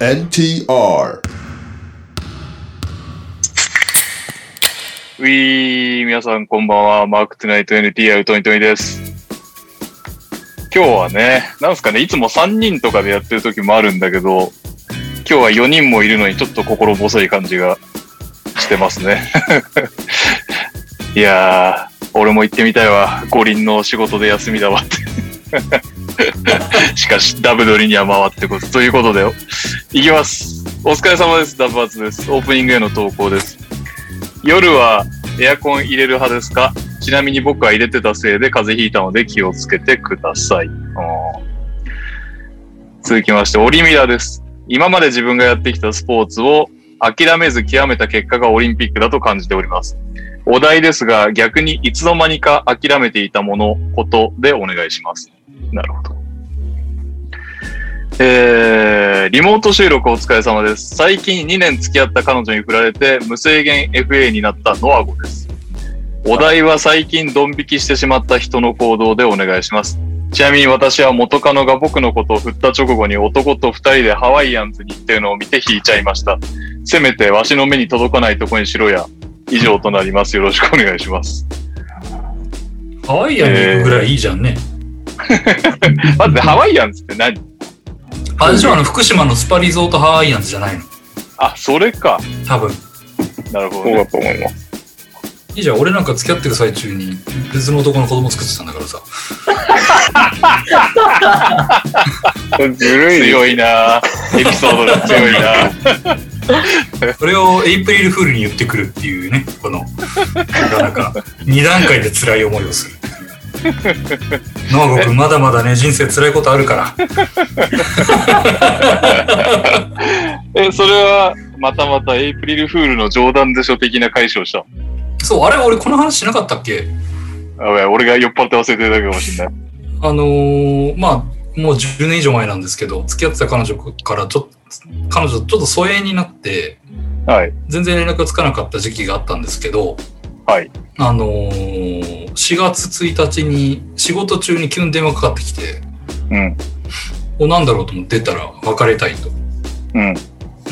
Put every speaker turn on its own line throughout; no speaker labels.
NTR
ウィー皆さんこんばんは、マークトゥナイト NTR トニトニです。今日はね、なんすかね、いつも3人とかでやってる時もあるんだけど、今日は4人もいるのにちょっと心細い感じがしてますね。 いやー、俺も行ってみたいわ。五輪の仕事で休みだわって。 しかし、ダブドリには回ってこず。ということで、いきます。お疲れ様です。ダブアツです。オープニングへの投稿です。夜はエアコン入れる派ですかちなみに僕は入れてたせいで風邪ひいたので気をつけてください。あー続きまして、オリミラです。今まで自分がやってきたスポーツを諦めず極めた結果がオリンピックだと感じております。お題ですが、逆にいつの間にか諦めていたもの、ことでお願いします。なるほど。えー、リモート収録お疲れ様です。最近2年付き合った彼女に振られて無制限 FA になったノアゴです。お題は最近ドン引きしてしまった人の行動でお願いします。ちなみに私は元カノが僕のことを振った直後に男と二人でハワイアンズに行ってるのを見て引いちゃいました。せめてわしの目に届かないとこにしろや。以上となります。よろしくお願いします。
ハワイアンに行くぐらいいいじゃんね。
待って、ハワイアンズって何
あれでしょあの福島のスパリゾートハワイアンズじゃないの
あ、それか。
多分。
なるほど、
そう
ね。
だと思います。
いいじゃん、俺なんか付き合ってる最中に別の男の子供作ってたんだからさ。
ずるいです
強いなエピソードが強いな
それをエイプリルフールに言ってくるっていうね、この、なかなか2段階で辛い思いをする。ノーゴ君まだまだね人生辛いことあるから
え、それは、またまたエイプリルフールの冗談でしょ的な解消した。
そうあれ俺この話しなかったっけ
あべ俺が酔っ払って忘れてたかもしれない。
あのーまあもう10年以上前なんですけど付き合ってた彼女からちょっと彼女とちょっと疎遠になって
はい。
全然連絡がつかなかった時期があったんですけど、
はい。
あのー4月1日に仕事中に急に電話かかってきて、
うん。
お、なんだろうと思って出たら別れたいと。
う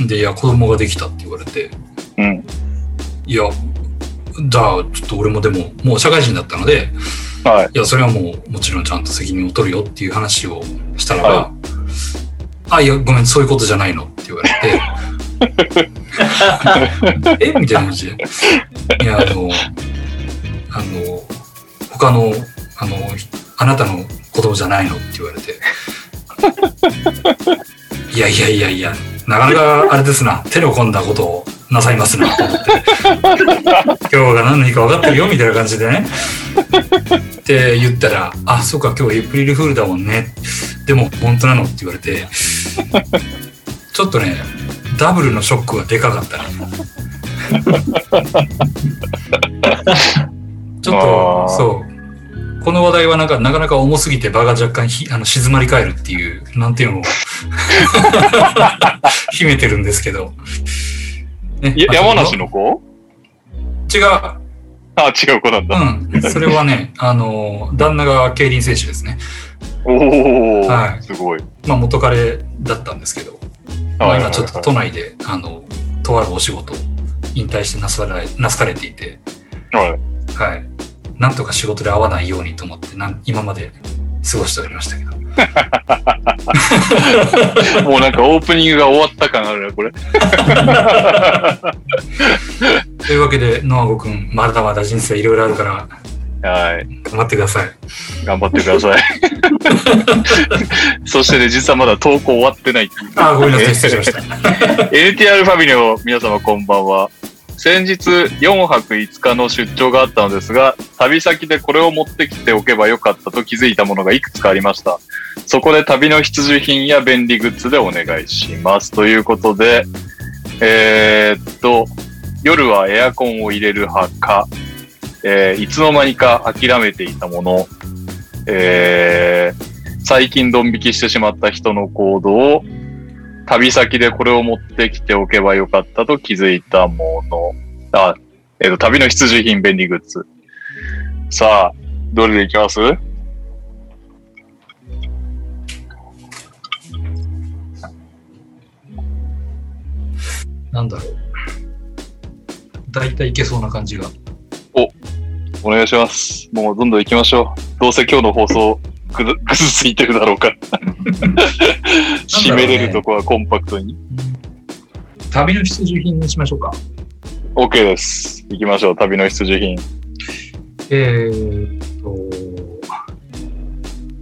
ん。
で、いや、子供ができたって言われて、
うん。
いや、じゃあ、ちょっと俺もでも、もう社会人だったので、
はい。
いや、それはもう、もちろんちゃんと責任を取るよっていう話をしたらば、
は
あ、いや、ごめん、そういうことじゃないのって言われて、 えみたいな感じで。いや、あの、あの、他の、あの、あなたの子供じゃないのって言われて。いやいやいやいや、なかなかあれですな、手の込んだことをなさいますな、と 思って。今日が何の日か分かってるよ、みたいな感じでね。って言ったら「あそうか今日エイプリルフールだもんねでも本当なの?」って言われてちょっとねダブルのショックがでかかったねちょっ
あ
と
ー
そうこの話題はなんかなかなか重すぎて場が若干ひあの静まり返るっていうなんていうのを秘めてるんですけど、ね
や
まあ
山梨の子
違う
あ、違う子なんだ。
うん、それはね、あの、旦那が競輪選手ですね。
おお、
はい
すごい。
まあ、元彼だったんですけど、まあ、今ちょっと都内で、あの、とあるお仕事を引退してなさらなされていて、
はい。
はい。なんとか仕事で会わないようにと思って、なん今まで過ごしておりましたけど。
もうなんかオープニングが終わった感あるな、これ。
というわけで、ノアゴ君、まだまだ人生いろいろあるから、
はい。
頑張ってください。
頑張ってくだ さい。そしてね、実はまだ投稿終わってないっていう
あー、ごめんなさい、失礼しました。
NTR ファミリーの皆様こんばんは。先日4泊5日の出張があったのですが、旅先でこれを持ってきておけばよかったと気づいたものがいくつかありました。そこで旅の必需品や便利グッズでお願いします。ということで、えーっと、夜はエアコンを入れる派か、えーいつの間にか諦めていたもの、えー最近ドン引きしてしまった人の行動を旅先でこれを持ってきておけばよかったと気づいたもの。あ、えっ、と、旅の必需品便利グッズ。さあ、どれでいきます
なんだろう。大体いけそうな感じが。
お願いします。もうどんどん行きましょう。どうせ今日の放送、ぐ ず、ぐずついてるだろうから。締めれるとこはコンパクトに。
旅の必需品にしましょうか。
OK です。行きましょう。旅の必需品。
えー、っと、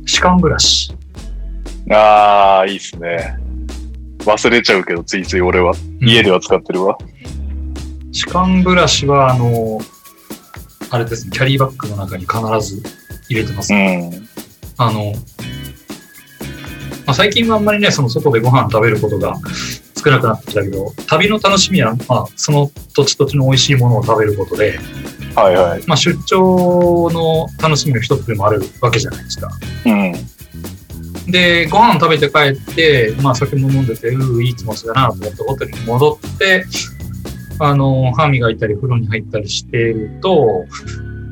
歯間ブラシ。
あー、いいっすね。忘れちゃうけど、ついつい俺は。家では使ってるわ。
歯間ブラシは、あの、あれですね、キャリーバッグの中に必ず入れてます。
うん。
あの、まあ、最近はあんまりね、その外でご飯食べることが少なくなってきたけど、旅の楽しみは、まあ、その土地土地の美味しいものを食べることで、
はいはい。
まあ、出張の楽しみの一つでもあるわけじゃないですか。
うん。
で、ご飯食べて帰って、まあ、酒も飲んでて、うーいい気持ちだなと思ってホテルに戻って、あの、歯磨いたり風呂に入ったりしてると、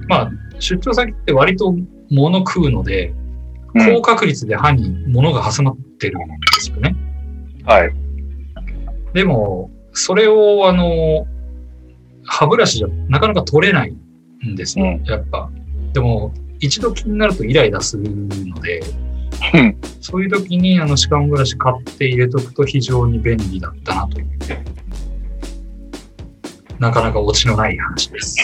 まあ、出張先って割と物食うので、
うん
高確率で歯に物が挟まってるんですよね。
はい。
でも、それを、あの、歯ブラシじゃなかなか取れないんですよ、
うん
やっぱ。でも、一度気になるとイライラするので、
うん
そういう時に、あの、歯間ブラシ買って入れとくと非常に便利だったなという。なかなかオチのない話 です。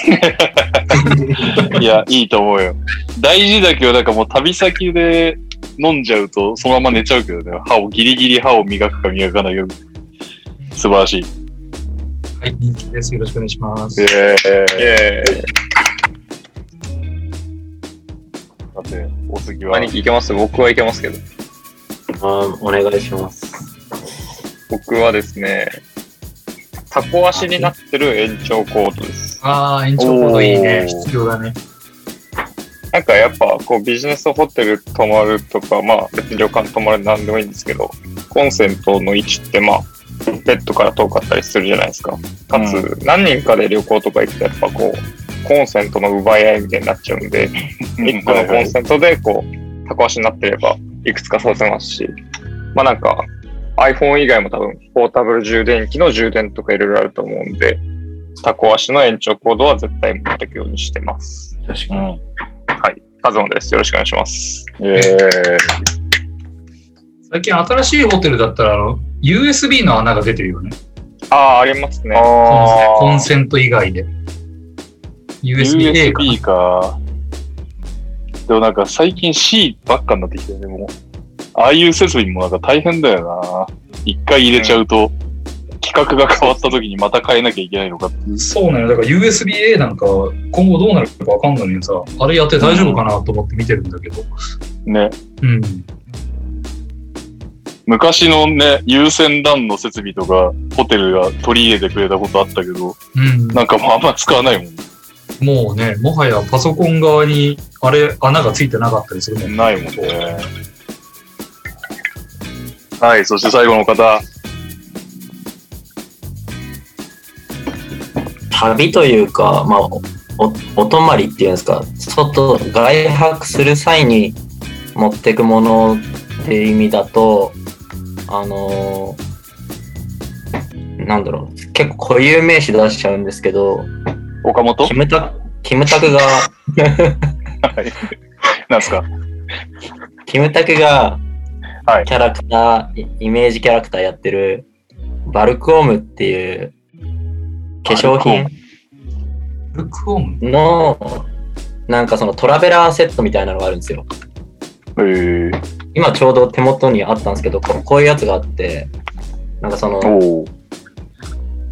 いや、いいと思うよ。大事だけど、なんかもう旅先で飲んじゃうと、そのまま寝ちゃうけどね。歯を、ギリギリ歯を磨くか磨かないよ。素晴らしい。
はい、人気です。よろしくお願いします。
え
イエーイ
さて、お次は
兄貴いけます僕はいけますけど。
あーお願いします。
僕はですね、タコ足になってる延長コードです。
ああ、延長コードいいね。
おー
必要だね。
なんかやっぱこうビジネスホテル泊まるとか、まあ別に旅館泊まるなんでもいいんですけど、コンセントの位置ってまあ、ベッドから遠かったりするじゃないですか。かつ、何人かで旅行とか行くとやっぱこう、コンセントの奪い合いみたいになっちゃうんで、1個のコンセントでこう、タコ足になってればいくつかさせますし、まあなんか iPhone 以外も多分ポータブル充電器の充電とかいろいろあると思うんで、タコ足の延長コードは絶対持ってくようにしてます。
確
う
かに。
ん。
カズマです。よろしくお願いします。
えー、
最近新しいホテルだったら、あの、USB の穴が出てるよね。
ああ、ありますね。
コン
あー、
セント以外で。USB-A かな。
USB か。でもなんか最近 C ばっかになってきたよね、もう。ああいう設備もなんか大変だよな。一回入れちゃうと、規格が変わった時にまた変えなきゃいけないのかっていう。
そうね。だから USB-A なんか、今後どうなるかわかんないのにさ、あれやって大丈夫かなと思って見てるんだけど。
ね。
うん。
昔のね、有線 LAN の設備とか、ホテルが取り入れてくれたことあったけど、
うん。
なんかもうあんま使わないもんね。
もうね、もはやパソコン側に、あれ、穴がついてなかったりするもん。
ないもんね。はい、そして最後の方。
旅というか、まあ、おおお泊まりっていうんですか、外、外泊する際に持ってくものっていう意味だと、あのーなんだろう、結構固有名詞出しちゃうんですけど、
岡本
キムタク、キムタクが、
なんすか
キムタクが
はい、
キャラクター、イイメージキャラクターやってる、バルクオムっていう、化粧品
ルックオン
の、なんかそのトラベラーセットみたいなのがあるんですよ。
えー、
今ちょうど手元にあったんですけど、ここういうやつがあって、なんかその、
おー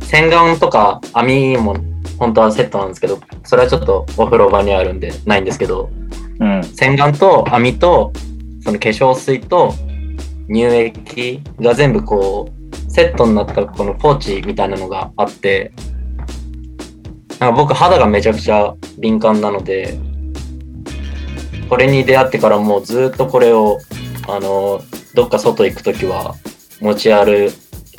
洗顔とか網も本当はセットなんですけど、それはちょっとお風呂場にあるんで、ないんですけど、
うん。
洗顔と網と、その化粧水と乳液が全部こう、セットになったこのポーチみたいなのがあって、なんか僕肌がめちゃくちゃ敏感なので、これに出会ってからもうずっとこれを、あの、どっか外行くときは持ち歩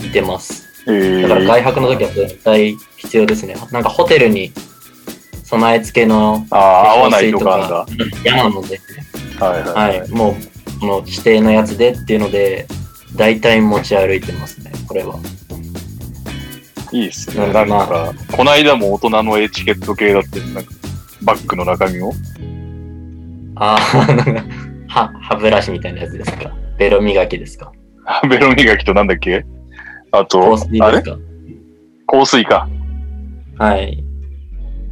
いてます。
えー、
だから外泊の時は絶対必要ですね。なんかホテルに備え付けの
ああ、合わないとかあんだ。
嫌なので、
はいは、
はいい、もうこの指定のやつでっていうので、大体持ち歩いてますね、これは。
いいっす
う
ね。
ん
なん
ま
か、この間も大人のエチケット系だって、なんか、バッグの中身を。
ああ、なんか、 歯、歯ブラシみたいなやつですかベロ磨きですか
ベロ磨きとなんだっけあと
香水、
あ
で
れ
すか
香水か。
はい。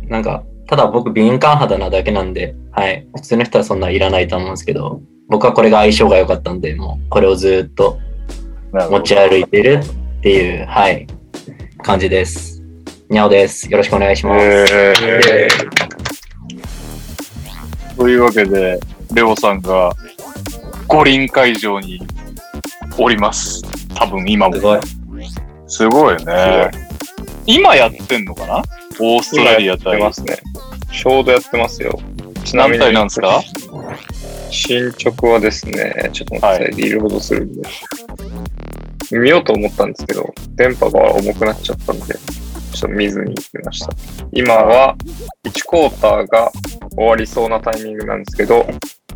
なんか、ただ僕敏感肌なだけなんで、はい。普通の人はそんないらないと思うんですけど、僕はこれが相性が良かったんで、もうこれをずーっと
なるほ
持
ど
ち歩いてるっていう、はい、感じです。にゃおです。よろしくお願いします。
えーというわけで、レオさんが五輪会場におります。多分今も
す。ごい。
すごいね。今やってんのかなオーストラリア
やって
対。
ますね。ちょうどやってますよ。ち
何対なんですか
進捗はですね、ちょっと待ってください、リロードするんで。見ようと思ったんですけど、電波が重くなっちゃったんで、ちょっと見ずに行きました。今は1クォーターが終わりそうなタイミングなんですけど、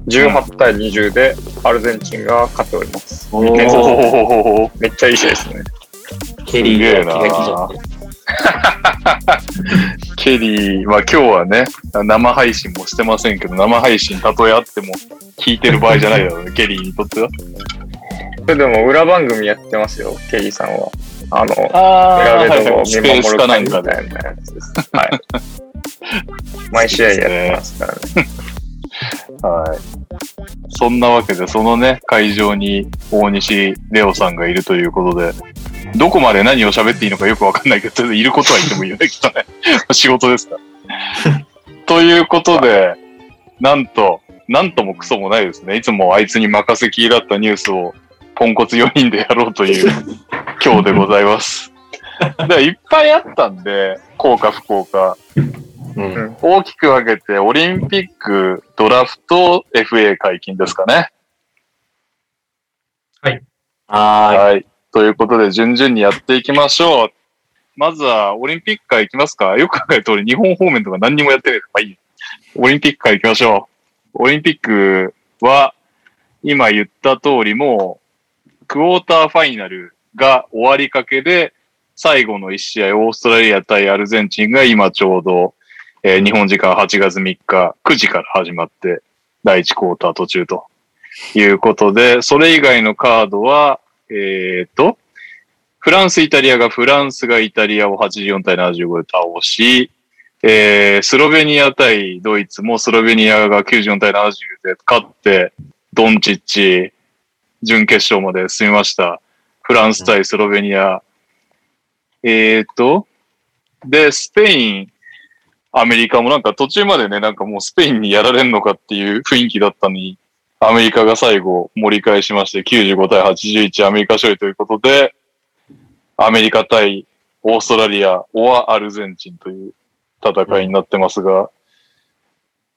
18対20でアルゼンチンが勝っております。
おー
見てそう
おー
めっちゃいい試合ですね。
ケリーが
す
気
げえ
が気じ
なー
ゃって。
ケリーは今日はね、生配信もしてませんけど、生配信たとえあっても聞いてる場合じゃないだろうね、ケリーにとっては。
それでも裏番組やってますよ、ケリーさんは。あの、
あ
選べどを見
スペース
守
かな
る会
ん
み
かで。
たいなやつです。はい。毎試合やってますからね。
はい。そんなわけで、そのね、会場に大西レオさんがいるということで、どこまで何を喋っていいのかよくわかんないけど、とりあえずいることは言ってもいいよね、きっとね。仕事ですから。ということで、なんと、なんともクソもないですね。いつもあいつに任せきりだったニュースを、ポンコツ4人でやろうという今日でございます。でいっぱいあったんで、効果不効果。
うん。
大きく分けて、オリンピック、ドラフト、FA 解禁ですかね。
は
はい。ということで、順々にやっていきましょう。まずは、オリンピックからいきますか。よく考えると、俺、日本方面とか何にもやってないから、まあいい。オリンピックからいきましょう。オリンピックは、今言った通り、もう、クォーターファイナルが終わりかけで、最後の1試合、オーストラリア対アルゼンチンが今ちょうど、えー日本時間8月3日、9時から始まって、第1クォーター途中ということで、それ以外のカードは、えーっと、フランス、イタリアが、フランスがイタリアを84対75で倒し、えー、スロベニア対ドイツもスロベニアが94対70で勝って、ドンチッチ、準決勝まで進みました。フランス対スロベニア。えーっと、で、スペイン、アメリカもなんか途中までね、なんかもうスペインにやられんのかっていう雰囲気だったのに、アメリカが最後盛り返しまして、95対81アメリカ勝利ということで、アメリカ対オーストラリア、オアアルゼンチンという戦いになってますが、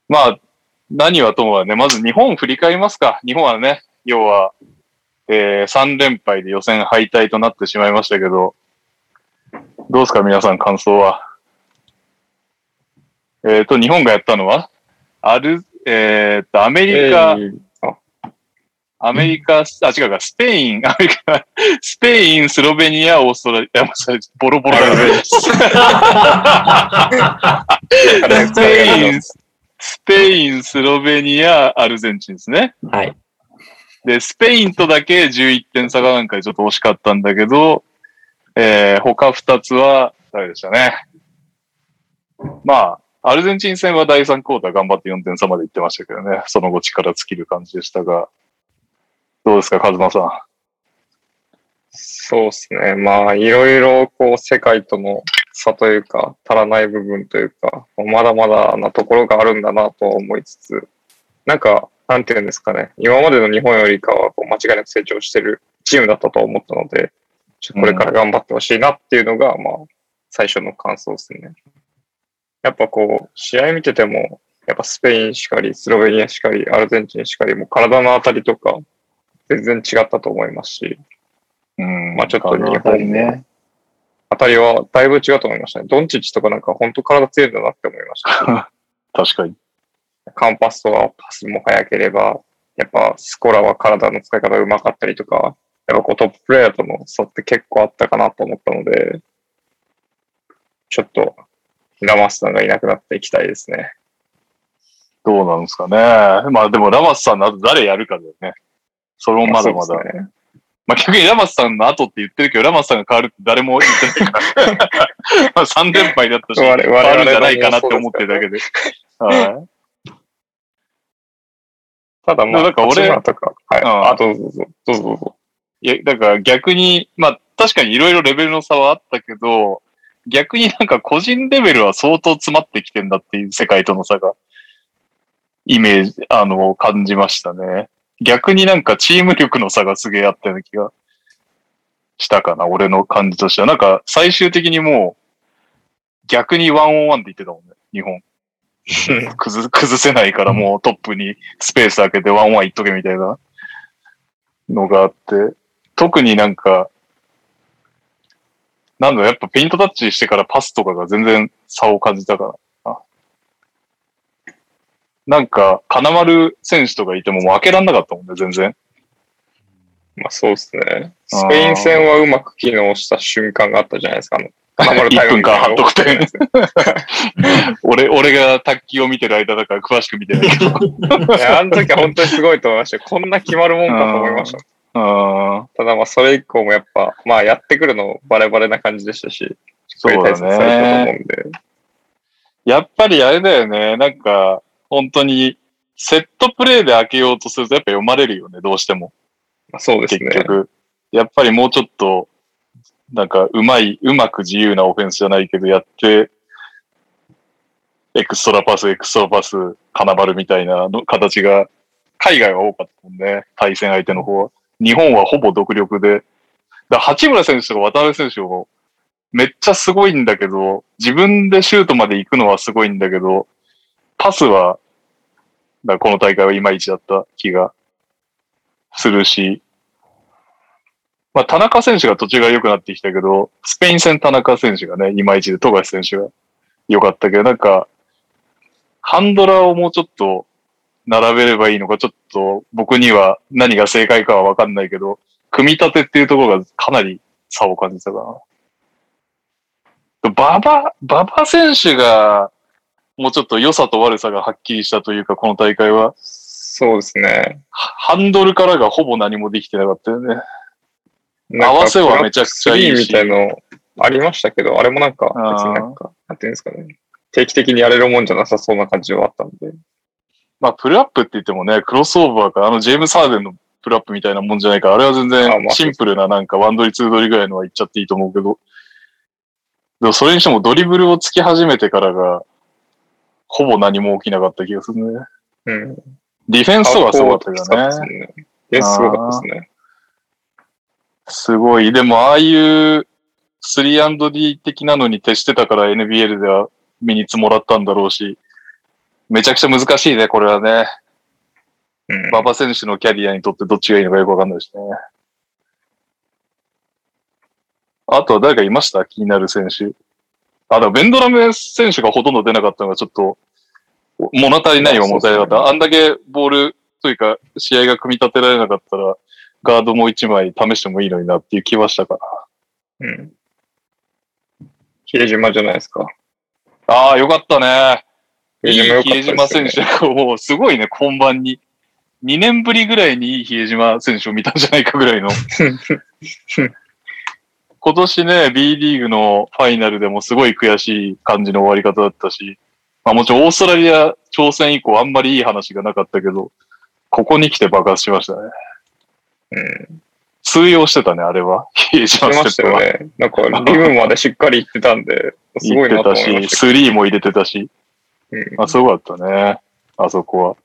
まあ、何はともはね、まず日本振り返りますか。日本はね、要は、えー、3連敗で予選敗退となってしまいましたけど、どうですか皆さん感想は。えっ、と、日本がやったのは、アル、えっ、と、アメリカ、
えー
アメリカ、あ、違うか、スペイン、 アメリカ、スペイン、スロベニア、オーストラリア、もうそれボロボロ だねスペイン、スペイン、スロベニア、アルゼンチンですね。
い。はい。
で、スペインとだけ11点差がなんかちょっと惜しかったんだけど、えー、他2つは、誰でしたね。まあ、アルゼンチン戦は第3クォーター頑張って4点差まで行ってましたけどね、その後力尽きる感じでしたが、どうですか、カズマさん。
そうですね。まあ、いろいろ、こう、世界との差というか、足らない部分というか、まだまだなところがあるんだなとは思いつつ、なんか、なんていうんですかね、今までの日本よりかは、こう、間違いなく成長してるチームだったと思ったので、ちょこれから頑張ってほしいなっていうのが、まあ、最初の感想ですね。やっぱこう、試合見てても、やっぱスペインしかり、スロベニアしかり、アルゼンチンしかり、もう体の当たりとか、全然違ったと思いますし、
うん
まあちょっと
あ
日
の
本ね。当たりはだいぶ違うと思いましたね。ドンチッチとかなんか本当体強いんだなって思いました。
確かに。
カンパスとはパスも速ければ、やっぱスコラは体の使い方が上手かったりとか、やっぱこうトッププレイヤーとの差って結構あったかなと思ったので、ちょっと、ラマスさんがいなくなっていきたいですね。
どうなんですかね。まあでもラマスさんの後誰やるかだよね。それもまだまだ。
そうですね
まあ逆にラマスさんの後って言ってるけど、ラマスさんが変わるって誰も言ってない から。まあ3連敗だったし、変わ
我々我々
るんじゃないかなって思ってるだけで。はい。
ただまあ、
なんか俺
八村とか、はい。
うん
あ、どうぞどうぞ、どうぞどうぞ。
いや、だから逆に、まあ確かにいろいろレベルの差はあったけど、逆になんか個人レベルは相当詰まってきてんだっていう世界との差が、イメージ、あの、感じましたね。逆になんかチーム力の差がすげえあったような気がしたかな、俺の感じとしては。なんか最終的にもう、逆にワンオンワンって言ってたもんね、日本。崩崩せないからもうトップにスペース開けてワンワンいっとけみたいなのがあって、特になんか、なんだろうやっぱペイントタッチしてからパスとかが全然差を感じたからな。なんか、金丸選手とかいてももう開けらんなかったもんね、全然。
まあそうですね。スペイン戦はうまく機能した瞬間があったじゃないですか。あの、
1分間半得点
で。すね。
俺、俺が卓球を見てる間だから詳しく見てない けど。
いや、あの時は本当にすごいと思いましたよこんな決まるもんかと思いました。
うん。
ただまあそれ以降もやっぱ、まあやってくるのバレバレな感じでしたし、
そうだね
しっかり対策されたと思うんで。
やっぱりあれだよね。なんか、本当に、セットプレーで開けようとするとやっぱ読まれるよね、どうしても。
まあ、そうです
結
ね。
局。やっぱりもうちょっと、なんか、うまい、うまく自由なオフェンスじゃないけど、やって、エクストラパス、エクストラパス、金バルみたいなの形が、海外は多かったもんね、対戦相手の方は。日本はほぼ独力で。だから八村選手とか渡辺選手も、めっちゃすごいんだけど、自分でシュートまで行くのはすごいんだけど、パスは、だからこの大会はいまいちだった気がするし、まあ、田中選手が途中が良くなってきたけど、スペイン戦田中選手がね、いまいちで、富樫選手が良かったけど、なんか、ハンドラーをもうちょっと並べればいいのか、ちょっと僕には何が正解かはわかんないけど、組み立てっていうところがかなり差を感じたかな。馬場、馬場選手が、もうちょっと良さと悪さがはっきりしたというか、この大会は、
そうですね。
ハンドルからがほぼ何もできてなかったよね。
なん
合
か
わせはめちゃくちゃいいし
スリーみたいのありましたけど、あれもなんか、
あー
別になんか、なんていうんですかね。定期的にやれるもんじゃなさそうな感じはあったんで。
まあ、プルアップって言ってもね、クロスオーバーか、あのジェームス・ハーデンのプルアップみたいなもんじゃないから、あれは全
あ
然
まあ
シンプルななんかワンドリ、ツードリぐらいのは言っちゃっていいと思うけど、でもそれにしてもドリブルをつき始めてからが、ほぼ何も起きなかった気がするね。
うん。
ディフェンスとかすごかったけ
アウト
ど
コート使
ね
っ。てたね。え、すごかったですね。
すごい。でも、ああいう 3&D 的なのに徹してたから NBL では身につもらったんだろうし、めちゃくちゃ難しいね、これはね。
うん
馬場選手のキャリアにとってどっちがいいのかよくわかんないしね。あとは誰かいました気になる選手。あ、だベンドラム選手がほとんど出なかったのがちょっと、物足りないよ、
まあ
物足りなかった。あんだけボールというか、試合が組み立てられなかったら、ガードも一枚試してもいいのになっていう気はしたか
うん。比江島じゃないですか。
な。ああ、よかったね。
比
いい
良か
比江島
った
選
です
手
よね。
もうすごいね、今晩に。2年ぶりぐらいにいい比江島選手を見たんじゃないかぐらい の。今年ね、B リーグのファイナルでもすごい悔しい感じの終わり方だったし、まあもちろんオーストラリア挑戦以降あんまりいい話がなかったけど、ここに来て爆発しましたね。
うん。
通用してたね、あれは。比江島
してまし
ステ
た
ップ
よ
は。
ね。なんか、リムまでしっかり行ってたんで、すご
入っ
いな
て
と
た
思いま
し、
した
スリーも入れてたし、
うん
あ、すごかったね。あそこは。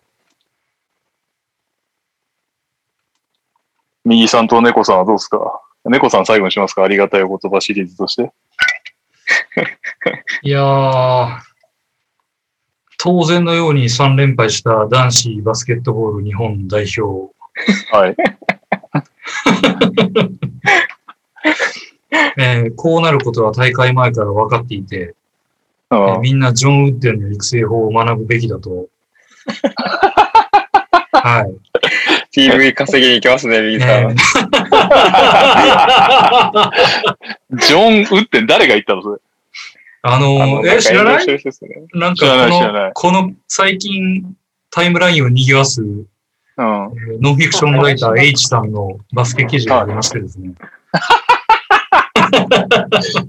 右さんと猫さんはどうですか猫さん最後にしますかありがたいお言葉シリーズとして。
いやー、当然のように3連敗した男子バスケットボール日本代表。
はい。
えーこうなることは大会前から分かっていて、えー
うん
みんなジョン・ウッデンの育成法を学ぶべきだ と。はい。
TV 稼ぎに行きますね、リーさん。
ジョン・ウッテン誰が言ったのそれ。
あの、
なん
え、
か
知ら
炎上
な
し
い
てる人ですよね。
なん
知ら
か
ない知らない
この、この最近タイムラインを賑わす、
う
え
ん。
ーノンフィクションライター H さんのバスケ記事がありましてですね、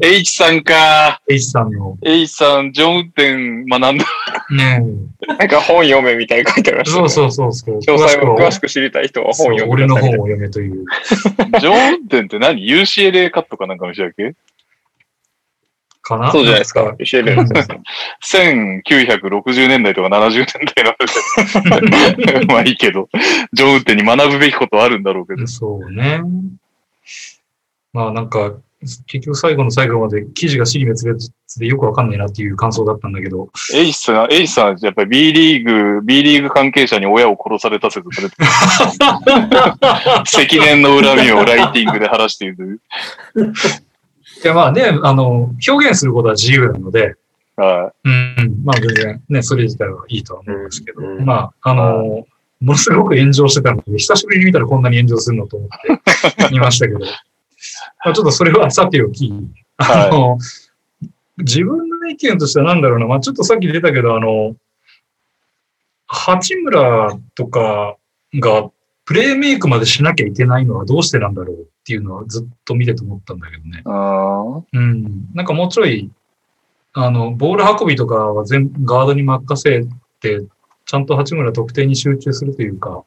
H さんか。
H さんの、
H さん、上点学んだ。
ね
なんか本読めみたいに書いてありま
え、
した、ね。
そうそうそうそう、
詳細を詳
詳
し
しく
く知りたい人は
はそ
本
う
読
俺
んでく
の
ださ
本
い
を読めという。
上点って何 ?UCLA カットかなんかの人だっけ
かな
そうじゃないですか。。教えるんですよ
?1960 年代とか70年代の話だよ まあいいけど、上点に学ぶべきことはあるんだろうけど。
そうね。まあなんか、結局最後の最後まで記事が尻滅裂でよくわかんないなっていう感想だったんだけど、
H さん、H さん、やっぱり B リーグ、B リーグ関係者に親を殺された説されてる積年の恨みをライティングで晴らしている。
いやまあね、あの、表現することは自由なので、
は
うん、まあ全然ね、それ自体はいいとは思うんですけど、
うんうん
まあ、あのものすごく炎上してたので、久しぶりに見たらこんなに炎上するのと思って見ましたけど、まあちょっとそれはさておき、あの、自分の意見としてはなんだろうな、まあちょっとさっき出たけど、あの、八村とかがプレイメイクまでしなきゃいけないのはどうしてなんだろうっていうのはずっと見てて思ったんだけどね。
い。うん。
うん、なんかもうちょい、あの、ボール運びとかは全ガードに任せて、ちゃんと八村得点に集中するというか、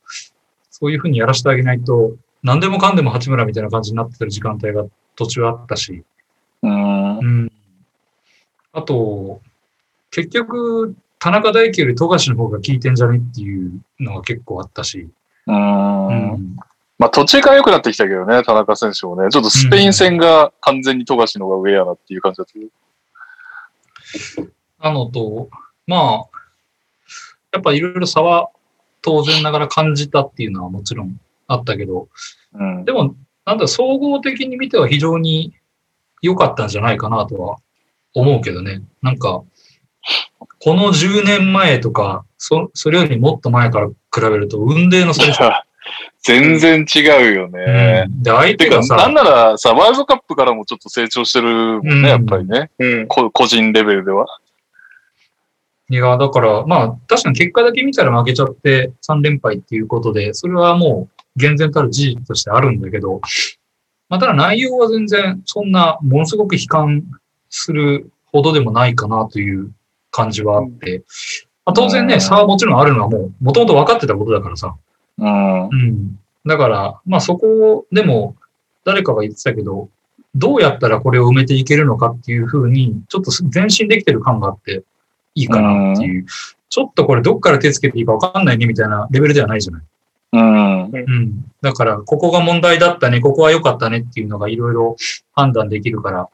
そういうふうにやらせてあげないと、何でもかんでも八村みたいな感じになってる時間帯が途中あったし、
うん。
うん。あと、結局、田中大輝より富樫の方が効いてんじゃねっていうのが結構あったし、
うん。まあ途中から良くなってきたけどね、田中選手もね。ちょっとスペイン戦が完全に富樫の方が上やなっていう感じだったけど。
なのと、まあ、やっぱいろいろ差は当然ながら感じたっていうのはもちろんあったけど、
うん。
でも、なんだ、総合的に見ては非常に良かったんじゃないかなとは思うけどね。なんか、この10年前とか、そそれよりもっと前から比べると、運命の差でしょ。
全然違うよね。
うんで、相
て
手
か
が、
なん
さ、
ならさ、ワールドカップからもちょっと成長してるもんね、
うん
やっぱりね。
うん。
こ個人レベルでは。
いや、だから、まあ、確かに結果だけ見たら負けちゃって3連敗っていうことで、それはもう、厳然たる事実としてあるんだけど、まあ、ただ内容は全然、そんな、ものすごく悲観するほどでもないかなという感じはあって、まあ、当然
う
ね、
ん
差はもちろんあるのはもう、もともと分かってたことだからさ。
うん。
うん。だから、まあそこを、でも、誰かが言ってたけど、どうやったらこれを埋めていけるのかっていうふうに、ちょっと前進できてる感があって、いいかなっていう。ちょっとこれどっから手つけていいか分かんないねみたいなレベルではないじゃない。
うん。
うん。だから、ここが問題だったね、ここは良かったねっていうのがいろいろ判断できるから、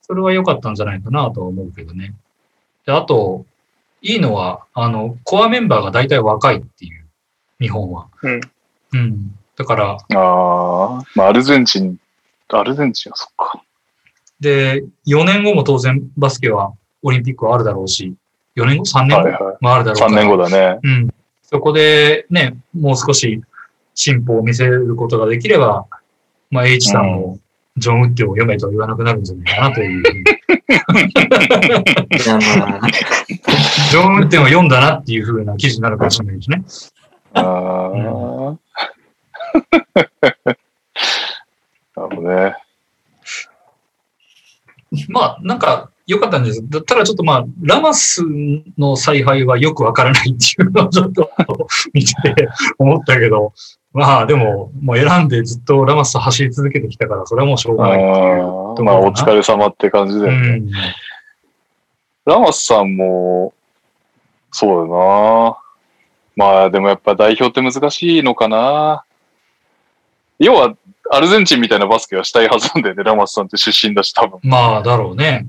それは良かったんじゃないかなとは思うけどね。で、あと、いいのは、あの、コアメンバーが大体若いっていう、日本は。
うん。
うん。だから、
ああ。まあ、アルゼンチン、アルゼンチンはそっか。
で、4年後も当然バスケはオリンピックはあるだろうし、4年後 ?3 年
はい
後
は
もあるだろ
い。
うから。
3年後だね。
うん。そこでね、もう少し進歩を見せることができれば、まあ、H さんも、ジョン・ウッディを読めとは言わなくなるんじゃないかなという。
いやまあ、
ジョン・ウッディを読んだなっていう風な記事になるかもしれないですね。
ああ。 なるほどね。
まあ、なんか、良かったんです。だただちょっとまあ、ラマスの采配はよくわからないっていうのをちょっと見てて思ったけど、まあでも、もう選んでずっとラマスと走り続けてきたから、それはもうしょう
あ
がないっていう。
あ。まあ、お疲れ様って感じだよね。
うん。
ラマスさんも、そうだよな。まあでもやっぱ代表って難しいのかな。要は、アルゼンチンみたいなバスケはしたいはずなんだよね、ラマスさんって出身だし、多分。
まあ、だろうね。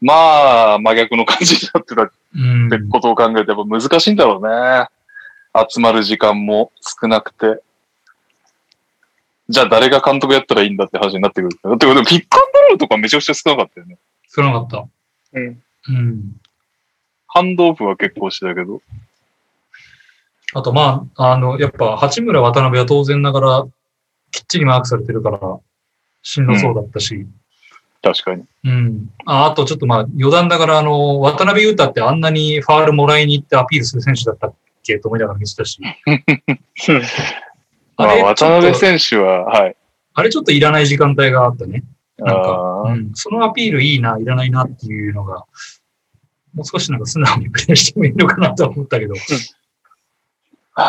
まあ、真逆の感じになってたっ
うん。
てことを考えると、やっぱ難しいんだろうね。集まる時間も少なくて。じゃあ誰が監督やったらいいんだって話になってくる。だってこれピックアンドロールとかめちゃくちゃ少なかったよね。
少なかった。
うん。
うん。
ハンドオフは結構してたけど。
あと、まあ、あの、やっぱ、八村渡辺は当然ながら、きっちりマークされてるから、しんどそうだったし、
確かに。
うん。ああとちょっとまあ余談だから、あの、渡辺裕太ってあんなにファールもらいに行ってアピールする選手だったっけと思いながら見 てたし。
まあ、
ちょっと
渡辺選手は、はい。
あれちょっといらない時間帯があったね。なんか、
あ
う
ー
ん、そのアピールいいな、いらないなっていうのが、もう少しなんか素直にプレーしてもいいのかなとは思ったけど、
は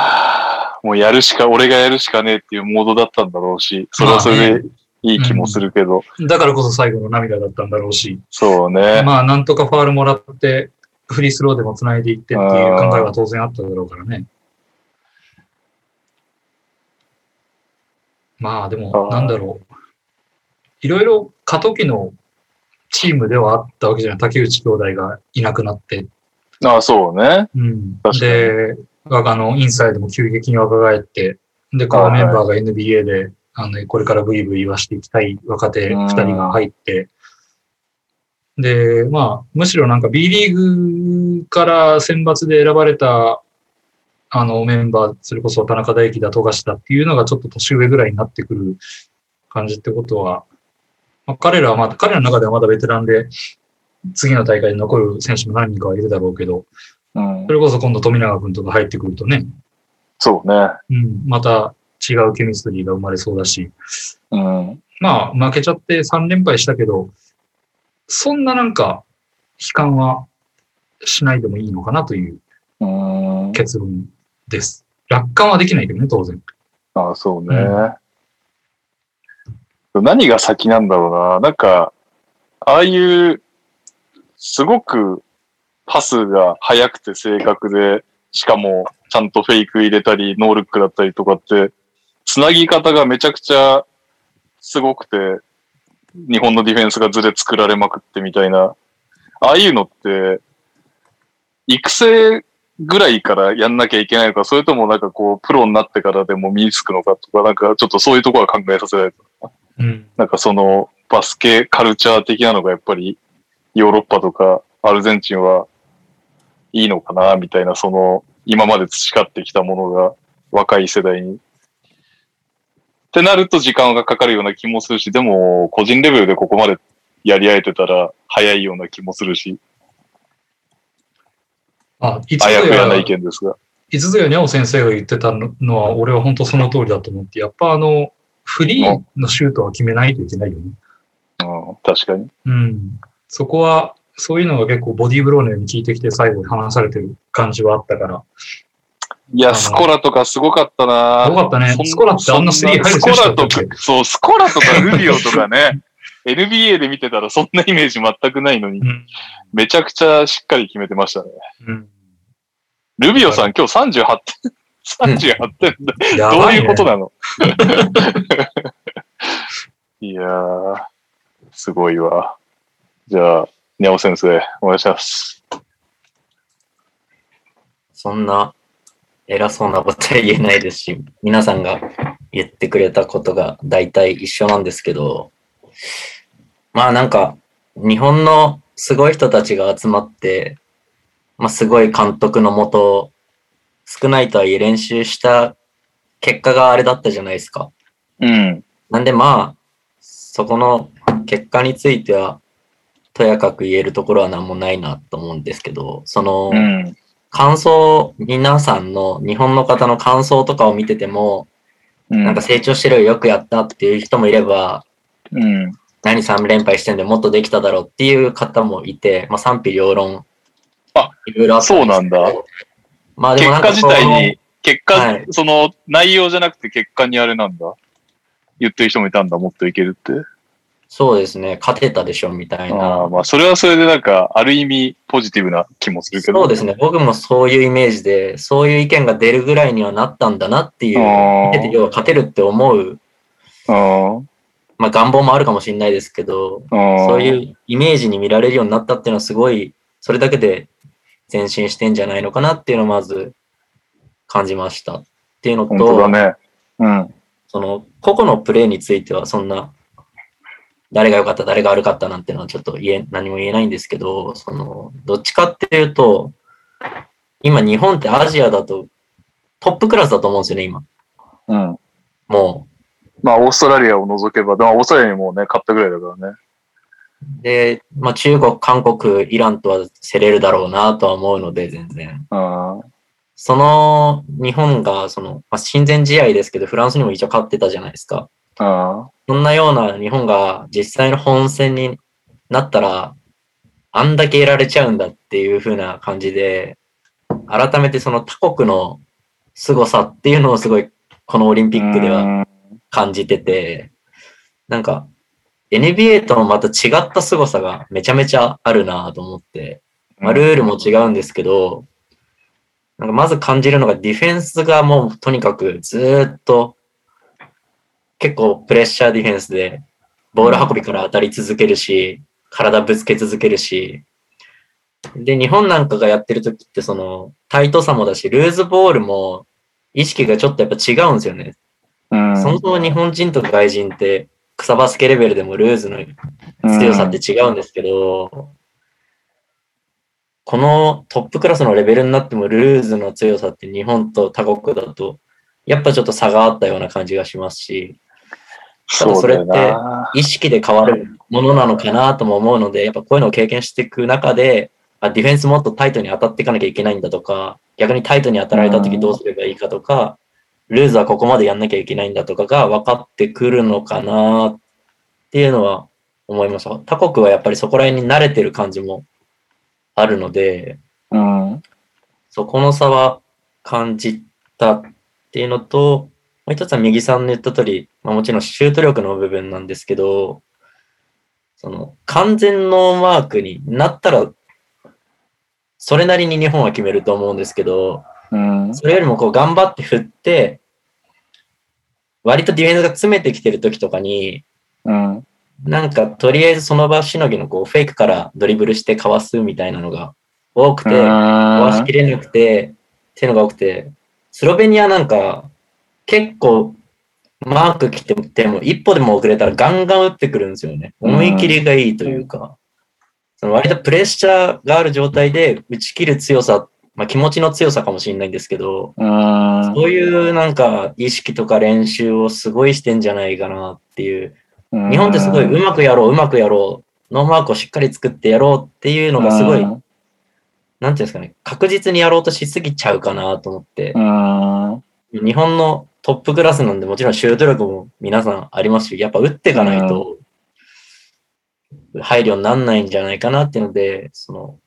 あ もうやるしか、俺がやるしかねえっていうモードだったんだろうし、それはそれでいい気もするけど、
だからこそ最後の涙だったんだろうし、
そうね。
まあなんとかファールもらって、フリースローでも繋いでいってっていう考えは当然あっただろうからね。まあでも、
あー
なんだろう。いろいろ過渡期のチームではあったわけじゃない。竹内兄弟がいなくなって
ああそうね。
うん
確かに
で、あの、インサイドも急激に若返って、で、このメンバーが NBA で、あの、これからブイブイ言わしていきたい若手
うん
2人が入って、で、まあ、むしろなんか B リーグから選抜で選ばれた、あの、メンバー、それこそ田中大輝だ、富樫だっていうのがちょっと年上ぐらいになってくる感じってことは、まあ、彼らはまあ、彼らの中ではまだベテランで、次の大会に残る選手も何人かはいるだろうけど、
うん
そ。れこそ今度富永君とか入ってくるとね、
そうね。
うん、また違うケミストリーが生まれそうだし、
うん。
まあ負けちゃって3連敗したけど、そんななんか悲観はしないでもいいのかなという
うん。
結論です。楽観はできないけどね、当然。
ああ、そうね。何が先なんだろうな。なんか、ああいう、すごくパスが速くて正確で、しかもちゃんとフェイク入れたり、ノールックだったりとかって、つなぎ方がめちゃくちゃすごくて、日本のディフェンスがずれ作られまくってみたいな、ああいうのって、育成ぐらいからやんなきゃいけないのか、それともなんかこう、プロになってからでも身につくのかとか、なんかちょっとそういうところは考えさせられた。
うん。
なんかその、バスケカルチャー的なのがやっぱり、ヨーロッパとかアルゼンチンはいいのかな、みたいな、その、今まで培ってきたものが若い世代に。ってなると時間がかかるような気もするし、でも、個人レベルでここまでやり合えてたら早いような気もするし、
あ、いつ
あ
ぞ
やふや
や
な、意見ですが。
いつぞやにゃお先生が言ってたのは、俺は本当その通りだと思って、やっぱあの、フリーのシュートは決めないといけないよね。
うん、確かに。
うん。そこは、そういうのが結構ボディーブローのように効いてきて最後に話されてる感じはあったから。
い
あ
や、
の
スコラとかすごかったな
すごかったね
そん
スコラってあんなスリー入る選手だったっけ
スコラとか、そう、スコラとかルビオとかね、NBA で見てたらそんなイメージ全くないのに
う、ん。
めちゃくちゃしっかり決めてましたね。
うん、
ルビオさん今日38点、38点だ
や
どう
ば
い
いうね
ことなの いやー、すごいわ。じゃあ、ニャオ先生、お願いします。
そんな偉そうなことは言えないですし、皆さんが言ってくれたことが大体一緒なんですけど、まあなんか、日本のすごい人たちが集まって、まあすごい監督のもと、少ないとはいえ練習した結果があれだったじゃないですか。
うん。
なんでまあ、そこの結果については、とやかく言えるところは何もないなと思うんですけど、その、
うん。
感想、皆さんの日本の方の感想とかを見てても、
うん。
なんか成長してるよ、よくやったっていう人もいれば、
うん。
何3連敗してんでもっとできただろうっていう方もいて、まあ賛否両論、
あ
いろいろあった
そうなん
ですけど
だ。
まあで
結
もなん
果
か
自
こう
体に、結果、
はい
その内容じゃなくて結果にあれなんだ。言ってる人もいたんだ、もっといけるって。
そうですね、勝てたでしょみたい
ああ
な。
まあ、それはそれでなんか、ある意味ポジティブな気もするけど。
そうですね、僕もそういうイメージで、そういう意見が出るぐらいにはなったんだなっていう、
あー
見てて要は勝てるって思う、
うん。
まあ願望もあるかもしれないですけど、
そ
そういうイメージに見られるようになったっていうのはすごい、それだけで前進してんじゃないのかなっていうのをまず感じましたっていうの
本当
と、
だね。うん。
その個々のプレーについてはそんな、誰が良かった、誰が悪かったなんてのはちょっと言え、何も言えないんですけど、その、どっちかっていうと、今日本ってアジアだとトップクラスだと思うんですよね、今。
うん。
もう、
まあ、オーストラリアを除けば、でもオーストラリアにもうね、勝ったぐらいだからね。
で、まあ、中国、韓国、イランとは競れるだろうなとは思うので、全然。
あ
その日本が、その、まあ、親善試合ですけど、フランスにも一応勝ってたじゃないですか。
あ、あ
そんなような日本が実際の本戦になったら、あんだけやられちゃうんだっていう風な感じで、改めてその他国の凄さっていうのをすごい、このオリンピックでは
は。
感じてて、なんか NBA ともまた違った凄さがめちゃめちゃあるなと思って、まあ、ルールも違うんですけど、なんかまず感じるのがディフェンスがもうとにかくずーっと結構プレッシャーディフェンスでボール運びから当たり続けるし、体ぶつけ続けるし、で、日本なんかがやってる時ってそのタイトさもだし、ルーズボールも意識がちょっとやっぱ違うんですよね。
うん
そもそも日本人と外人って草バスケレベルでもルーズの強さって違うんですけど、このトップクラスのレベルになってもルーズの強さって日本と他国だとやっぱちょっと差があったような感じがしますし、ただそれって
うだよな
意識で変わるものなのかなとも思うので、やっぱこういうのを経験していく中で、あディフェンスもっとタイトに当たっていかなきゃいけないんだとか、逆にタイトに当たられた時どうすればいいかとか、ルーズはここまでやんなきゃいけないんだとかが分かってくるのかなっていうのは思いました。他国はやっぱりそこら辺に慣れてる感じもあるので、
うん。
そこの差は感じたっていうのと、もう一つは右さんの言った通り、まあ、もちろんシュート力の部分なんですけど、その完全ノーマークになったら、それなりに日本は決めると思うんですけど、
うん。
それよりもこう頑張って振って、割とディフェンスが詰めてきてる時とかに、
うん。
なんかとりあえずその場しのぎのこうフェイクからドリブルしてかわすみたいなのが多くて、壊しきれなくて、っていうのが多くて、スロベニアなんか、結構、マーク来てても、一歩でも遅れたらガンガン打ってくるんですよね。
うん
思い切りがいいというか、その割とプレッシャーがある状態で打ち切る強さ、まあ気持ちの強さかもしれないんですけど、
うん。
そういうなんか意識とか練習をすごいしてんじゃないかなっていう
うん
日本ってすごいうまくやろう、うまくやろう、ノーマークをしっかり作ってやろうっていうのがすご
う
い、なんんていうんですかね、確実にやろうとしすぎちゃうかなと思って
う、ん。
日本のトップクラスなんで、もちろんシュート力も皆さんありますし、やっぱ打っていかないと、配慮になんないんじゃないかなっていうので、その、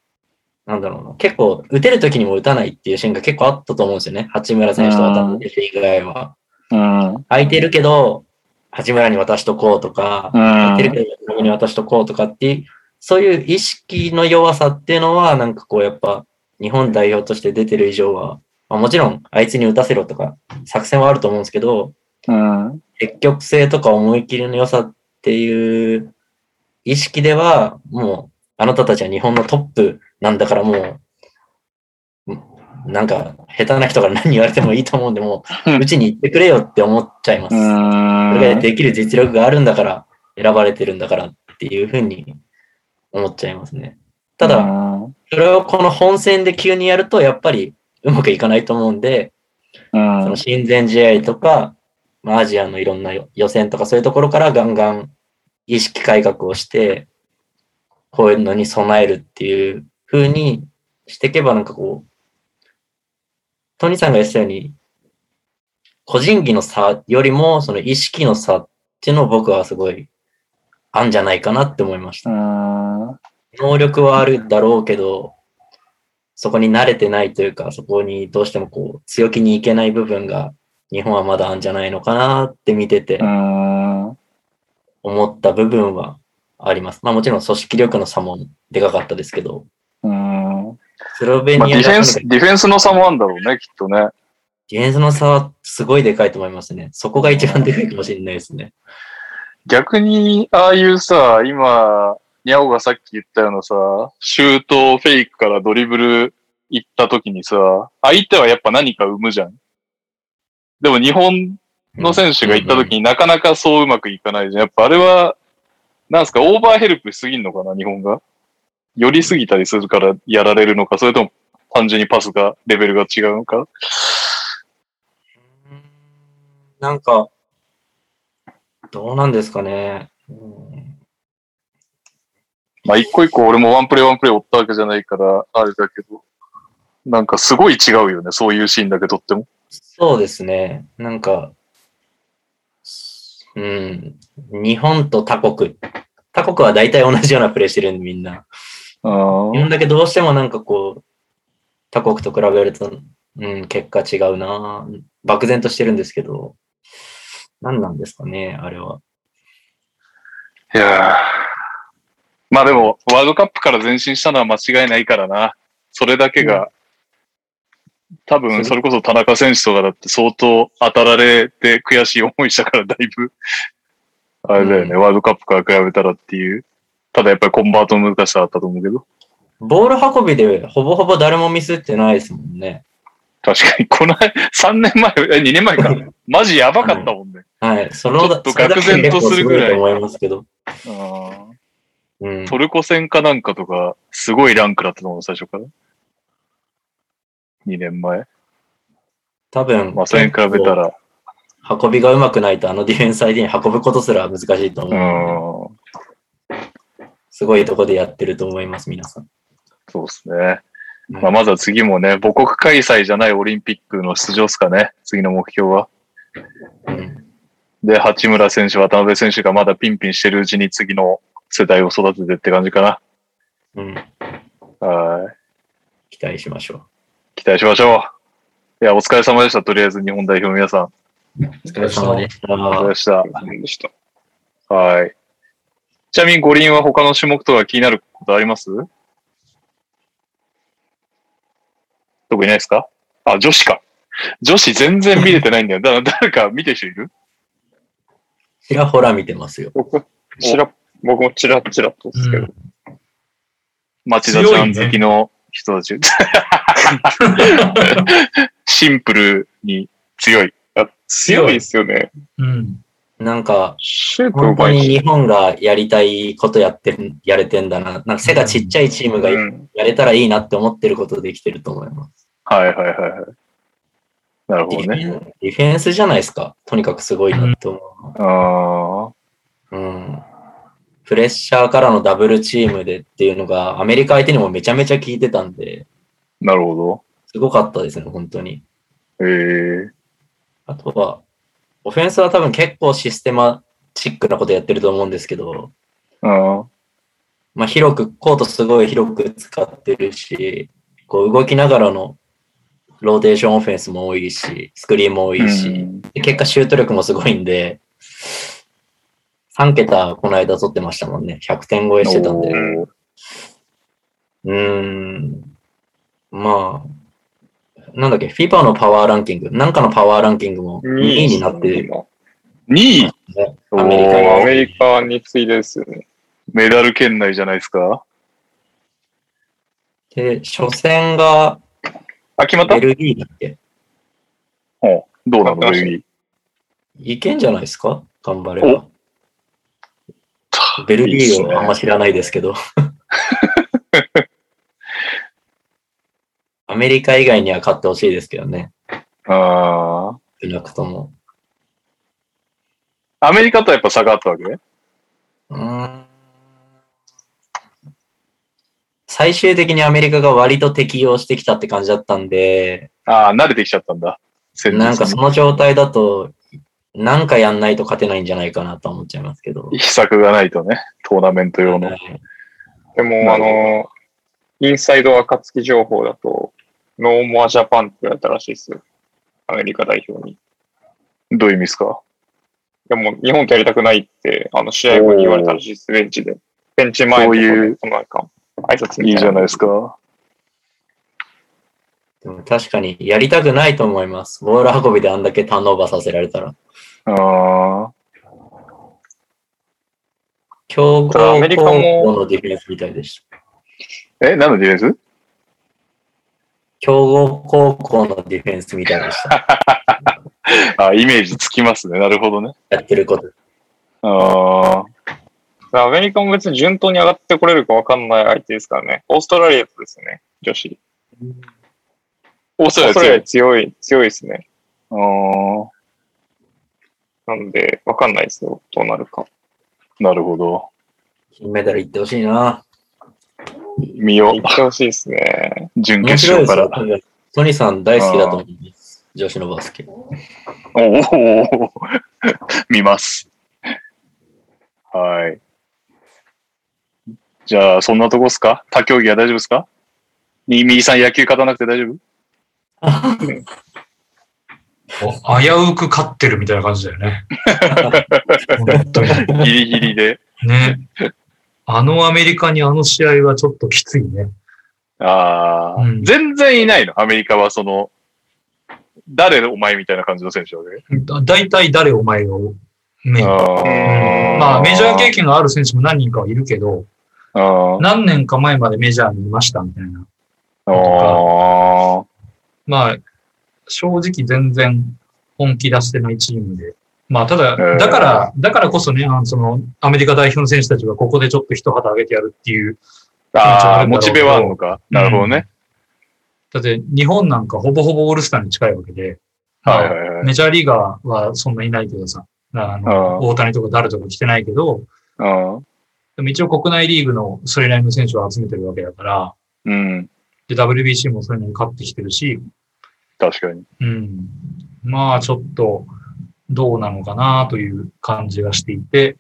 なんだろうな、結構、打てる時にも打たないっていうシーンが結構あったと思うんですよね。八村選手と渡辺選手以外は。
うん。
空いてるけど、八村に渡しとこうとか、
うん
空いてるけど、八村に渡しとこうとかっていう、そういう意識の弱さっていうのは、なんかこうやっぱ、日本代表として出てる以上は、まあ、もちろん、あいつに打たせろとか、作戦はあると思うんですけど、
うん。
積極性とか思い切りの良さっていう意識では、もう、あなたたちは日本のトップなんだからもう、んなんか、下手な人から何言われてもいいと思うんで、も
うん
う、うちに行ってくれよって思っちゃいます。それができる実力があるんだから、選ばれてるんだからっていうふうに思っちゃいますね。ただ、
うん、
それをこの本戦で急にやると、やっぱりうまくいかないと思うんで、
うん
その親善試合とか、まあアジアのいろんな予選とかそういうところからガンガン意識改革をして、こういうのに備えるっていう風にしていけばなんかこう、トニーさんが言ってたように、個人技の差よりもその意識の差っていうのを僕はすごいあんじゃないかなって思いました
う。ん
能力はあるだろうけど、そこに慣れてないというか、そこにどうしてもこう強気にいけない部分が日本はまだあるんじゃないのかなって見てて
うん
思った部分はあります。まあもちろん組織力の差もでかかったですけど、
うん
スロベニ
ま
ア
あ、
が
ディフェン
と
ス、
にかく
ディフェンスの差もあるんだろうね、きっとね。
ディフェンスの差はすごいでかいと思いますね。そこが一番でかいかもしれないですね。
逆に、ああいうさ、今、ニャオがさっき言ったようなさ、シュートフェイクからドリブル行った時にさ、相手はやっぱ何か生むじゃん。でも日本の選手が行った時になかなかそううまくいかないじゃん。やっぱあれは、なんすか、オーバーヘルプしすぎんのかな、日本が。寄りすぎたりするからやられるのか、それとも単純にパスが、レベルが違うのか。
うんなんか、どうなんですかね。うん
まあ、一個一個俺もワンプレイワンプレイ追ったわけじゃないから、あれだけど、なんかすごい違うよね、そういうシーンだけ撮っても。
そうですね。なんか、うん、日本と他国。他国は大体同じようなプレーしてるんで、みんな。日本だけどうしてもなんかこう、他国と比べると、うん、結果違うな漠然としてるんですけど、何なんですかね、あれは。
いやーまあでも、ワールドカップから前進したのは間違いないからな。それだけが、多分、それこそ田中選手とかだって相当当たられて悔しい思いしたから、だいぶ、あれだよね、ワールドカップから比べたらっていう。ただやっぱりコンバートの難しさあったと思うけど。
ボール運びでほぼほぼ誰もミスってないですもんね。
確かに、この3年前、え、2年前か。マジやばかったもんね。
はい。その、
ちょっと
それだけで
愕然とするぐらい
結構ごと思いますけど。
あ
うん
ー。トルコ戦かなんかとか、すごいランクだったと思う、最初から。2年前。
多分、
まあ、それに比べたら。
運びがうまくないと、あのディフェンス相手に運ぶことすら難しいと思うの
う
で、
ん、
すごいとこでやってると思います、皆さん。
そうですね。
うん
まあ、まずは次もね、母国開催じゃないオリンピックの出場ですかね、次の目標は。
うん
で、八村選手、渡辺選手がまだピンピンしてるうちに次の世代を育ててって感じか
うん、
な。はい。
期待しましょう。
期待しましょう。いや、お疲れ様でした。とりあえず日本代表の皆さん。
お疲れ様でした。
お疲れ様でした。
でした。
はい。ちなみに五輪は他の種目とか気になることあります特にないですかあ、女子か。女子全然見れてないんだよ。だ誰か見てる人いる
ちらほら見てますよ。
僕、ちら、僕もチラッチラッとですけど、
町田さん好きの人た ち。シンプルに強い。
強いですよね。
うん。
なんか、
シュートう
本当
まい
に
し。
日本がやりたいことやってん、やれてんだな。なんか背がちっちゃいチームが
うん、
やれたらいいなって思ってることできてると思います。
はいはいはいはい。なるほ
ディ
ど
フ
ね。
ェンディフェンスじゃないですか。とにかくすごいなって思うのは。
あー
うんプレッシャーからのダブルチームでっていうのが、アメリカ相手にもめちゃめちゃ効いてたんで、
なるほ
すごかったですね、本当に。
ど。え
あとは、オフェンスは多分結構システマチックなことやってると思うんですけど、
ー、あ
まあ、広く、コートすごい広く使ってるし、こう動きながらのローテーションオフェンスも多いし、スクリーンも多
ー
いし、
うん
で結果シュート力もすごいんで、3桁この間取ってましたもんね。100点超えしてたんで。
おー
うーん。まあ、なんだっけ、FIPA のパワーランキング、なんかのパワーランキングも2位になってる。
今
2位
アメリ
ア
カの
メリカに次いでですよね。
メダル圏内じゃないですか。
で、初戦が
あ、決まった
ベルギーだっけ
うんどうなの
あ
ベルギー
いけんじゃないですか頑張れば。ベルギーをあんま知らないですけど。 アメリカ以外には勝ってほしいですけどね。
あ
少なくとも。
あ。アメリカとはやっぱ差があったわけ
うーん最終的にアメリカが割と適用してきたって感じだったんで、
ああ、慣れてきちゃったんだ。戦術に
なんかその状態だと、なんかやんないと勝てないんじゃないかなとは思っちゃいますけど。
秘策がないとね、トーナメント用の。
はい
でも、あの、インサイド暁情報だと、ノーモアジャパンって言われたらしいですよ。アメリカ代表に。
どういう意味ですか
でも、日本とやりたくないって、あの、試合後に言われたらしいです、ベンチで。ベンチ前
そういう
そのなんか、挨拶
い
み
い
たい
じ
な。
ゃないですか。
でも確かにやりたくないと思います。ボール運びであんだけターンオーバーさせられたら。
ああ。
強豪
ただアメリカも
高校のディフェンスみたいでした。
え、何のディフェンス
強豪高校のディフェンスみたい でした。
あイメージつきますね。なるほどね。
やってること。
ああ。
アメリカも別に順当に上がってこれるか分かんない相手ですからね。オーストラリアとですね、女子。
オースト
オー
ラリ
スト
ア
ラリ
強
ア
い。
強い、強いですね。
あー
なんで、分かんないですよ、どうなるか。
なるほど。
金メダルいってほしいな。
見よ
行ってほしいですね。
う。準
面
決
白い
勝
で
か
す
ら
よ。。トニーさん大好きだと思います。女子のバスケ。
おお 見ます。はい。じゃあ、そんなとこっすか他競技は大丈夫ですかにみーさん野球勝たなくて大丈夫
お危うく勝ってるみたいな感じだよね。本当に。
ギリギリで。
ね。あのアメリカにあの試合はちょっときついね。
ああ、
うん
全然いないのアメリカはその、誰お前みたいな感じの選手だね。
だ大体誰お前をメイン。
あ
まあメジャー経験のある選手も何人かはいるけど、
あ
何年か前までメジャーにいましたみたいな。
あー。
まあ、正直全然本気出してないチームで。まあ、ただ、
えー
だから、だからこそね、あのその、アメリカ代表の選手たちがここでちょっと一旗上げてやるっていう。
ああ、モチベはあるのか。なるほどね。
だって、日本なんかほぼほぼオールスターに近いわけで、
はい
まあ
はいはい。
メジャーリーガーはそんないないけどさ、あの
あ
大谷とか誰とか来てないけど、
あ
でも一応国内リーグのそれなりの選手を集めてるわけだから、
うん。
で、WBC もそれなりに勝ってきてるし、
確かに。
うん。まあ、ちょっと、どうなのかなという感じがしていて、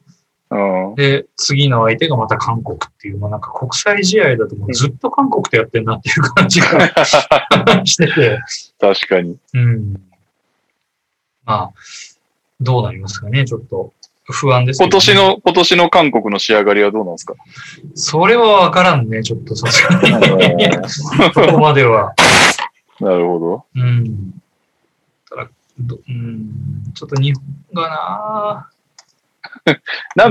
うん。
で、次の相手がまた韓国っていう、もうなんか国際試合だともうずっと韓国とやってんなっていう 感じがしてて、
確かに。
うん。まあ、どうなりますかね、ちょっと不安ですけ
今
どね、
年の、今年の韓国の仕上がりはどうなんですか。
それはわからんね、ちょっとさすがに
な
ここまでは。
るほど。
うん。ただ、どうん、ちょっと日本がな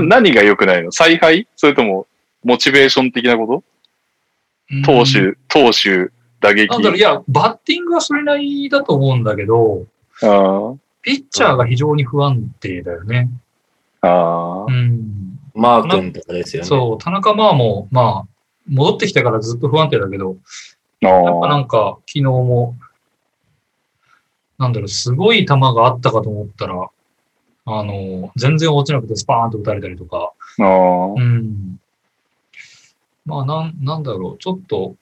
な、何が良くないの采配それとも、モチベーション的なこと
うん
投手、投手、打撃。
なんだろう、いや、バッティングはそれなりだと思うんだけど、
あ
ピッチャーが非常に不安定だよね。
あ。ああ。
うん。
マー君とかですよね。
そう、田中真央も、まあ、戻ってきたからずっと不安定だけど、やっぱなんか、昨日も、なんだろう、すごい球があったかと思ったら、あの、全然落ちなくてスパーンと打たれたりとか、
ああ。
うん。まあ、なん、なんだろう、ちょっと、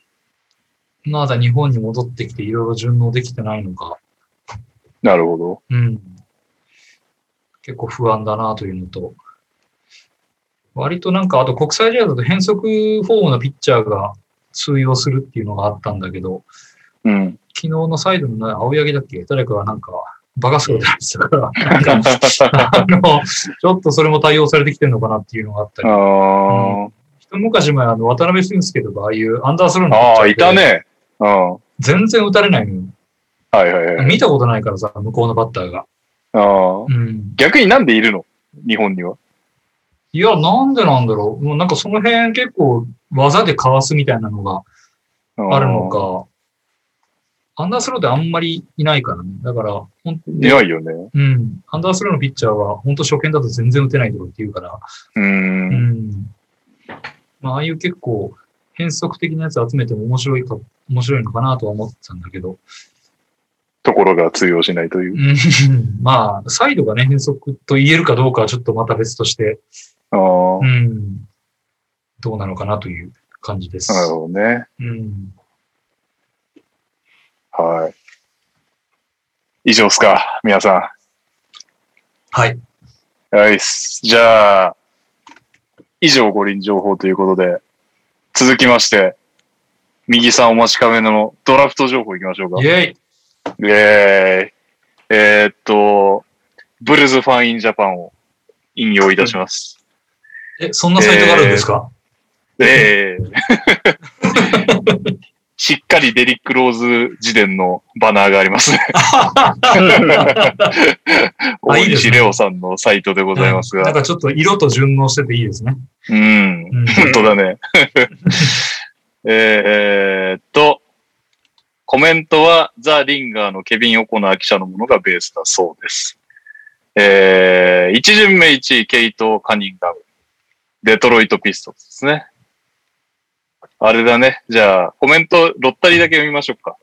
まだ日本に戻ってきていろいろ順応できてないのか、
なるほど。
うん。結構不安だなというのと、割となんか、あと国際試合だと変則フォームのピッチャーが通用するっていうのがあったんだけど、
うん。
昨日のサイドの青柳だっけ誰かがなんか、バカすごい打した から、なんか、あの、ちょっとそれも対応されてきてるのかなっていうのがあったり、
あ
一昔前、あの、渡辺俊介とか、ああいうアンダースロー
あ。
のピッチ
あ
ャ
あ、
ー
いた
って
ね。うん。は
全然打たれないのよ。
いはいはい。
見たことないからさ、向こうのバッターが。
ああ。
うん。
逆になんでいるの日本には。
いや、なんでなんだろう。もうなんかその辺結構技でかわすみたいなのがあるのか。アンダースローってあんまりいないからね。だから、ほん
いないよね。
うん。アンダースローのピッチャーは本当初見だと全然打てないとかって言うから。
う。
うんん。まあ、ああいう結構変則的なやつ集めても面白いか、面白いのかなとは思ってたんだけど。
ところが通用しないという
う。ん。 まあ、サイドがね、変則と言えるかどうかはちょっとまた別として、
ああ。
うん。どうなのかなという感じです。
なるほどね。
うん。
はい。以上っすか、皆さん。
はい。
はいっす。じゃあ、以上五輪情報ということで、続きまして、右さんお待ちかねのドラフト情報いきましょうか。
イ
イ
ェイ
ェーイ。えーっと、ブルズファンインジャパンを引用いたします。
え、そんなサイトがあるんですか、
えーしっかりデリック・ローズ自伝のバナーがあります ね。大
あいいです
西
ね
レオさんのサイトでございます
なん
が。
かちょっと色と順応してていいですね。
うん
う。ん。
本当だね。 えーっと、コメントはザ・リンガーのケビン・オコナー記者のものがベースだそうです。えー、一巡目1位、ケイト・カニンガム。デトロイト・ピストンズですね。あれだね。じゃあ、コメント、ロッタリーだけ読みましょうか。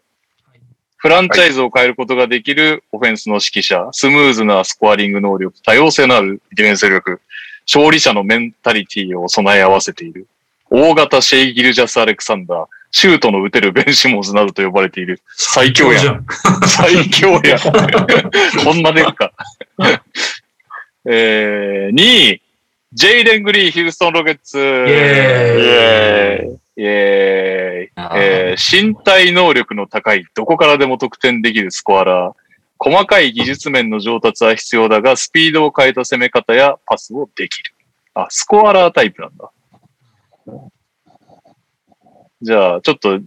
フランチャイズを変えることができるオフェンスの指揮者、スムーズなスコアリング能力、多様性のあるディフェンス力、勝利者のメンタリティを備え合わせている。大型シェイ・ギルジャス・アレクサンダー、シュートの打てるベン・シモンズなどと呼ばれている最強やん。
ん。
最強や。こんなでっか。えー、2位、ジェイデン・グリー、ヒルストン・ロケッツ。イ
イ
イ
エーイ。
エーイ。
イエーイ
あー
えー身体能力の高い、どこからでも得点できるスコアラー。細かい技術面の上達は必要だが、スピードを変えた攻め方やパスをできる。あ、スコアラータイプなんだ。じゃあ、ちょっと、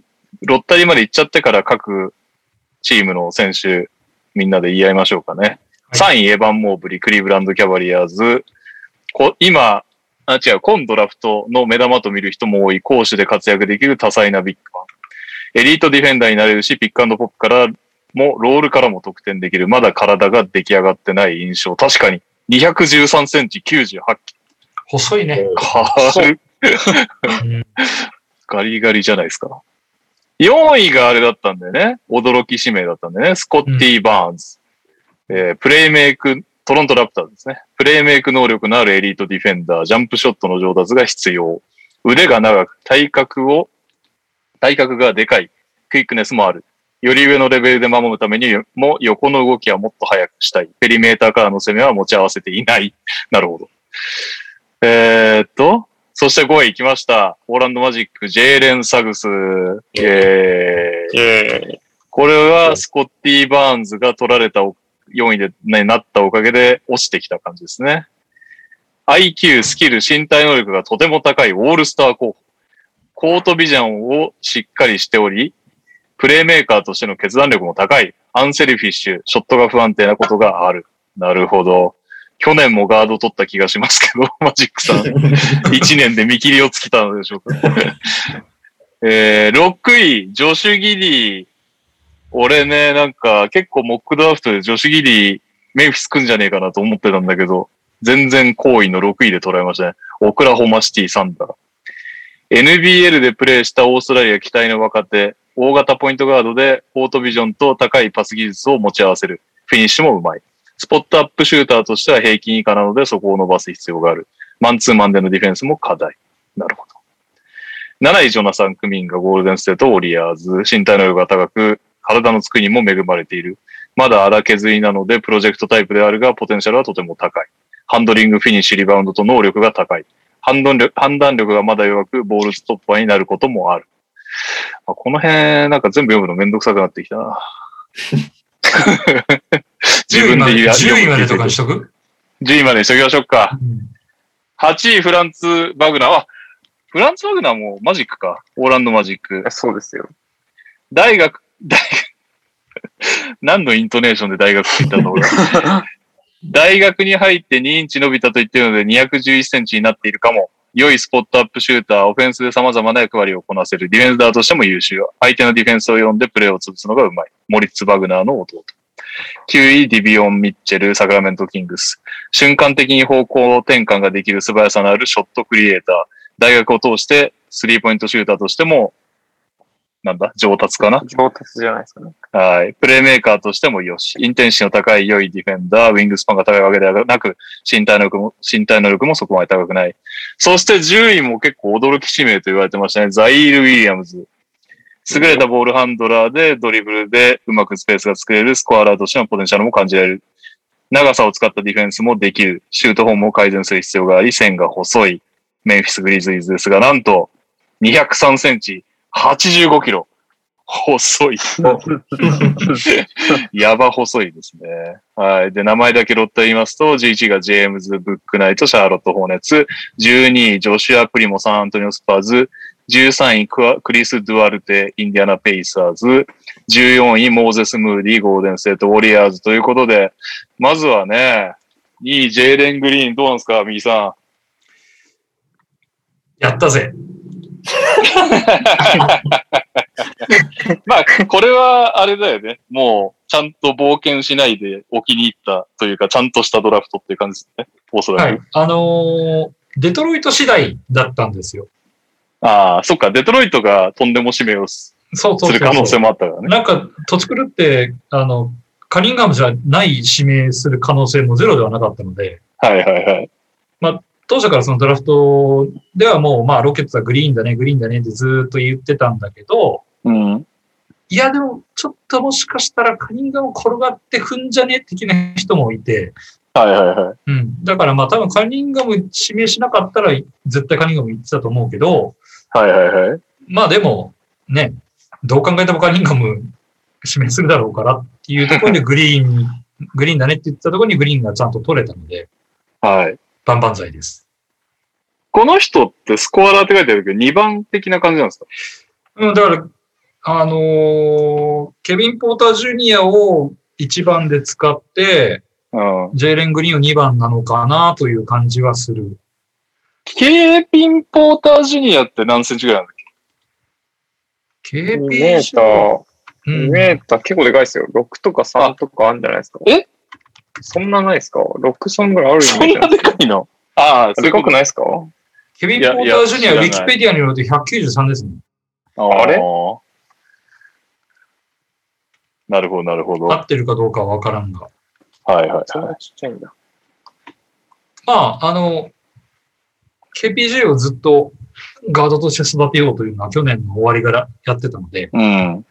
ロッタリーまで行っちゃってから各チームの選手、みんなで言い合いましょうかね。
は
3位、エヴァン・モーブリ、クリーブランド・キャバリアーズ。こ今、あ、違う、今ドラフトの目玉と見る人も多い、攻守で活躍できる多彩なビッグマン。エリートディフェンダーになれるし、ピックアンドポップからも、ロールからも得点できる。まだ体が出来上がってない印象。確かに、213センチ98キ
細いね。
ロ。軽っ
うん
ガリガリじゃないですか。4位があれだったんだよね。驚き指名だったんだよね。スコッティ・バーンズ。えープレイメイク、トロントラプターズですね。プレイメイク能力のあるエリートディフェンダー、ジャンプショットの上達が必要。腕が長く、体格を、体格がでかい。クイックネスもある。より上のレベルで守るためにも横の動きはもっと速くしたい。ペリメーターからの攻めは持ち合わせていない。 なるほど。えーっと、そして5位行きました。オーランドマジック、ジェーレン・サグス。えー、
イエ
これはスコッティ・バーンズが取られたお4位で、ね、なったおかげで落ちてきた感じですね。IQ、スキル、身体能力がとても高いオールスター候補。コートビジョンをしっかりしており、プレイメーカーとしての決断力も高い。アンセルフィッシュ、ショットが不安定なことがある。なるほど。去年もガード取った気がしますけど、 マジックさん。1年で見切りをつけたのでしょうか。えー、6位、ジョシュ・ギリー。俺ね、なんか結構モックドラフトでジョシュ・ギリー、メイフィス来んじゃねえかなと思ってたんだけど、全然好位の6位で捉えましたね。オクラホマシティ・サンダー。NBL でプレーしたオーストラリア期待の若手、大型ポイントガードでフォートビジョンと高いパス技術を持ち合わせる。フィニッシュもうまい。スポットアップシューターとしては平均以下なのでそこを伸ばす必要がある。マンツーマンでのディフェンスも課題。なるほど。7位、ジョナサン・クミンがゴールデンステート・ウォリアーズ。身体能力が高く、体の作りにも恵まれている。まだ荒削りなので、プロジェクトタイプであるが、ポテンシャルはとても高い。ハンドリング、フィニッシュ、リバウンドと能力が高い。判断力判断力がまだ弱く、ボールストッパーになることもある。あこの辺、なんか全部読むのめんどくさくなってきた な。自分で言う
10位までとかにしとく
10位までにしときましょうか。8位、フランツ・バグナー。あ、フランツ・バグナーもマジックか。オーランド・マジック
ーイ。。そうですよ。
大学、大学、何のイントネーションで大学って言ったの俺大学に入って2インチ伸びたと言ってるので211センチになっているかも。良いスポットアップシューター、オフェンスで様々な役割をこなせる。ディフェンダーとしても優秀。相手のディフェンスを読んでプレーを潰すのがうまい。モリッツ・バグナーの弟。9位、ディビオン・ミッチェル、サクラメント・キングス。瞬間的に方向転換ができる素早さのあるショットクリエイター。大学を通して、スリーポイントシューターとしても、なんだ、上達かな
上達じゃないですかね。
はい。プレイメーカーとしても良し。インテンシティの高い良いディフェンダー、ウィングスパンが高いわけではなく、身体能力も、身体能力もそこまで高くない。そして10位も結構驚き指名と言われてましたね。ザイール・ウィリアムズ。優れたボールハンドラーで、ドリブルでうまくスペースが作れる、スコアラーとしてのポテンシャルも感じられる。長さを使ったディフェンスもできる。シュートフォームを改善する必要があり、線が細い。メンフィス・グリズイズですが、なんと、203センチ、85キロ。細い。やば細いですね。はい。で、名前だけロット言いますと、11がジェームズ・ブックナイト、シャーロット・ホーネッツ、12位、ジョシュア・プリモ、サンアントニオ・スパーズ、13位クワ、クリス・ドゥアルテ、インディアナ・ペイサーズ、14位、モーゼス・ムーディ、ゴールデン・ステート・ウォリアーズということで、まずはね、2位、ジェーレン・グリーン、どうなんですか、右さ
やったぜ。
ん。まあ、これは、あれだよね。もう、ちゃんと冒険しないでお気に入ったというか、ちゃんとしたドラフトっていう感じですね。おそらく。
はい。あのーデトロイト次第だったんですよ。
ああ、そっか、デトロイトがとんでも指名をす
そうそうそう
する可能性もあったからね。
なんか、土地狂って、あの、カニンガムじゃない指名する可能性もゼロではなかったので、
はいはいはい。
まあ、当初からそのドラフトではもう、まあ、ロケットはグリーンだね、グリーンだねってずーっと言ってたんだけど、
うん。
いや、でも、ちょっともしかしたらカニンガム転がって踏んじゃね的な人もいて、
はいはいはい。
うん。だからまあ多分カニンガム指名しなかったら絶対カニンガム行ってたと思うけど、
はいはいはい。
まあでも、ね、どう考えてもカニンガム指名するだろうからっていうところでグリーンに、グリーンだねって言ってたところにグリーンがちゃんと取れたので、
はい。
万々歳です。
この人ってスコアラーって書いてあるけど、2番的な感じなんですか
うん、だから、あのーケビン・ポーター・ジュニアを1番で使って、
うん。
ジェイレン・グリーンを2番なのかなという感じはする。
ケーピン・ポーター・ジュニアって何センチぐらいなんだっ
KP
2メーター、
う
2
ん
メーター結構でかいですよ。6とか3とかあるんじゃないですか。
え
そんなないですか ?6、そんぐらいある
け
イメージなんで
でかいのああ、
すでかくないですか
ケビン・ポーター・ジュニア、
い
ウ
やいや
ィキペディアによると193ですね。
あ
あれ
なるほど、なるほど。
合
は
ってるかどうかはわからんが。
いは
そ
い
んな
は
ちっちゃいんだ。
まあ、あの、KPJ をずっとガードとして育てようというのは去年の終わりからやってたので、
い。うん。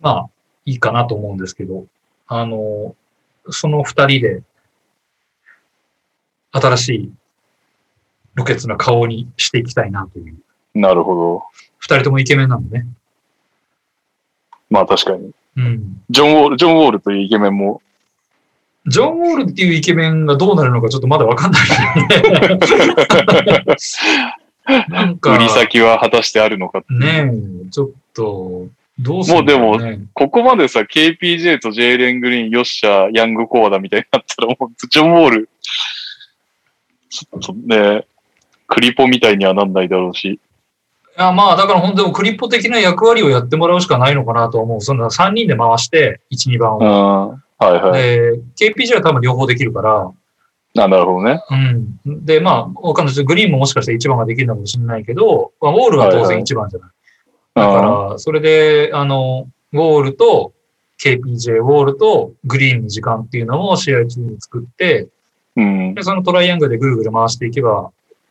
まあ、いいかなと思うんですけど、あの、その二人で、新しいロケツの顔にしていきたいなという。
なるほど。
二人ともイケメンなんでね。
まあ確かに。
うん。
ジョン・ウォール、ジョン・ウォールというイケメンも。
ジョン・ウォールっていうイケメンがどうなるのかちょっとまだわかんないけどね。なんか、
売り先は果たしてあるのか。
ねえ、ちょっと、どうする
もう
でも、
ここまでさ、KPJ とジェイレン・グリーン、ヨッシャー、ヤング・コーダみたいになったら、もう、ジョン・ウォール、ちょっとね、クリポみたいにはなんないだろうし。
いやまあ、だから本当にクリッポ的な役割をやってもらうしかないのかなとは思う。そんな3人で回して、1、2番
うん。
を。
はいはい。
で、KPG は多分両方できるから、
あなるほどね。
うん。で、まあ、わかんないです。グリーンももしかして1番ができるのかもしれないけど、まあ、ウォールは当
はいは
然
い
1番じゃない。
うん
だから、それで、あの、ウォールと、KPJ、ウォールとグリーンの時間っていうのを試合中に作って、
うん。
で、そのトライアングルでぐるぐる回していけば、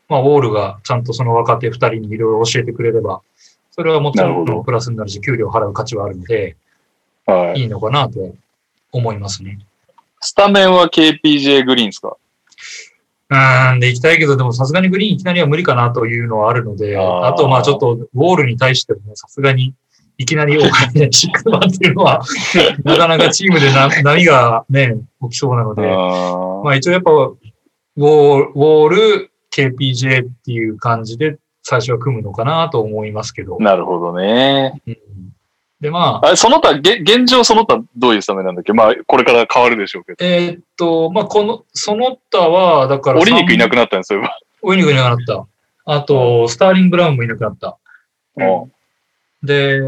まあ、ウォールがちゃんとその若手二人にいろいろ教えてくれれば、それはもち
なる
ろ
ほど
んプラスになるし、給料払う価値はあるので、
はい。
いいのかなと思いますね。
スタメンは KPJ グリーンですか
うーん、で、行きたいけど、でもさすがにグリーンいきなりは無理かなというのはあるので、
あー
あと、まあちょっと、ウォールに対してもね、さすがに、いきなりお金でシックマンっていう のは、なかなかチームでな波がね、起きそうなので、
あ
まあ一応やっぱ、ウォーウォール、KPJ っていう感じで最初は組むのかなと思いますけど。
なるほどね。
うんで、まあ、
あれその他、げ現状その他どういうスタメンなんだっけまあ、これから変わるでしょうけど。
えーっと、まあこの、その他は、だから、
オリニクいな
く
くなったんですよ、今
オリニクいなくなった。あと、スターリン・ブラウンもいなくなった。
うん
も
で、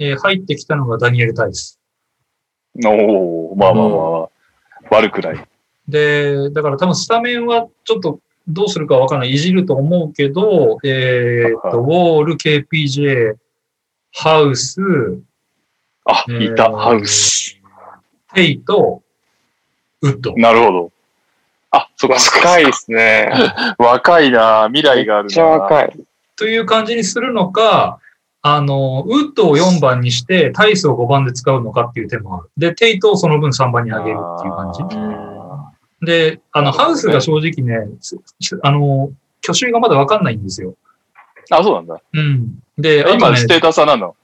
えー入ってきたのがダニエル・タイス。
う。 おおまあまあまあ、まあ、悪くない。
で、だから多分スタメンはちょっとどうするかわからない。いじると思うけど、えーっと、ウォール、KPJ、ハウス、
あ、
えー
いた、ハウス。。
テイと、ウッド。
なるほど。あ、そこそこ。
若いですね。
若いな未
め
来があ
っ
る
ちゃ
な
若い。
という感じにするのか、あの、ウッドを4番にして、タイスを5番で使うのかっていう手もある。で、テイトをその分3番に上げるっていう感じ。
あ
で、あの、
なるほどね
ハウスが正直ね、すすあの、去就がまだわかんないんですよ。
ーあ、そうなんだ。
うん。で、あと
今、
ね
ステータスは何なの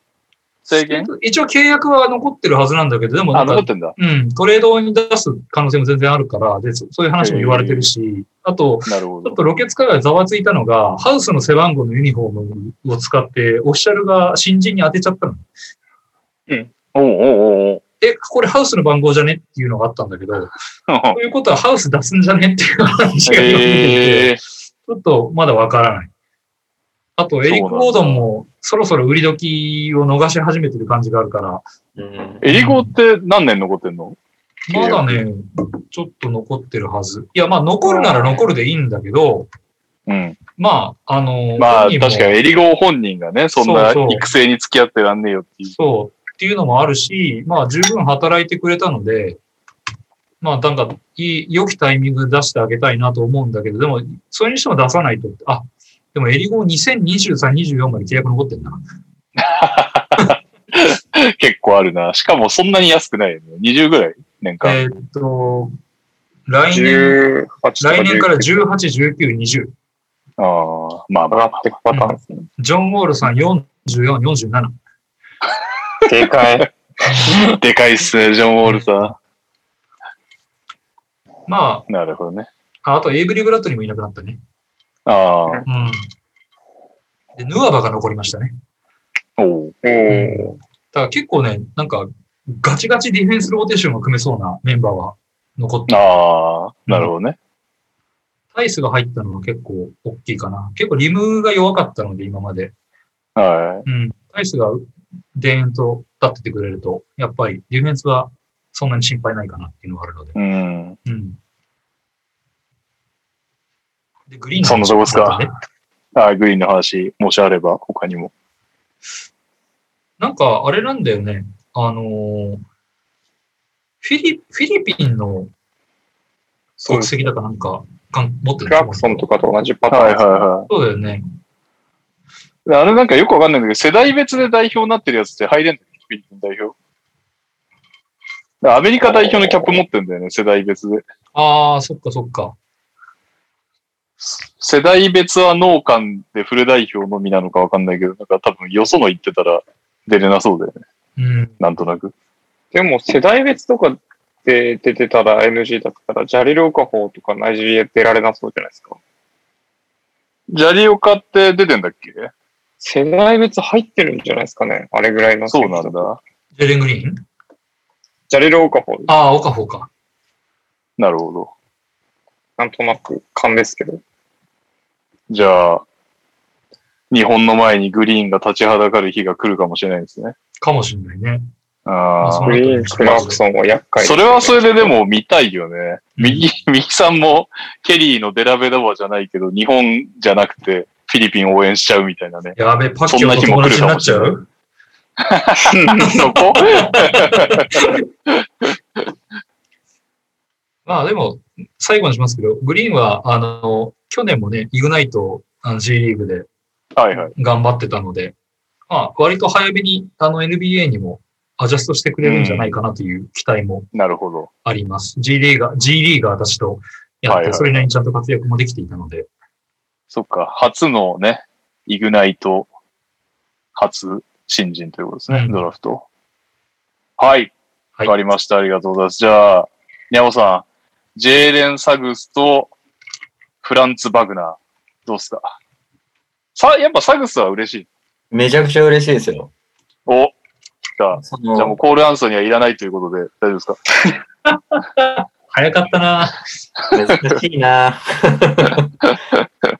制限
一応契約は残ってるはずなんだけど、でもな
あ、
んか
残ってんだ。
うん、トレードに出す可能性も全然あるから、で、そそういう話も言われてるし、あと、
なるほ
ちょっ
ど。
とロケツからざわついたのが、ハウスの背番号のユニフォームを使って、オフィシャルが新人に当てちゃったの。
おうおう
え、これハウスの番号じゃねっていうのがあったんだけど、
おうおう。
ということはハウス出すんじゃねっていう話が今出てて、
えー、
ちょっとまだわからない。あと、エリック・ウォードンもそろそろ売り時を逃し始めてる感じがあるから、
うん
エリゴって何年残ってんの
まだね、ちょっと残ってるはず。いや、まあ残るなら残るでいいんだけど、
うん。
まあ、あの、
まあ、
本人
確
も
かにエリゴ本人がね、そんな
そうそう
育成に付き合ってらんねえよっていう。
そう、っていうのもあるし、まあ十分働いてくれたので、まあなんか、いい、良きタイミングで出してあげたいなと思うんだけど、でも、それにしても出さないと、あ、でもエリゴ2023、24まで契約残ってんな。
結構あるな。しかもそんなに安くないよね。20ぐらい年間。
えーっと、来年、
18とか
来年から
19
18、19、20。
ああ、まあま
上が
あ。
ってくパターンですね。
ジョン・ウォールさん44、47。
警戒。
でかいっすね、ジョン・ウォールさ
ま
ん。なるほどね。
あ、あとエイブリー・ブラッドにもいなくなったね。
ああ、
うん。で、ヌアバが残りましたね。
おう
おー
だから結構ね、なんか、ガチガチディフェンスローテーションが組めそうなメンバーは残って、
ああ、なるほどね。
タイスが入ったのが結構大きいかな。結構リムが弱かったので、今まで。
は
うん。タイスが田園と立っててくれると、やっぱりディフェンスはそんなに心配ないかなっていうのがあるので。
い。うん。
うん。で、グリーン
そんなとこっすか
ね
あーグリーンの話、もしあれば、他にも。
なんか、あれなんだよね。あのーフィリ、フィリピンの
そう
国
です。
籍だかなんか、かん持ってる
ク
の
ラクソンとかと同じパターン
は
で
い
す。
はいは
そうだよね。
い。あれなんかよくわかんないんだけど、世代別で代表になってるやつって入れんのフィリピン代表。アメリカ代表のキャップ持ってんだよね、世代別で。
ああ、そっかそっか。
世代別は農館でフル代表のみなのかわかんないけど、なんか多分よその行ってたら出れなそうだよね、
うん。
なんとなく。
でも世代別とかで出てたら NG だったら、ジャリル・オカホーとかナイジェリア出られなそうじゃないですか。
ジャリオカって出てんだっけ
世代別入ってるんじゃないですかね。あれぐらいの。
そうなん。だ。
ジェレン・グリーン
ジャリル・オカホー、
ああ、オカフォか。
なるほど。
なんとなく勘ですけど。
じゃあ、日本の前にグリーンが立ちはだかる日が来るかもしれないですね。
かもしんないね。
あ
そ
あ
う。
グ。リーン、クラークソンは厄介です
そ
ね、
れはそれででも見たいよね。右、 右さんもケリーのデラベドバじゃないけど、日本じゃなくてフィリピン応援しちゃうみたいなね
やべえ、パッキ
そん
ョと
な日も
友
来
達
るか
にな
も
っ
し
ちゃ
れないうそこ
まあでも、最後にしますけど、グリーンは、あの、去年もね、イグナイト、あの G リーグで
はいはい。
頑張ってたので、まあ、割と早めに、あの NBA にもアジャストしてくれるんじゃないかなという期待も
なるほど。
あります。G リーガー、G リーガーたちとや
はい
っ
は
て、
い
それなりにちゃんと活躍もできていたので、
そっか、初のね、イグナイト、初新人ということですね、
うん
ドラフト。はい。わ
はい
かりました。ありがとうございます。じゃあ、ニャオさん、ジェーレン・サグスとフランツ・バグナー、どうっすかさ、やっぱサグスは嬉しい。
めちゃくちゃ嬉しいですよ。
お、来た。
そ
じゃあもう
の
コールアンソニーはいらないということで、大丈夫ですか
早かったな
難し いな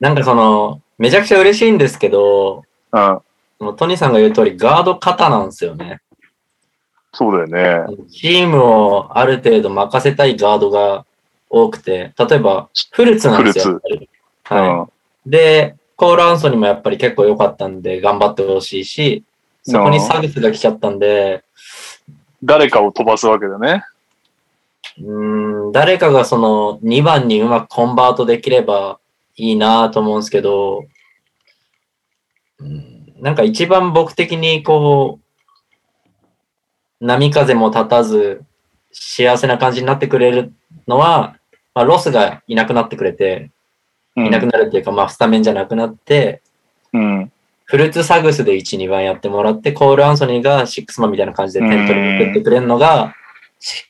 なんかその、めちゃくちゃ嬉しいんですけど、
うん。
そのトニーさんが言う通りガード型なんですよね。
そうだよね。
チームをある程度任せたいガードが多くて、例えばフルツなんです
フ
よ。やっぱりはい。で、コール・アンソニーもやっぱり結構良かったんで、頑張ってほしいし、そこにサグスが来ちゃったんで、
うん。誰かを飛ばすわけだね。
うーん、誰かがその2番にうまくコンバートできればいいなと思うんですけど、うんなんか一番僕的にこう、波風も立たず、幸せな感じになってくれるのは、まあ、ロスがいなくなってくれて、
うん
いなくなるっていうか、まあ、スタメンじゃなくなって、
うん。
フルーツサグスで1、2番やってもらって、コール・アンソニーがシックスマンみたいな感じで点取りに送ってくれるのが、し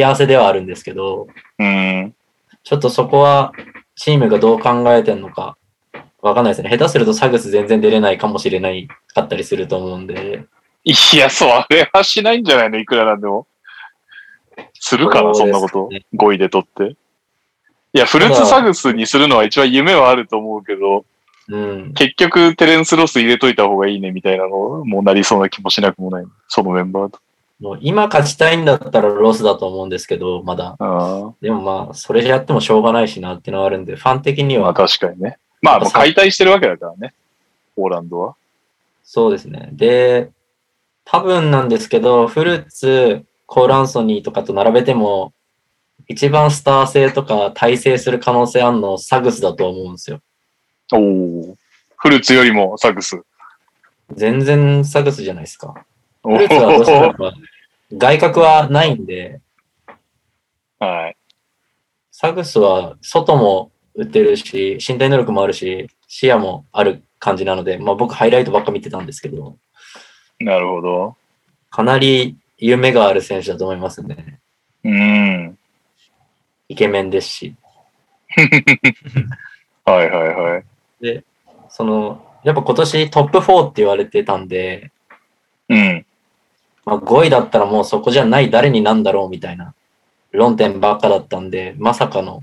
幸せではあるんですけど、
うん。
ちょっとそこはチームがどう考えてるのか、わかんないですね。下手するとサグス全然出れないかもしれないかったりすると思うんで、
いや、そう、あれはしないんじゃないのいくらなんでも。するかな、そ
そうんです
な
ね
こと。5位で取って。いや、フルーツサグスにするのは一番夢はあると思うけど、
うん。
結局テレンスロス入れといた方がいいねみたいなのもうなりそうな気もしなくもない。そのメンバーと。
もう今勝ちたいんだったらロスだと思うんですけど、まだ。
あ
でもまあ、それやってもしょうがないしなっていうのはあるんで、ファン的に
ーまあ
は、
確かにね。まあもう解体してるわけだからね。ポーランドは。
そうですね。で、多分なんですけど、フルーツ、コーランソニーとかと並べても、一番スター性とか耐性する可能性あるのサグスだと思うんですよ。
おお。フルーツよりもサグス。
全然サグスじゃないですか。
お
フルーツはどうしてもやっぱ外角はないんで、
はい。
サグスは外も打てるし、身体能力もあるし、視野もある感じなので、まあ僕ハイライトばっか見てたんですけど、
なるほど。
かなり夢がある選手だと思いますね。
うん。
イケメンですし。
はいはいはい。
その、やっぱ今年トップ4って言われてたんで、
うん。
まあ、5位だったらもうそこじゃない誰になんだろうみたいな論点ばっかだったんで、まさかの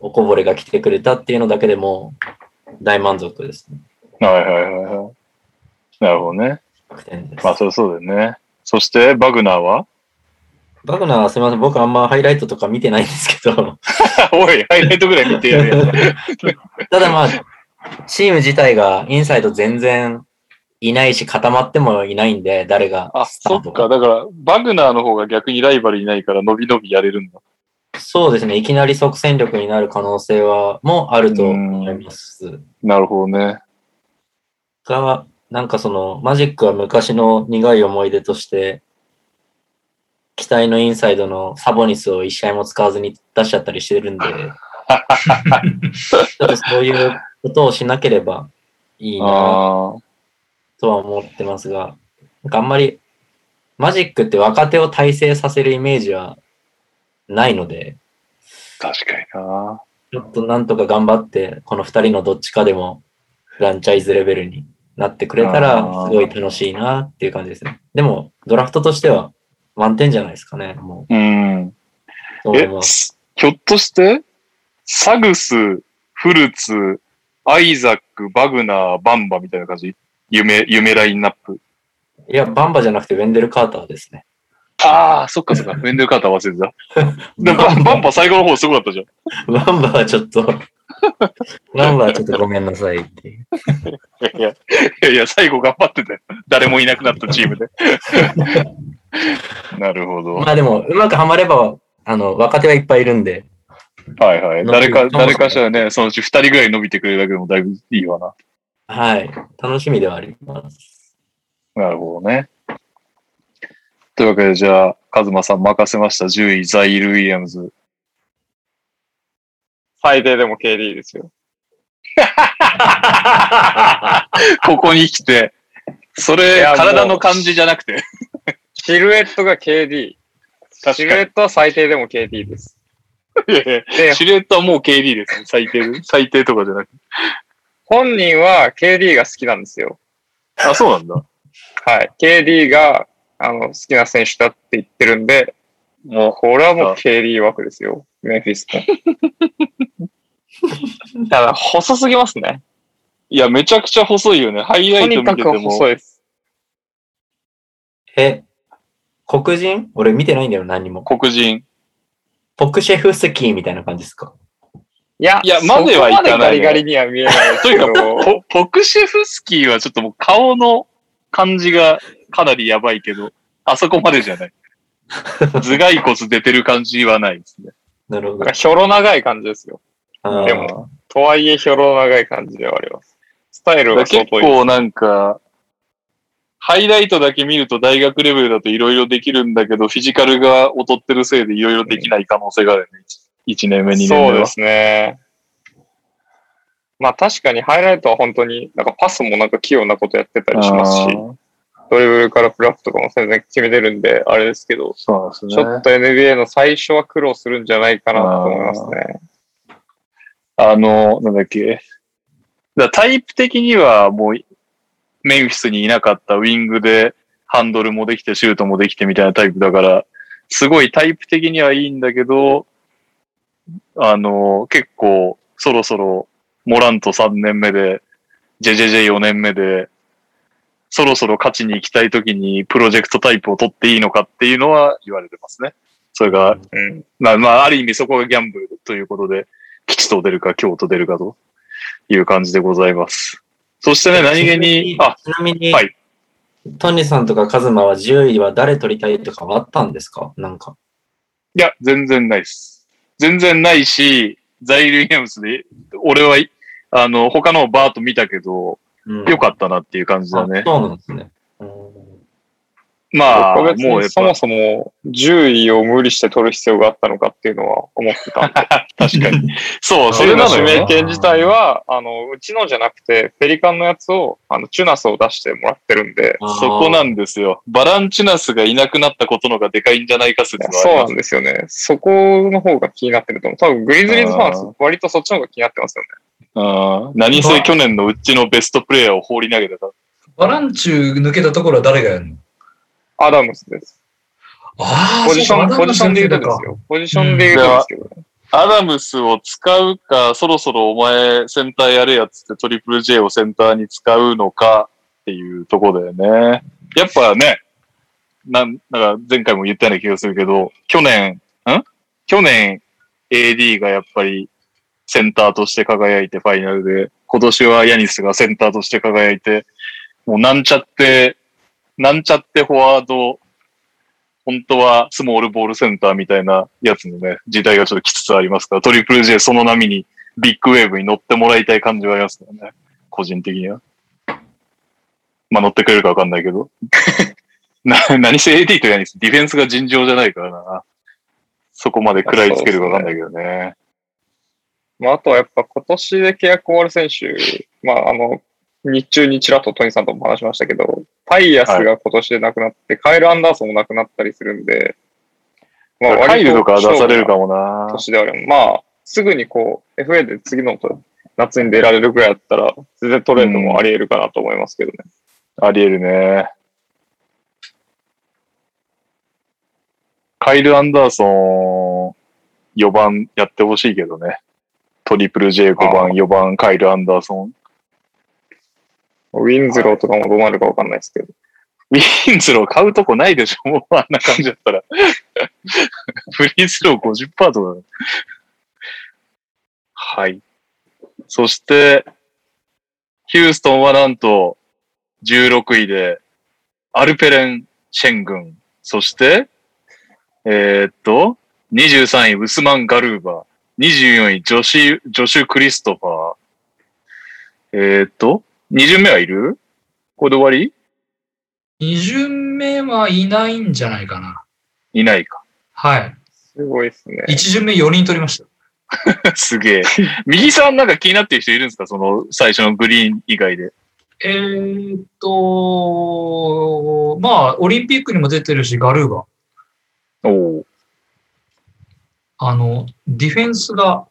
おこぼれが来てくれたっていうのだけでもう大満足ですね。
はいはいはいはい。なるほどね。
100点です。
まあそりゃそうだよね。そして、バグナーは
バグナーはすみません、僕あんまハイライトとか見てないんですけど、
おい、ハイライトぐらい見てやるやつ。
ただまあ、チーム自体がインサイド全然いないし固まってもいないんで、誰が
あ、
スタ
そ
ー
っ
ト
か。だから、バグナーの方が逆にライバルいないから、伸び伸びやれるんだ。
そうですね、いきなり即戦力になる可能性はもあると思います。
なるほどね。
が、なんかその、マジックは昔の苦い思い出として、期待のインサイドのサボニスを一試合も使わずに出しちゃったりしてるんで、ちょっとそういうことをしなければいいな
ああ。
とは思ってますが、なんかあんまり、マジックって若手を大成させるイメージはないので、
確かにな。
ちょっとなんとか頑張って、この二人のどっちかでもフランチャイズレベルになってくれたら、
あー
すごい楽しいなっていう感じですね。でも、ドラフトとしては満点じゃないですかね、も
うん。
う。と思い
え
ま、す
すひょっとして、サグス、フルツ、アイザック、バグナー、バンバみたいな感じ夢、夢ラインナップ。
いや、バンバじゃなくてウェンデル・カーターですね。
ああ、そっかそっ か。ウェンデルカーター忘れてた。でもバンバンバ最後の方すごかったじゃん。
バンバはちょっと、バンバはちょっとごめんなさいっていう。
いやいや、いや最後頑張ってたよ。誰もいなくなったチー ムで。なるほど。
まあでも、うまくはまれば、あの、若手はいっぱいいるんで、
はいはい。
伸び
誰
る
か、
と思う
誰かしらね、そのうち二人ぐらい伸びてくれるだけでもだいぶいいわな。
はい、楽しみではあります。
なるほどね。というわけで、じゃあ、カズマさん任せました。10位、ザイール・ウィリアムズ。
最低でも KD ですよ。
ここに来て、そ
い
れ、
やもう
体の感じじゃなくて。
シルエットが KD。シルエットは最低でも KD です。
いやい
で
や、シルエットはもう KD ですね。最低、最低とかじゃなくて。
本人は KD が好きなんですよ。
あ、そうなんだ。
はい。KD があの好きな選手だって言ってるんで、
も
これはもう KD 枠ですよ。メンフィスの。 ただ、細すぎますね。
う、いや、めちゃくちゃ細いよね。ハイラ
と
イト
に
見
か
てて
く
も。
細いです。
え、黒人俺見てないんだよ、何にも。
黒人。
ポクシェフスキーみたいな感じですか
いや、
いやまではいかないね
そこまでガリガリには見えないです
と
け
に
ど
か。く、ポポクシェフスキーはちょっともう顔の感じがかなりやばいけど、あそこまでじゃない。頭蓋骨出てる感じはないですね。
なるほ
なん
ど
か。ひょろ長い感じですよ。
あー
でも、とはいえひょろ長い感じではあります。スタイルは相
結
当いい。
構なんか、ハイライトだけ見ると大学レベルだといろいろできるんだけど、フィジカルが劣ってるせいでいろいろできない可能性があるよね。1年目、2年目
そ
は。
うですね。まあ確かにハイライトは本当に、なんかパスもなんか器用なことやってたりしますし
あ、ー
ドリブルからフラップとかも全然決めてるんで、あれですけど、
そうなんですね。
ちょっと NBA の最初は苦労するんじゃないかなと思いますね。
あの、なんだっけ。だタイプ的にはもう、メンフィスにいなかったウィングでハンドルもできてシュートもできてみたいなタイプだから、すごいタイプ的にはいいんだけど、あの、結構そろそろモラント3年目で、JJJ4 年目で、そろそろ勝ちに行きたいときにプロジェクトタイプを取っていいのかっていうのは言われてますね。それが
うん。
まあまあ、ある意味そこがギャンブルということで、吉と出るか京と出るかという感じでございます。そしてね、何気に、あ、
ちなみに、
はい
トニーさんとかカズマは10位は誰取りたいとかはあったんですかなんか。
いや、全然ないです。全然ないし、ザイ・ルイアムスで、俺は、あの、他のをバーッと見たけど、
うん
良かったなっていう感じだ
あ
ね。
そうなんですね。うん
まあ、
僕は別に
もうやっ
そ
ぱ
も、そも10位を無理して取る必要があったのかっていうのは思ってた。
確かに。そう、そ
そ
れ
れ
な
の
の
指
よ
名
な。
権自体は、あの、うちのじゃなくて、ペリカンのやつを、あの、チュナスを出してもらってるんで、
あー
そこなんですよ。バランチュナスがいなくなったことのがでかいんじゃないか説
そう
はあ
な
りま
んですよね。そこの方が気になってると思う。多分、グリズリーズファン、割とそっちの方が気になってますよね。
す。うん何せ去年のうちのベストプレイヤーを放り投げてた。
バランチュー抜けたところは誰がやるの
アダムスです。
ああ、
ポジシ
そう
ョ
か
ン、ポジションで言うと
アダムス抜けた
です
か
よ。ポジションで言うとですけどね。
アダムスを使うか、そろそろお前センターやれやっつってトリプル J をセンターに使うのかっていうとこだよね。やっぱね、なん、なんか前回も言ったような気がするけど、去年、ん去年 AD がやっぱりセンターとして輝いてファイナルで、今年はヤニスがセンターとして輝いて、もうなんちゃって、なんちゃってフォワード、本当はスモールボールセンターみたいなやつのね、時代がちょっときつつありますから、トリプル J その波に、ビッグウェーブに乗ってもらいたい感じはありますからね、個人的には。まあ乗ってくれるかわかんないけど。 な何せ AD とヤニス、ディフェンスが尋常じゃないからな。そこまで食らいつけるかわかんないけどね。
まあ、あとはやっぱ今年で契約終わる選手、まあ、あの、日中にちらっとトニーさんとも話しましたけど、パイアスが今年で亡くなって、カイル・アンダーソンも亡くなったりするんで、ま
ファイルとか出される
も。
かもな。
年ではある。まあ、すぐにこう、FA で次の夏に出られるぐらいだったら、全然トレードもあり得るかなと思いますけどね。
ありえるね。カイル・アンダーソン、4番やってほしいけどね。トリプル J5
あ
番、
ー
4番、カイル・アンダーソン。
ウィンズローとかもどうなるかわかんないですけど。
ウィンズロー買うとこないでしょもうあんな感じだったら。フリースロー50%とかだね。はい。そして、ヒューストンはなんと16位で、アルペレン・シェン軍。そして、えーっと、23位、ウスマン・ガルーバ。24位、ジョシ、ジョシュ・クリストファー。えーっと、2巡目はいるこれで終わり
二巡目はいないんじゃないかな。
いないか。
はい。
すごいですね。
一巡目4人取りました。
すげえ。右さんなんか気になってる人いるんですかその最初のグリーン以外で。
えーっと、まあ、オリンピックにも出てるし、ガルーバ。
おお。
あの、ディフェンスが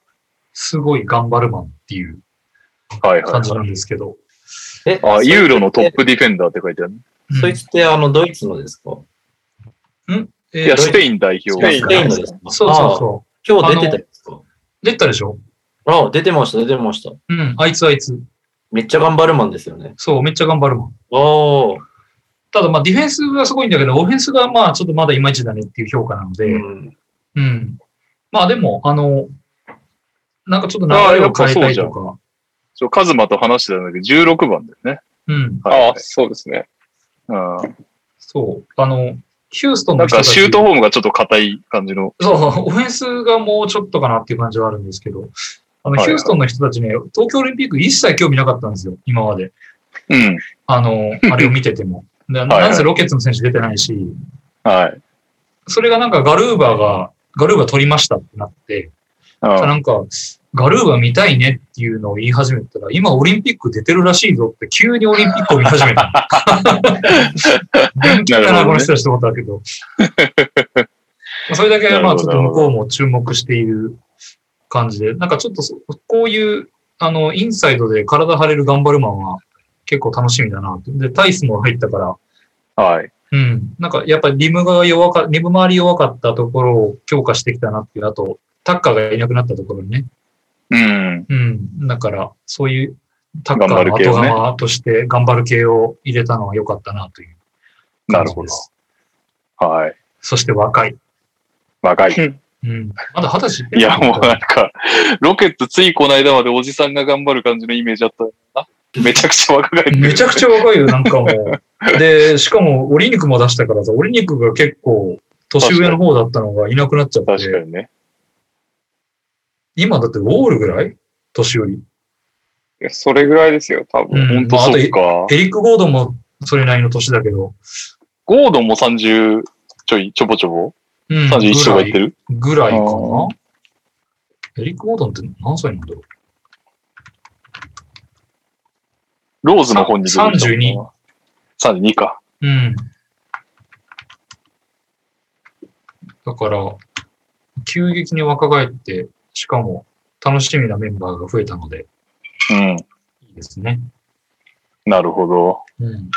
すごい頑張るマンっていう
はいはい
感じな
は
んですけど。
え
い。あ、ユーロのトップディフェンダーって書いてあるね。
うん
そいつってあのドイツのですか
え
いや、
ー
スペイン代
ス
表。
ペインのですか
そうそうそう。
う今日出てたやつか
出たでしょ
あ出てました、出てました。
うん、あいつあいつ。
めっちゃ頑張るマンですよね。
そう、めっちゃ頑張るマン。
おー。
ただ、まあ、ディフェンスがすごいんだけど、オフェンスがまあ、ちょっとまだいまいちだねっていう評価なので、うん。
うん
まあ、でも、あの、なんかちょっと流れを変えたいとか、
そう、カズマと話してたんだけど、16番だよね。
うん、
はい
ああ、そうですね。
はい。
そう、あの、ヒュースト
う
ン
ん。な
の
ん
人た
か
ち
シュートフォームがちょっと硬い感じの。
そう、オフェンスがもうちょっとかなっていう感じはあるんですけど、あ
はいは
の、
い
ヒューストンの人たちね、東京オリンピック一切興味なかったんですよ、今まで。
うん。
あの、あれを見てて も。で
はい
なんせロケッツの選手出てないし、
はい。
それがなんかガルーバーが、ガルーバー取りましたってなって、
うん
なんか、ガルーバー見たいねっていうのを言い始めたら、今オリンピック出てるらしいぞって急にオリンピックを見始めた。元気だ
なるほど
な、
ね
この人たちと思ったけど。それだけ、まあちょっと向こうも注目している感じで、なんかちょっとそこういう、あの、インサイドで体張れる頑張るマンは結構楽しみだなって。で、タイスも入ったから、
はい。
うん。なんか、やっぱりリムが弱か、リム周り弱かったところを強化してきたなっていう、あと、タッカーがいなくなったところにね。
うん。
うん。だから、そういうタッカー
頑
の
張る系
後
をね
釜として頑張る系を入れたのは良かったなという
な
感
る
じ
ほ
で
ど。
す。
はい。
そして若い。
若い。
うん。まだ二十歳
いや、もうなんか、ロケットついこの間までおじさんが頑張る感じのイメージあったな。めちゃくちゃ若返ってる。
めちゃくちゃ若いよ、なんかも う。で、しかも、折り肉も出したからさ、折り肉が結構、年上の方だったのがいなくなっちゃって。
確かにね。
今だってウォールぐらい年寄り。
やそれぐらいですよ、多分。
ほんと
まあ
そ
あと
っか。
エリック・ゴードンもそれなりの年だけど、
ゴードンも30ちょい、ちょぼちょぼ
うん
?31 とか言ってる
ぐらいか
あ
な
ー。
エリック・ゴードンって何歳なんだろう
ローズの本に出てたもんな
32。
32か。
うん。だから、急激に若返って、しかも楽しみなメンバーが増えたので、
うん。
いいですね。
なるほど。
うん。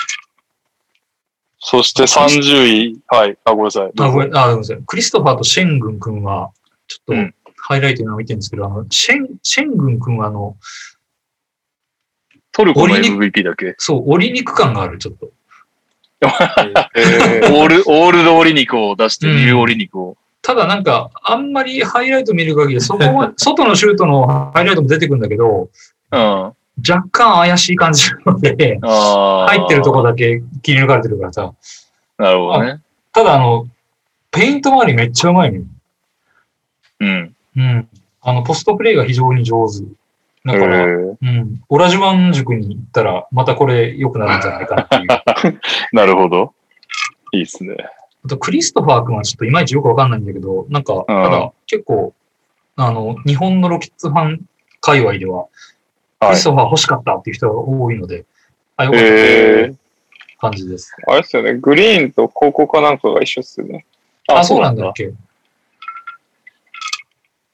そして30位。はい。あ、ごめんなさい。
あ、ごめん、あ、ごめんなさい。クリストファーとシェングン君は、ちょ
う
っ
ん
と、ハイライト今見てるんですけど、あの、シェン、シェングン君はあの、
トルコの MVP だっけ
そう、折り肉感がある、ちょっと。
オール、オールドオリ肉を出して、
うん
ニューオリ肉を。
ただなんか、あんまりハイライト見る限り、そこは、外のシュートのハイライトも出てくるんだけど、
うん。あ
若干怪しい感じなので、
あ。
入ってるとこだけ切り抜かれてるからさ。
なるほどね。
ただあの、ペイント周りめっちゃうまいね。
うん。
うん。あの、ポストプレイが非常に上手。だから、
へー
うん。オラジュマン塾に行ったら、またこれ良くなるんじゃないかなっ ていう。あ
なるほど。いいっすね。
と、クリストファー君はちょっといまいちよくわかんないんだけど、なんか、ただ結構、あの、日本のロケッツファン界隈では、ク
は
リ
い
ス。トファー欲しかったっていう人が多いので、あ、よかったってい
へ
う
え。
感じです。
あれですよね、グリーンと高校かなんかが一緒っすよね。
あ、そうなんだっ。け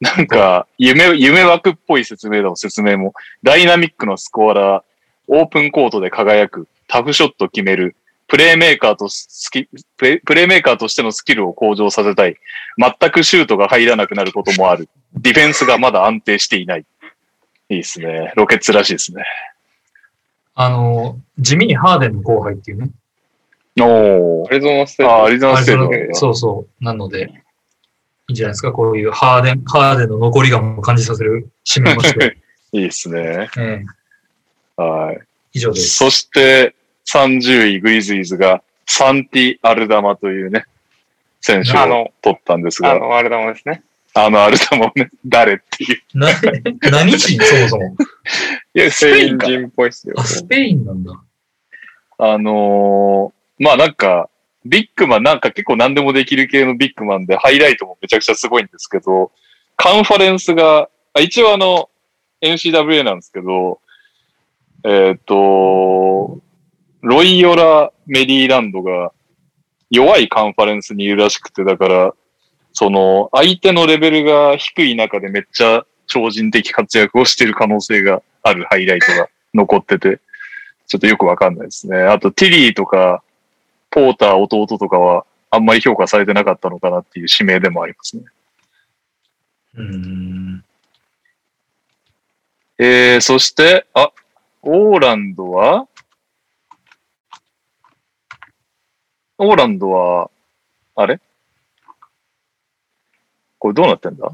なんか、夢、夢枠っぽい説明だもん、説明も。ダイナミックのスコアラー、オープンコートで輝く、タフショット決める、プレーメーカーとスキプレイ、プレーメーカーとしてのスキルを向上させたい。全くシュートが入らなくなることもある。ディフェンスがまだ安定していない。いいですね。ロケッツらしいですね。
あの、地味にハーデンの後輩っていうね。
お
アリゾナステ
ああ、
ー
アリゾナステート
あ
だ
れそのそうそう。なので、いいんじゃないですか。こういうハーデン、ハーデンの残りがも感じさせる締めもして。
いいですね。
ええ
はい。
以上です。
そして、30位グリズイズが、サンティ・アルダマというね、選手
あ
を
の
取ったんです
ト。あ
が、
の、あれだもんですね。
あのアルダマをね、 誰っていう。
な何人 そもそも。
いや、
ス
スペ
ペ
イ
イン
ンか。
人っぽいっすよ
あ、。スペインなんだ。
あのーまあなんか、ビッグマン、なんか結構何でもできる系のビッグマンで、ハイライトもめちゃくちゃすごいんですけど、カンファレンスが、あ一応あの、NCWA なんですけど、えっ、と、ロイオラ・メリーランドが弱いカンファレンスにいるらしくて、だから、その、相手のレベルが低い中でめっちゃ超人的活躍をしている可能性があるハイライトが残ってて、ちょっとよくわかんないですね。あと、ティリーとか、ポーター弟とかは、あんまり評価されてなかったのかなっていう指名でもありますね。
うーん。
えー、そして、あ、オーランドはオーランドは、あれこれどうなってんだ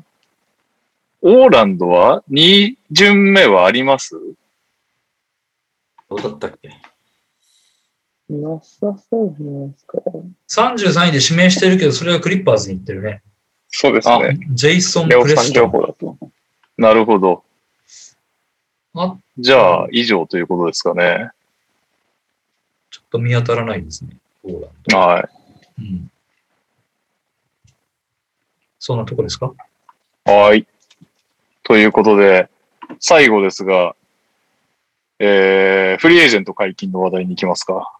オーランドは2巡目はあります
どうだったっけ
なさそうじゃないですか。
33位で指名してるけど、それはクリッパーズに行ってるね。
そうですね。
ジェイソン・
レオ
プレ
さん
スト
情
ン。
報だと。
なるほど。
あ、
じゃあ、以上ということですかね。
ちょっと見当たらないですね。ほら。
は
うん。そんなとこですか
い。はい。ということで、最後ですが、えー、フリーエージェント解禁の話題に行きますか。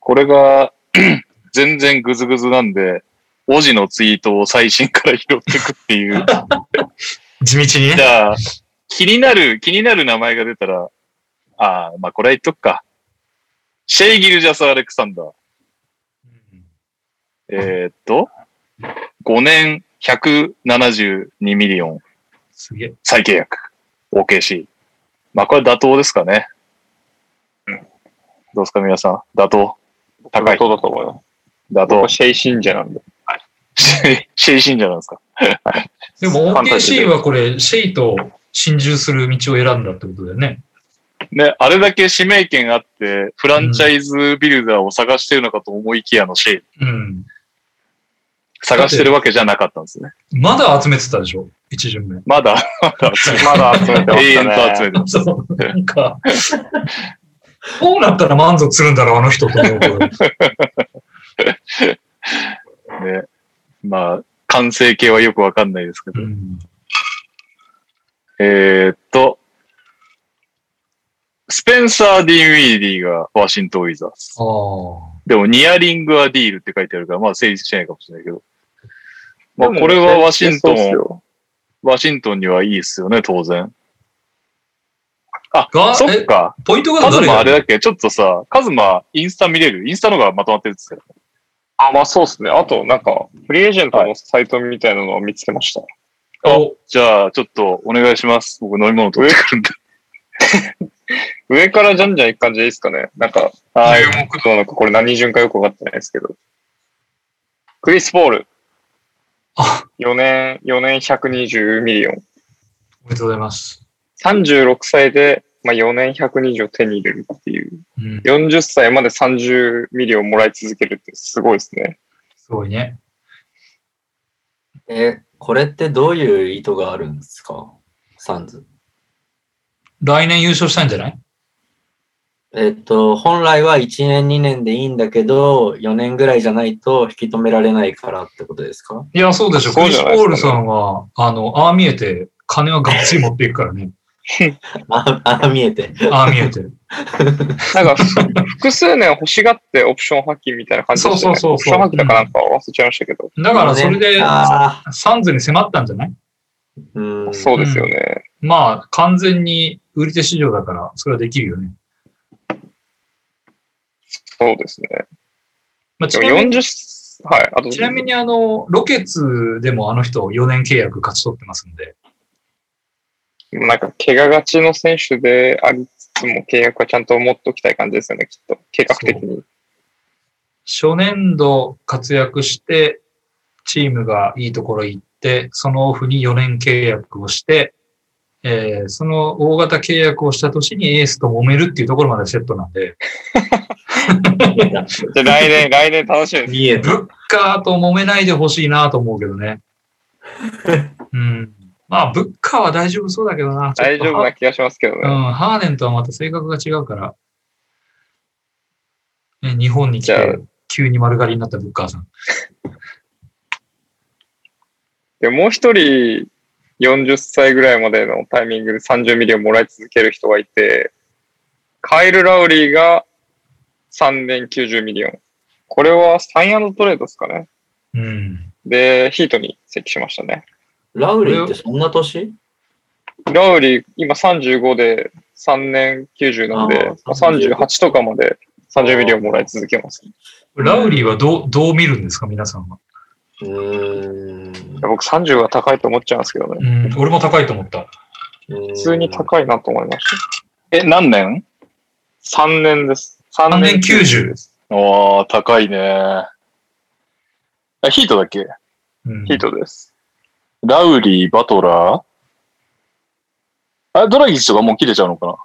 これが、 全然グズグズなんで、オジのツイートを最新から拾っていくっていう。
地道に
じ。ゃあ、気になる、気になる名前が出たら、ああ、まあこれは言っとくか。シェイ・ギルジャス・アレクサンダー。えーっと、5年172ミリオン
すげえ。
再契約。OKC。まあこれ妥当ですかね。どうですか皆さん。妥当。高い
本当だと思います。
妥
僕
当
は。シェイ信者なんで。
シェイシェイ信者なんですか
でも
ファンタジー
OKC
で
はこれ、シェイと心中する道を選んだってことだよね。
ね、あれだけ指名権あって、フランチャイズビルダーを探してるのかと思いきやのシェイ。
うん。
探してるわけじゃなかったんですね。
まだ集めてたでしょ一巡目。
まだ、まだ集めて
まだ集めてま
永
し
遠と集
たね。
めてます。
そう、なんか、こうなったら満足するんだろう、あの人と思う けど。
ね。まあ、完成形はよくわかんないですけど
う。ん
えーっと、スペンサー・ディン・ウィーディがワシントン・ウィザーズ。
ああ。
でも、ニアリングはディールって書いてあるから、まあ成立してないかもしれないけど。まあ、
でも
これはワシント
そうっす
ン、
よ
ワシントンにはいいですよね、当然。あ
が、
そっか。
ポイントが
カズ
どれ
マ
が
あれだっけちょっとさ、カズマインスタ見れるインスタの方がまとまってるっつってたよ
あ、まあそうですね。あと、なんか、フリーエージェントのサイトみたいなのを見つけました。
お
じゃあ、ちょっとお願いします。僕飲み物取ってくるんで。
上からじゃんじゃんいく感じでいいですかね。なんか、ああいう目度なのか、これ何順かよくわかってないですけど。クリス・ポール。
あ、
4年、4年120ミリオン。
おめでとうございます。
36歳で、まあ、4年120を手に入れるっていう。
うん、
40歳まで30ミリをもらい続けるってすごいですね。
すごいね。
え、これってどういう意図があるんですかサンズ。
来年優勝したいんじゃない
えっと、本来は1年2年でいいんだけど、4年ぐらいじゃないと引き止められないからってことですか
いや、そうでしょ。ク
そう
リ
じ
ス・
ゃ
ポ
ないですか
ールさ
ね
んは、あの、ああ見えて、金はがっつり持っていくからね。
あ ああ、見えて。
ああ見えて。
なんか、複数年欲しがってオプション破棄みたいな感じでしたね。
そうそうそうそう
オプション破棄だかなんか忘れちゃいましたけど。
だからそれで、
ああ
サンズに迫ったんじゃない
うん。
そうですよね。
まあ、完全に売り手市場だから、それはできるよね。
そうですね。
まあ、ち
でも
なみに、
40、はい、あと、
ちなみにあの、ロケッツでもあの人4年契約勝ち取ってますんで。
なんか、怪我がちの選手でありつつも、契約はちゃんと持っておきたい感じですよね、きっと。計画的に。
初年度活躍して、チームがいいところ行って、そのオフに4年契約をして、えーその大型契約をした年にエースと揉めるっていうところまでセットなんで、
じゃあ来 年、来年楽しみです。
見え
ブ
て。
ッカーと揉めないでほしいなと思うけど ね。うん。まあ、ブッカーは大丈夫そうだけどな。ちょっ
大
と
丈夫な気がしますけど
う
ね。
ん、ハーデンとはまた性格が違うから。ね、日本に来
じゃあ
て、急に丸刈りになったブッカーさん。
でもう一人、40歳ぐらいまでのタイミングで30ミリをもらい続ける人がいて、カイル・ラウリーが3年90ミリオン。これはサイントレードですかね。
うん。
で、ヒートに移籍しましたね。
ラウリーってそんな年
ラウリー、今35で3年90なんで、
あー
まあ38とかまで30ミリをもらい続けます。
ラウリーはどう、どう見るんですか、皆さんは。
うーん。
僕30が高いと思っちゃうんですけど
う
ね。
ん、俺も高いと思った。
普
普通に高いなと思いまし
え、何年
た。3年です。3
3年90
です。
おー、高いね。あヒートだっけ
うん、
ヒートです。
ラウリー、バトラーあ、ドラギッチとかもう切れちゃうのかな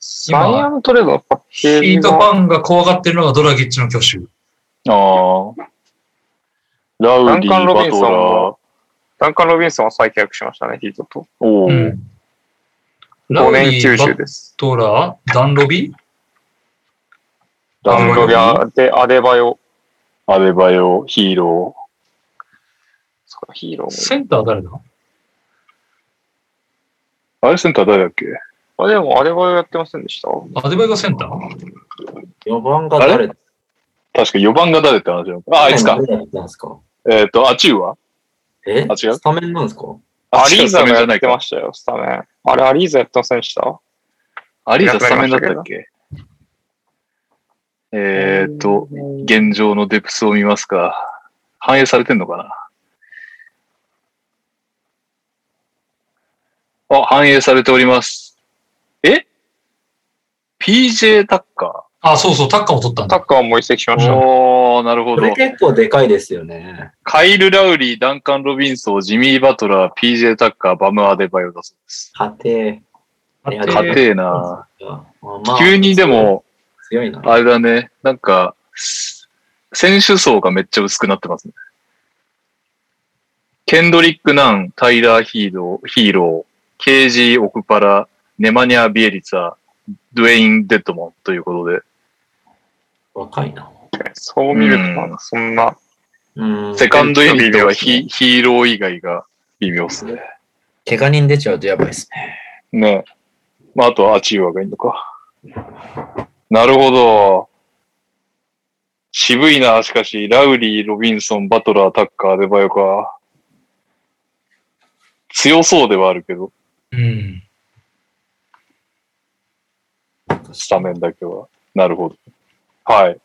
サイアントレードのパッ
ヒ
ケージ
ートフ
が
ァンが怖がってるのがドラギッチの挙手。
ああ。ラウリー、
ダンカンロビ
バ
ン
ト
ソ
ラー
ンも。ダンカン・ロビンソンは再契約しましたね、ヒートと。
おお、
うんラ
5
ウ
年
リー、バ
90
ッ
です。
トラー、ダンロビ
ラ
ダ
ウ
ンロビアでアデバヨ。
アデバヨ、ヒーロ
そっかヒーロー
センター誰だ
ー。あれセンター誰だっけ
も。あ、でもアデバヨやってませんでした。
アデバイがセンター
4番が誰
確か4番が誰って話だよ。あ、あいつか。
誰だったんですか
えっ、と、アチウは
え
あ違う
スタメンなんですか
アリー
ス
ザ
タメンじゃ
がや
な
っ
い
てま
か。
したよ、スタメン。あれ、アリーザやってませんでした
アリーザスタメンだったっけえっ、と、現状のデプスを見ますか。反映されてんのかなあ、反映されております。え ?PJ タッカ
あ、そうそう、タッカーを取ったん
タ
だ。
ッカーも移籍しまし
ー
た。
おー、なるほ
こ
ど
れ。結構でかいですよね。
カイル・ラウリー、ダンカン・ロビンソン、ジミー・バトラー、PJ タッカー、バム・アデバイオだそうです。
家庭。
勝
え
勝
手
ー
てえな
まあまあ
急にでも、
強いな。
あれだね、なんか、選手層がめっちゃ薄くなってますね。ケンドリック・ナン、タイラー・ヒーロー、ヒーロー、ケージー・オクパラ、ネマニア・ビエリツァ、ドゥエイン・デッドマンということで、
若いな。
そう見るとなん
う
か、そんな、
うん。
セカンドユニットは ヒヒーロー以外が微妙ですね。
怪我人出ちゃうとやばいですね。
ねえ。まあ、あとはアチーワがいいのか。なるほど。渋いな、しかし、ラウリー、ロビンソン、バトラー、タッカー、デバヨか。強そうではあるけど、
うん。
スタメンだけは。なるほど。はい。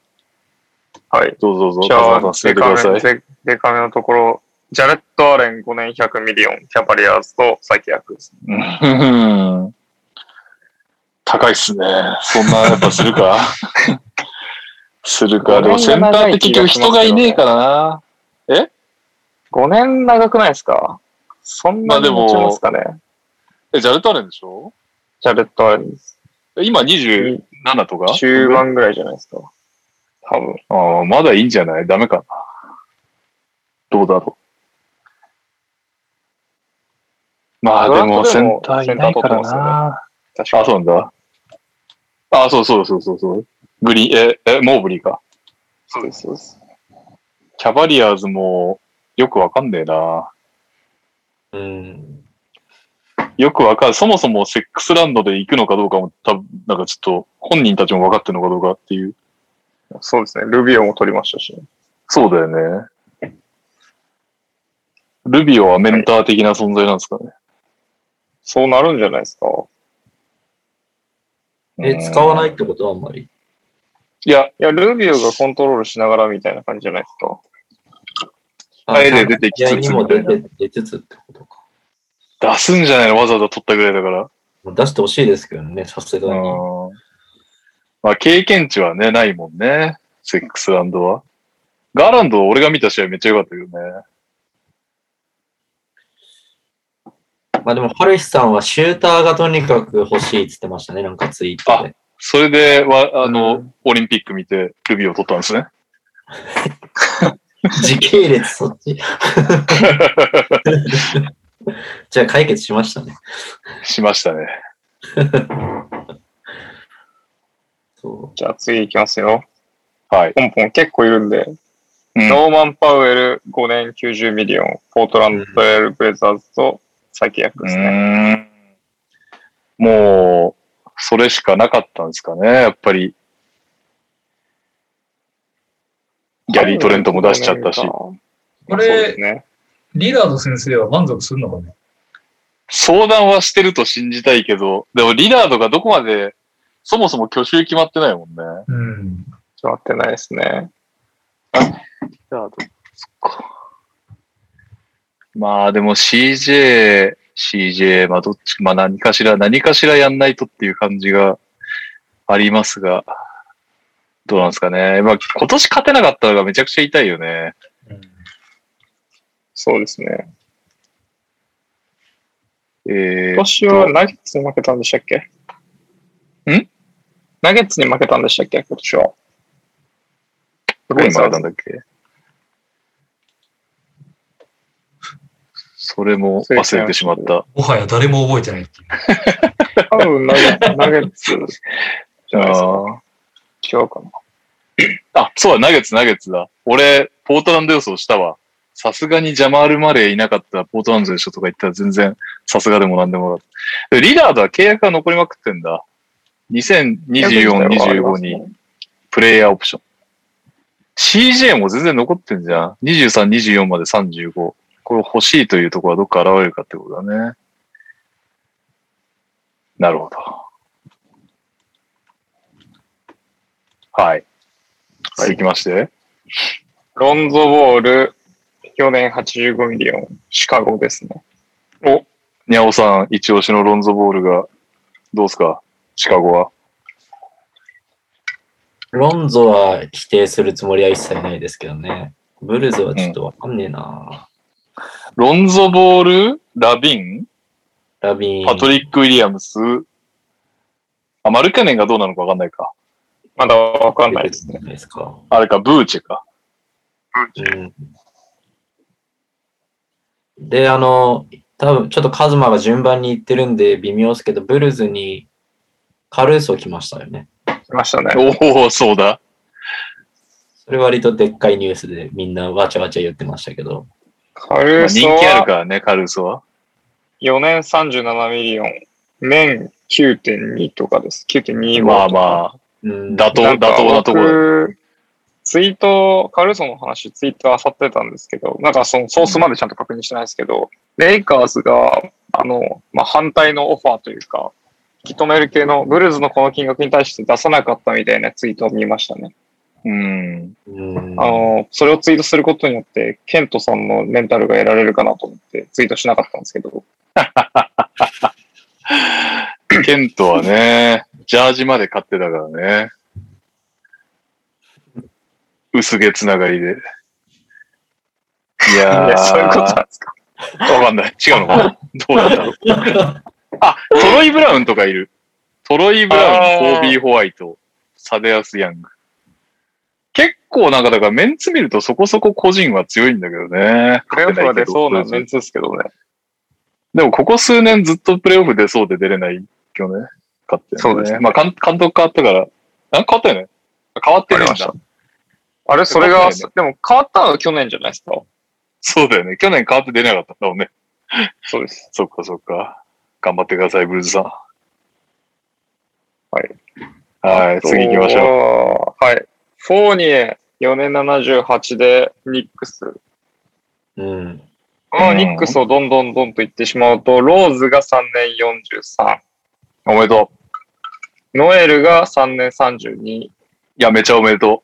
はい。
どうぞどうぞ。
じゃあ
田、澤
デ
さん
カ
進
め
めてください。
デデカめのところ、ジャレット・アレン5年100ミリオン、キャバリアーズとサキヤクです。
うん高いっすね。そんな、やっぱする か。するか。でも、センターって結局人がいねえからな。
5年長くないですかそんなに持ちますかね、
え、ジャルトアレンでしょ
ジャレット・アレンです。
え今27とか
中盤ぐらいじゃないですか。多分。
ああ、まだいいんじゃないダメかな。どうだろう。まあでも、セ
ド
ン
ラ
ター
フトでも
いないからな。
確か
あ、
に。
そうなんだ。あ、そうそうそうそうそう。グリーン、え、え、モーブリーか。
そうです、そうです。
キャバリアーズも、よくわかんねえな。
うん。
よくわかん、そもそもセックスランドで行くのかどうかも、多分なんかちょっと、本人たちもわかってるのかどうかっていう。
そうですね。ルビオも取りましたし。
そうだよね。ルビオはメンター的な存在なんですかね。
そうなるんじゃないですか。
え、使わないいってことはあんまり。
いや、
いや、ルビオがコントロールしながらみたいな感じじゃないですか。
あえて出てきつつ
試合にも出て出つつってことか。
出すんじゃないのわざわざ取ったぐらいだから。
もう出してほしいですけどね、さすがに。
うんまあ、経験値はね、ないもんね。セックスランドは。ガーランド、俺が見た試合めっちゃ良かったけどね。
まあでも、ハルヒさんはシューターがとにかく欲しいって言ってましたね、なんかツイートで。
それで、わあの、オリンピック見て、ルビオ取ったんですね。
時系列そっ ち。じゃあ解決しましたね。
しましたね。
そ
じゃあ次行きますよ。
はい。
ポンポン結構いるんで。
うん
ノーマン・パウエル5年90ミリオン、ポートランド・トレール・ブレザーズとサキヤクですね。
うーんもう、それしかなかったんですかね、やっぱり。ギャリー・トレントも出しちゃったし。
こ
こ
れ、
れ
そうですね。
リラード先生は満足するのかね
相談はしてると信じたいけど、でもリラードがどこまで、そもそも去就決まってないもんね。
うん。
決まってないですね。
リラード、そっか。まあでも CJ、CJ、まあどっち、まあ何かしら、何かしらやんないとっていう感じがありますが、どうなんですかね。まあ今年勝てなかったのがめちゃくちゃ痛いよね。
うん
そうですね。
えー、
今年はナゲッツに負けたんでしたっけ
ん
ナゲッツに負けたんでしたっけ今年は。
どこに負けたんだっけそれも忘れてしまった。
もはや誰も覚えてないっていう。
多分ナゲナゲッ ツじゃないですか。
あ
違うかな。
ーあ、そうだ、ナゲッツ、ナゲッツだ。俺、ポートランド予想したわ。さすがにジャマール・マレーいなかったらポートランドでしょとか言ったら全然さすがでもなんでもなかった。でリラードは契約が残りまくってんだ。2024、25にプレイヤーオプション。CJ も全然残ってんじゃん。23、24まで35。これ欲しいというところはどっか現れるかってことだね。なるほど。はい。続きまして。
ロンゾボール、去年85ミリオン、シカゴですね。
お、にゃおさん、一押しのロンゾボールが、どうすかシカゴは。
う。ロンゾは否定するつもりは一切ないですけどね。ブルーズはちょっとわかんねえな、
ロンゾボール、ラビン、
ラビーン。
パトリック・ウィリアムス、あ、マルカネンがどうなのかわかんないか。
まだわかんないですね。
ですか。
あれか、ブーチェか。
うんで、あの、多分ちょっとカズマが順番に行ってるんで微妙ですけど、ブルズにカルーソ来ましたよね。
来ましたね。
おお、そうだ。
それ割とでっかいニュースでみんなわちゃわちゃ言ってましたけど。
カ
ま
ル
あ
ーソ
人気ある
は
からね、カルーソは。
4年37ミリオン、年9.2とかです。9.25。
まあまあ、
うん、
妥当、
な
妥
んか
当なところ。
僕ツイート、カルーソの話、ツイートあさってたんですけど、なんかそのソースまでちゃんと確認してないですけど、レイカーズが、あの、まあ、反対のオファーというか、引き止める系の、ブルーズのこの金額に対して出さなかったみたいなツイートを見ましたね。
うん。
うん
あの、それをツイートすることによって、ケントさんのメンタルが得られるかなと思ってツイートしなかったんですけど、
ケントはね、ジャージまで買ってたからね。薄毛つながりで。い
い
やー、
や、そういうことなんですか。
わかんない。違うのかなどうなんだろう。 あ、トロイ・ブラウンとかいる。トロイ・ブラウン、
あー
コービー・ホワイト、サデアス・ヤング。結構なんか、だからメンツ見るとそこそこ個人は強いんだけどね。
プレイオフが出そうな
勝て
メ
いけど
ンツですけどね。
でもここ数年ずっとプレイオフ出そうで出れないよね。勝って、
そうですね
まあ監、監督変わったから、なんか変わったよね。変わって
わ
る
かり
ん
ました
だ。。
あれ、そ
わ
れ
かん
が
ないね、
でも変わったのは去年じゃないですか。
そうだよね。去年変わって出れなかったんだもんね。
そうです。
そっかそっか。頑張ってください、ブルーズさん。
はい。
はい、次行きましょう。
ょう。はい。フォーニエ、4年78でニックス。
うん。
この
うん
ニックスをどんどんどんと言ってしまうと、ローズが3年43、
おめでとう。
ノエルが3年32、
いや、めちゃおめでと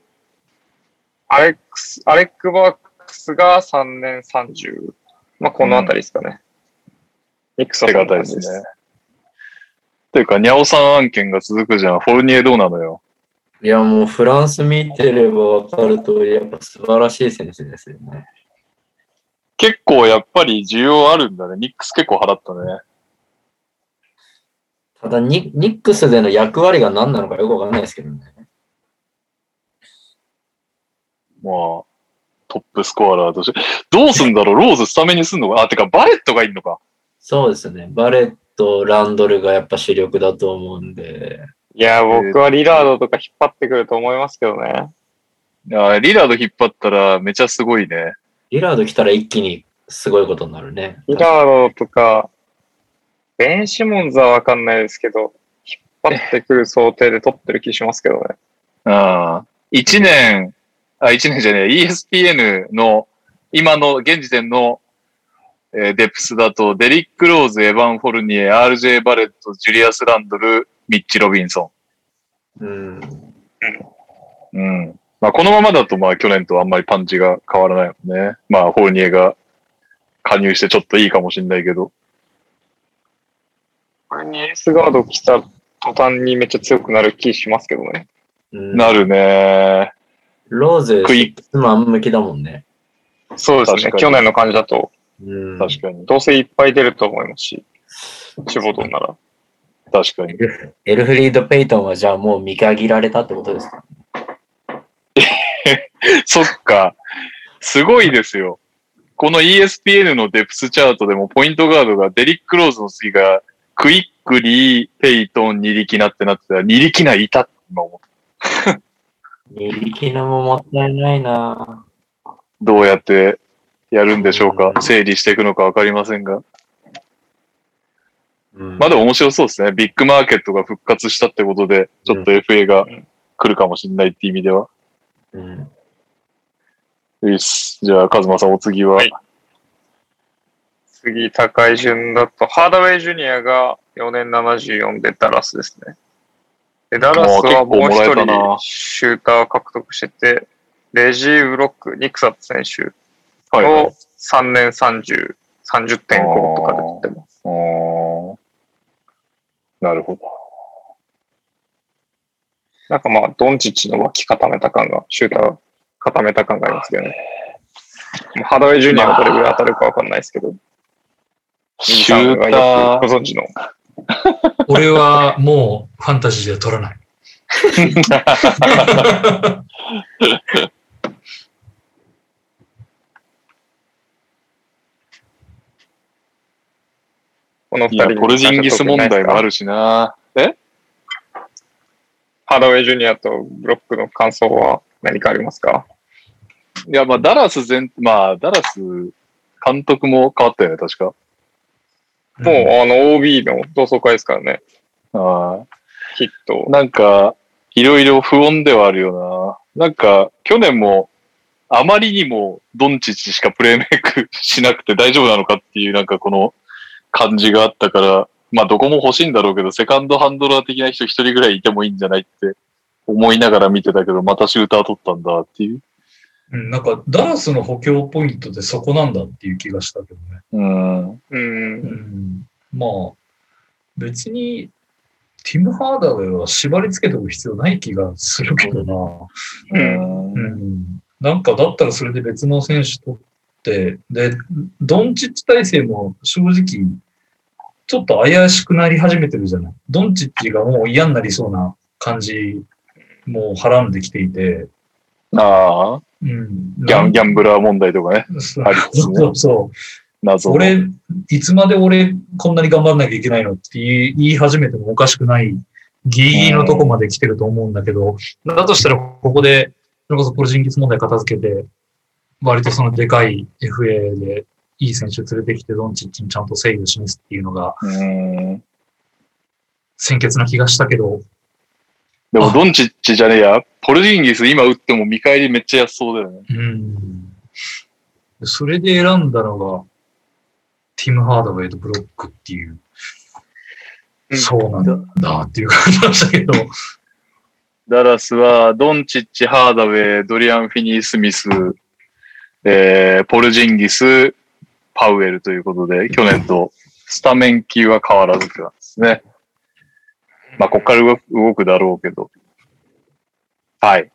アレックス、アレックバックスが3年30。まあ、このあたりですかね。ニック
う。
ス
手
はそんな
堅い
感
で
じ
すね。というか、ニャオさん案件が続くじゃん。フォルニエどうなのよ。
いや、もうフランス見てればわかるとり、やっぱ素晴らしい選手ですよね。
結構やっぱり需要あるんだね。ニックス結構払ったね。
ただニ、ニックスでの役割が何なのかよくわかんないですけどね。
まあ、トップスコアラーとして。どうすんだろうローズスタメンにすんのかあ、てか、バレットがいんのか。
そうですね。バレット、ランドルがやっぱ主力だと思うんで。
いや、僕はリラードとか引っ張ってくると思いますけどね。
あリラード引っ張ったらめちゃすごいね。
リラード来たら一気にすごいことになるね。
リラードとか、ベンシモンズはわかんないですけど、引っ張ってくる想定で取ってる気しますけどね。
うん。一年、あ、一年じゃねえ、ESPN の、今の、現時点の、えーデプスだと、デリック・ローズ、エヴァン・フォルニエ、RJ ・バレット、ジュリアス・ランドル、ミッチ・ロビンソ
うん。
ン。うん。まあ、このままだと、まあ、去年とあんまりパンチが変わらないもんね。まあ、フォルニエが加入してちょっといいかもしれないけど。
これにエースガード来た途端にめっちゃ強くなる気しますけどね。
うん、
なるね。
ローズ、
クイ
スマン向きだもんね。
そうです
確
ね。
かに
去年の感じだと、
うん。
確かに。
どうせいっぱい出ると思いますし、チボドンなら。
確かに。
エルフリード・ペイトンはじゃあもう見限られたってことですか
そっか。すごいですよ。この ESPN のデプスチャートでもポイントガードがデリック・ローズの次がクイックリー、ペイトン、ニリキナってなってたら、ニリキナいたって今思った
二力のももったいないな
どうやってやるんでしょうか。整理していくのかわかりませんが。
うん
まあでも面白そうですね。ビッグマーケットが復活したってことで、ちょっと FA が来るかもしれないって意味では。
うん
よしじゃあ、カズマさんお次は。
はい次、高い順だと、ハードウェイジュニアが4年74でダラスですね。で、ダラスはもう一
あー結構もらえたな
人シューターを獲得してて、レジー・ブロック、ニクサット選手
はいはい
の3年30、30.5とかで取ってます。
うーんなるほど。
なんかまあ、ドンチッチの脇固めた感が、シューター固めた感がありますけどね。まあハードウェイジュニアがどれぐらい当たるかわかんないですけど、
シューター
ー。ご存知の。
俺はもうファンタジーで取らない。
この二
い
人
や、ポルジンギス問題もあ
る。
るしな。え
ハードウェイジュニアとブロックの感想は何かありますか
いや、まあ、ダラス全、まあ、ダラス、監督も変わったよね、確か。
もう、あの、OB の同窓会ですからね。
ああ。
ヒット。
なんか、いろいろ不穏ではあるよな。なんか、去年も、あまりにもドンチッチしかプレイメイクしなくて大丈夫なのかっていう、なんかこの感じがあったから、まあどこも欲しいんだろうけど、セカンドハンドラー的な人一人ぐらいいてもいいんじゃないって思いながら見てたけど、またシューター取ったんだっていう。
うん、なんか、ダラスの補強ポイントでそこなんだっていう気がしたけどね。
うん。
うん。
うん、まあ、別に、ティム・ハーダウェイは縛り付けておく必要ない気がするけど
う
な。
ん
うん、なんか、だったらそれで別の選手取って、で、ドンチッチ体制も正直、ちょっと怪しくなり始めてるじゃない。ドンチッチがもう嫌になりそうな感じもはらんできていて、
ああ、
うん、
ギャン、ギャンブラー問題とかね。
そう
ありますね
そうそう。
謎の。
俺、いつまで俺、こんなに頑張んなきゃいけないのって言い言い始めてもおかしくない、ギリギリのとこまで来てると思うんだけど、だとしたらここで、それこそポルジンギス問題片付けて、割とそのでかい FA でいい選手連れてきて、ドンチッチにちゃんと制御しますっていうのが
うん。
先決な気がしたけど、
でもドンチッチじゃねえや。ポルジンギス今打っても見返りめっちゃ安そうだよね。
うん。それで選んだのが、ティム・ハードウェイとブロックっていう、
うん
そうなんだっていう感じだしたけど、
ダラスは、ドンチッチ、ハーダウェイ、ドリアン・フィニー・スミス、えー、ポルジンギス、パウエルということで、去年とスタメン級は変わらずってなんですね。まあ、ここから動く動くだろうけど。はい。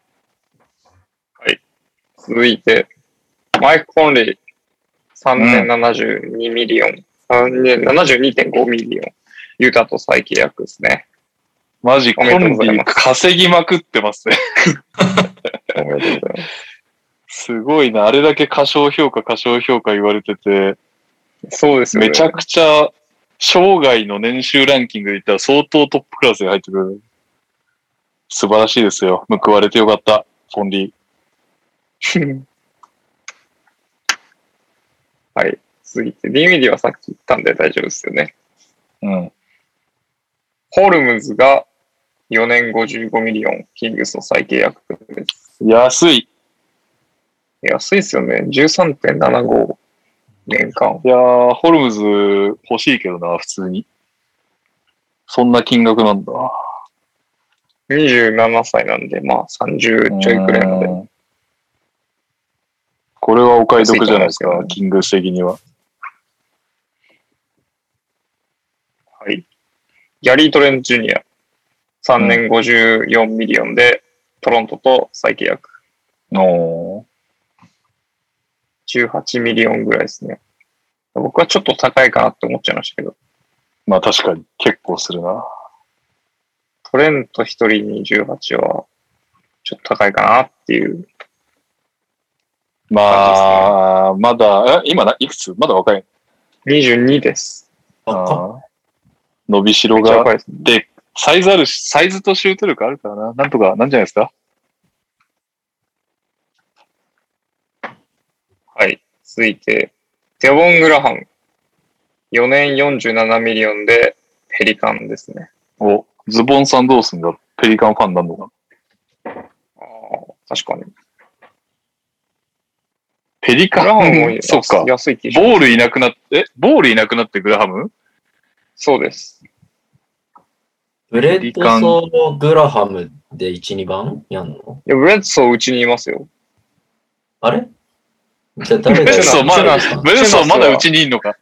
続いて、マイク・コンリー、372ミリオン、3年72.5ミリオン、ユタと再契約で すね。
マジ、コン
おめでとうござい
ビ
ます
稼ぎまくってますね。
おめでとうござい
すごいな。あれだけ過小評価、過小評価言われてて、
ます。そうですよね。
めちゃくちゃ、生涯の年収ランキングで言ったら相当トップクラスに入ってくる。素晴らしいですよ。報われてよかった。フォンリー。
はい。続いて、ディミディはさっき言ったんで大丈夫ですよね。
うん。
ホルムズが4年55ミリオン、キングスの再契約です。
安い。
安いですよね。13.75年間。
いやー、ホルムズ欲しいけどな、普通に。そんな金額なんだ。
27歳なんで、まあ30ちょいくらいまで。
うんこれはお買い得じゃないです
安いと思
か
い、ます
キングス的には。
はい。ギャリー・トレント・ジュニア。3年54ミリオンで、トロントと再契約。
お
18ミリオンぐらいですね。僕はちょっと高いかなって思っちゃいましたけど。
まあ確かに結構するな。
トレント1人に18は、ちょっと高いかなっていう。
まあ、まだ、え今ないくつまだ若い。
22です。
あー伸びしろ
めっちゃ
が
高いですね。
で、サイズあるし、サイズとシュート力あるからな。なんとかなんじゃないですか
はい。続いて、デボン・グラハン。4年47ミリオンで、ペリカンですね。
お、ズボンさんどうすんだペリカンファンなんのかな
ああ、確かに。
ペリ
グ
カン
ラハンも
そっか。
安い気がします
ボールいなくなって、えボールいなくなってグラハム
そうです。
ブレッドソー・グラハムで1、2番やんの
いや、ブレッドソーうちにいますよ。
あれじゃあ誰
ブレ
だ
ッ
よ
ドソーまだ
チュナさん
ベルソンまだうちにいんのか。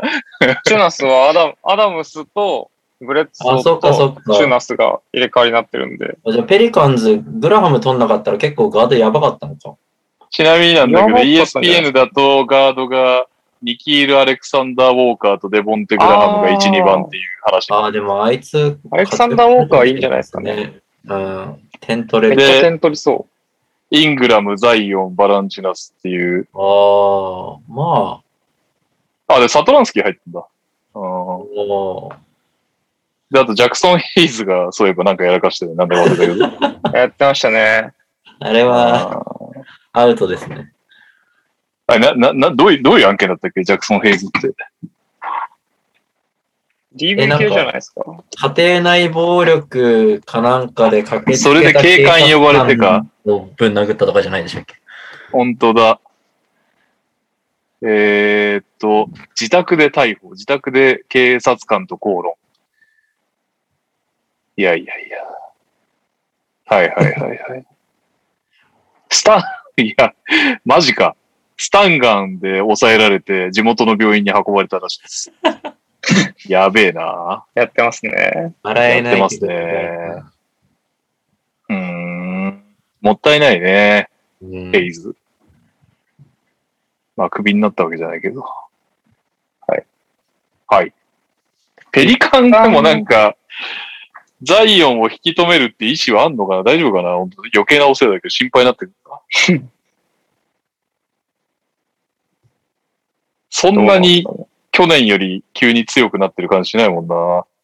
チュナスはアダム アダムスとブレッ
あ、
ド
そ
ソ
っかそ
ー
っか。
とチュナスが入れ替わりになってるんで。
じゃあペリカンズ、グラハム取んなかったら結構ガードやばかったのか。
ちなみになんだけど、
いやもっとそうじゃない
ESPN だとガードがニキール・アレクサンダー・ウォーカーとデボンテ・グラハムが
あ
1、
ー
2番っていう話。
ああ、でもあいつ。
アレクサンダーウォーカーはいいんじゃないですかね。
うん。点取
め
れ
っ
る。
ちゃ点取りそ
イングラム、ザイオン、バランチュナスっていう。
ああ、まあ、
あ、で、サトランスキー入ってんだ。あー
おー
で、あと、ジャクソン・ヘイズが、そういえばなんかやらかしてる。なんだか忘れたけど。
やってましたね。
あれは
あ
アウトですね。
ーあな、な、な、どういう、どういう案件だったっけジャクソン・ヘイズって。
え
DV
なんか
級じゃないですか。
家庭内暴力かなんかで駆けつけた
それで警官呼ばれてか。
をぶん殴ったとかじゃないでしたっけ
本当だ。えーっと、自宅で逮捕、自宅で警察官と口論。いやいやいや。はいはいはいはい。スタン、いや、マジか。スタンガンで抑えられて地元の病院に運ばれたらしいです。やべえな
やってますね。
笑え
やっ
ない。
てますねうーん。もったいないね。
うん。
ヘイズ。まあ、クビになったわけじゃないけど。はい。はい。ペリカンでもなんか、ザイオンを引き止めるって意思はあんのかな大丈夫かな本当余計なお世話だけど心配になってくるな。そんなに
どうなんだろ
去年より急に強くなってる感じしないもんな。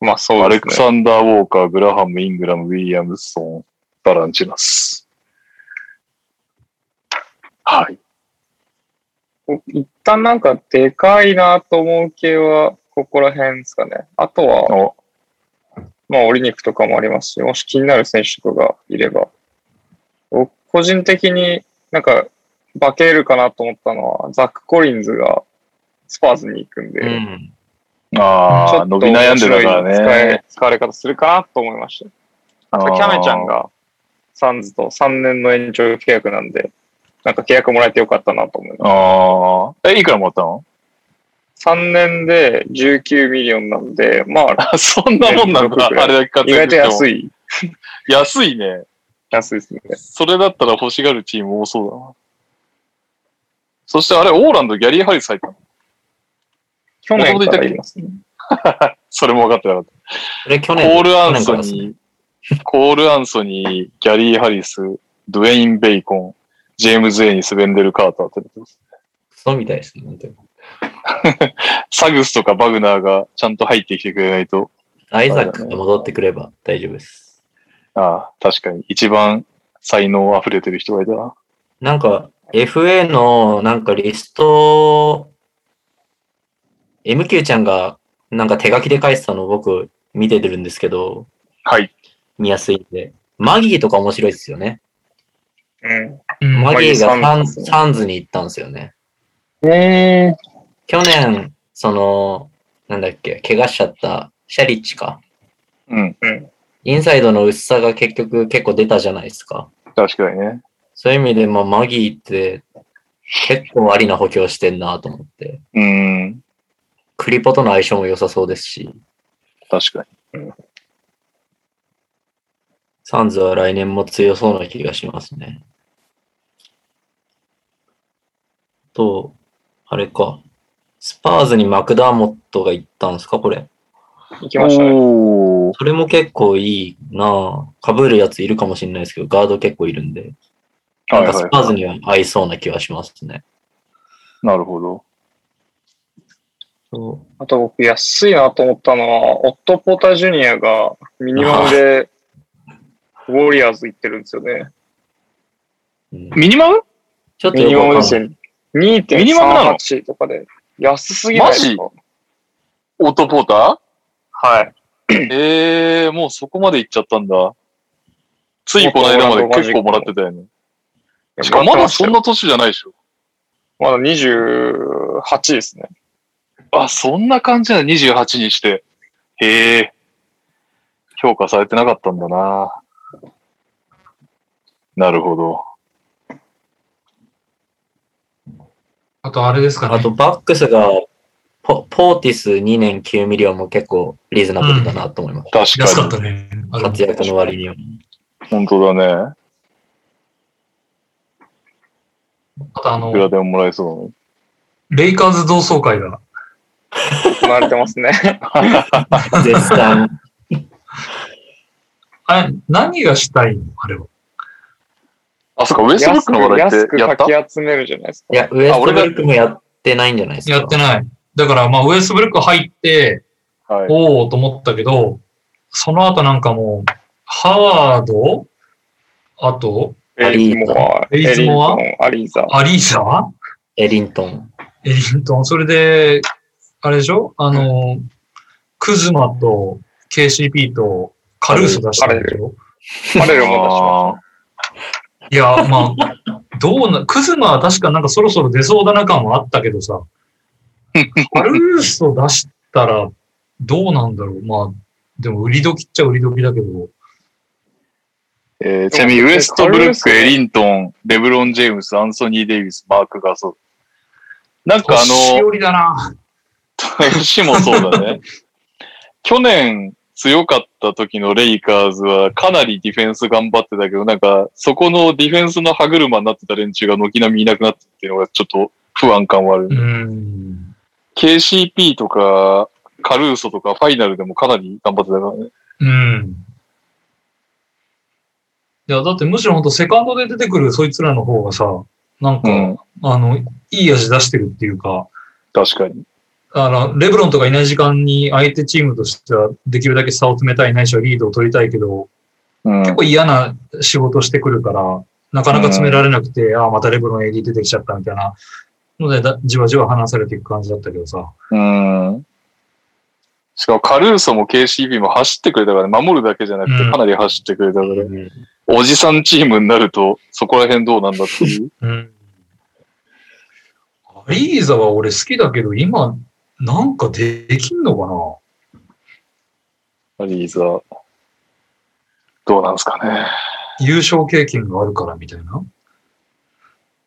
う。まあそ
ア
う
レ
で
ク
すね。
サンダー・ウォーカー、グラハム、イングラム、ウィリアムソン、バランチュナス。はい。
一旦なんかでかいなと思う系は、ここら辺ですかね。あとは、
お
まあ、オリニクとかもありますし、もし気になる選手とかがいれば。僕個人的になんか、化けるかなと思ったのは、ザック・コリンズがスパーズに行くんで、
うん。
ああ、伸び悩んでるから
面白い
ね。
使え使われ方するかなと思いました。
あ
キ
ー
ャメちゃん。がサンズと3年の延長契約なんで、なんか契約もらえてよかったなと思います。
ああ。え、いくらもらったの
3年で19ミリオンなんで、まあ、
あそんなもんなのか。
いや
あれだけ買っ
意
て
外と安
い。
い、
安いね。
安いですね。
それだったら欲しがるチーム多そうだな。そしてあれ、オーランド、ギャリー・ハリス入ったの
去年からいますね。
それも分かってなかっ
それ去
た。
年
コール・アン
去
ソ
年からですね
ニー、コール・アンソニー、ギャリー・ハリス、ドゥエイン・ベイコン、ジェームズ・エイニス、ベンデル・カーターって出てます。
クソみたいですね。本当に
サグスとかバグナーがちゃんと入ってきてくれないと、
アイザックが戻ってくれば大丈夫です。
ああ、確かに一番才能溢れてる人がいたな。
なんか、FA のなんかリストを、MQ ちゃんがなんか手書きで書いてたのを僕見ててるんですけど、
はい。
見やすいんで。マギーとか面白いですよね。
うん。
うん
マギーがサ
マギ
ン
ーサンズね
サンズに行ったんですよね。
ね
去年、その、なんだっけ、怪我しちゃったシャリッチか。
うん、
インサイドの薄さが結局結構出たじゃないですか。
確かにね。
そういう意味で、まあ、マギーって結構ありな補強してんなと思って。
うん、
クリポとの相性も良さそうですし、
確かに。
サンズは来年も強そうな気がしますね。と、あれか。スパーズにマクダーモットが行ったんですかこれ。
行きましたね。
おー
それも結構いいなぁ。被るやついるかもしれないですけど、ガード結構いるんで。
は
な
は
いんか
い
スパーズには合いそうな気はしますね。
なるほど。
そ
あと僕安いなと思ったのは、オット・ポーター・ジュニアがミニマムでウォリアーズ行ってるんですよね。
ううん
ミニマム
ちょっと
ミ
よ
ニ
く
マムで
わかん
す
な
よ。
い
2.38
ミニマムなの
とかで。安すぎないですか
オートポータ
はい。
ーええー、もうそこまで行っちゃったんだ。ついこの間まで結構もらってたよね。しかもまだそんな年じゃないでしょ。
まだ28で すね。
あ、そんな感じなの ?28 にして。へえ。評価されてなかったんだな。なるほど。
あとあれですかね。
あと、バックスがポ、ポーティス2年9ミリオンも結構リーズナブルだなと思います。
確
安か
か
ったね。あれも
活躍の割には。
に。本当だね。
あとあ
いくら
の、
でももらえそ
レイカーズ同窓会が、
慣れてますね。
絶賛。
あれ、何がしたいのあれは。
う。あ、そっか、ウエストブルックの話題
安
って
く
やっ
安
た
くかき集めるじゃないですか。
いや、ウエストブ
俺が
ルックもやってないんじゃないですか。
やってない。だから、まあ、ウエストブルック入って、
はい。
おおと思ったけど、その後なんかもう、ハワードあと、
ア
エリ
リ
ー
ー
モ
ザ
ア、
エリーモア
エリーモアリーザ。
アリーザ
エリントン。
エリントン。それで、あれでしょあの、クズマと KCP とカルーソ出したんでしょ
パレル も
あ
いや、まあ、どうな、クズマは確かなんかそろそろ出そうだな感もあったけ どさ、カルーソ出したらどうなんだろう。まあ、でも売り時っちゃ売り時だけど、
ーえーちなみに、ウエストブルック、エリントン、レブロン・ジェームス、アンソニー・デイビス、マーク・ガソル。なんかあ
年
の、
寄りだな。
年もそうだね。去年強かった時のレイカーズはかなりディフェンス頑張ってたけど、なんかそこのディフェンスの歯車になってた連中が軒並みいなくなってっていうのがちょっと不安感はある。
うん。
KCP とか、カルーソとかファイナルでもかなり頑張ってたからね。
うん。いや、だってむしろ本当セカンドで出てくるそいつらの方がさ、なんか、
うん
あの、いい味出してるっていうか、
確かに。
あの、レブロンとかいない時間に相手チームとしてはできるだけ差を詰めたいないしはリードを取りたいけど、
うん。
結構嫌な仕事してくるから、なかなか詰められなくて、ああ、またレブロン AD 出てきちゃったみたいなのでだ、じわじわ離されていく感じだったけどさ。
うん。しかもカルーソも KCP も走ってくれたからね、守るだけじゃなく
うん
てかなり走ってくれたから、おじさんチームになるとそこら辺どうなんだっていう。
うん。アリーザは俺好きだけど、今、なんかできんのかな
アリーザ、どうなんですかね。
優勝経験があるからみたいな。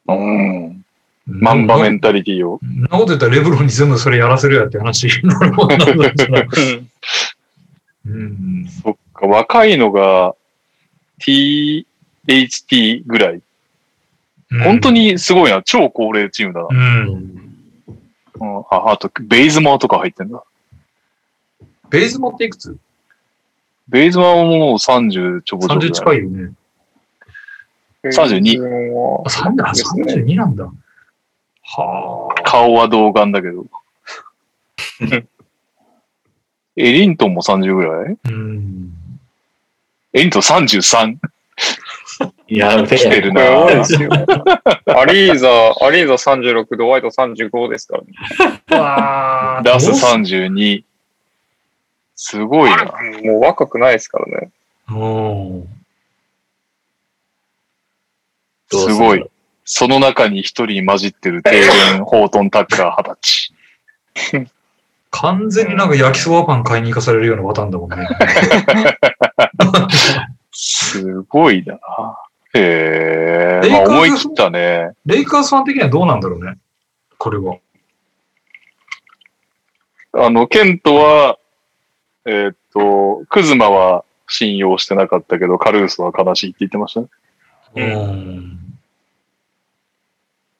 うん。マンバメンタリティを。
そんなこと言ったらレブロンに全部それやらせるやって話に なるもんなんだけどなうん。
そっか、若いのが THT ぐらい。本当
に
にすごいな。超高齢チームだな。
うん。
うん、ああと、ベイズマーとか入ってんだ。
ベース持っていくつ
ベイズマーももう30ちょぼちょぼだ
?30
よ。
近いよね。
出した。
32
エリーモ
あ、30あ
ですね
32なんだ。はあ。
顔は童顔だけ ど。エリントンも30ぐらい
うん。
エリントン 33?
いや、
来てる
アこれ多い
な
で。すよ。アリーザ、 アリーザ36、ドワイト35ですからね。
わあ
ダス
どうす
32。すごいな。
もう若くないですからね。
うん。
すごい。その中に一人混じってる低連ホートン・タッカー二十
完全になんか焼きそばパン買いに行かされるようなパターンだもんね。
歳。すごいな。へえ。
レイ
ま
カ
あ
ーズ
思い切ったね。
レイカーズファン的にはどうなんだろうね。これは。
あの、ケントは、えーっと、クズマは信用してなかったけど、カルーソは悲しいって言ってましたね。
う。
うん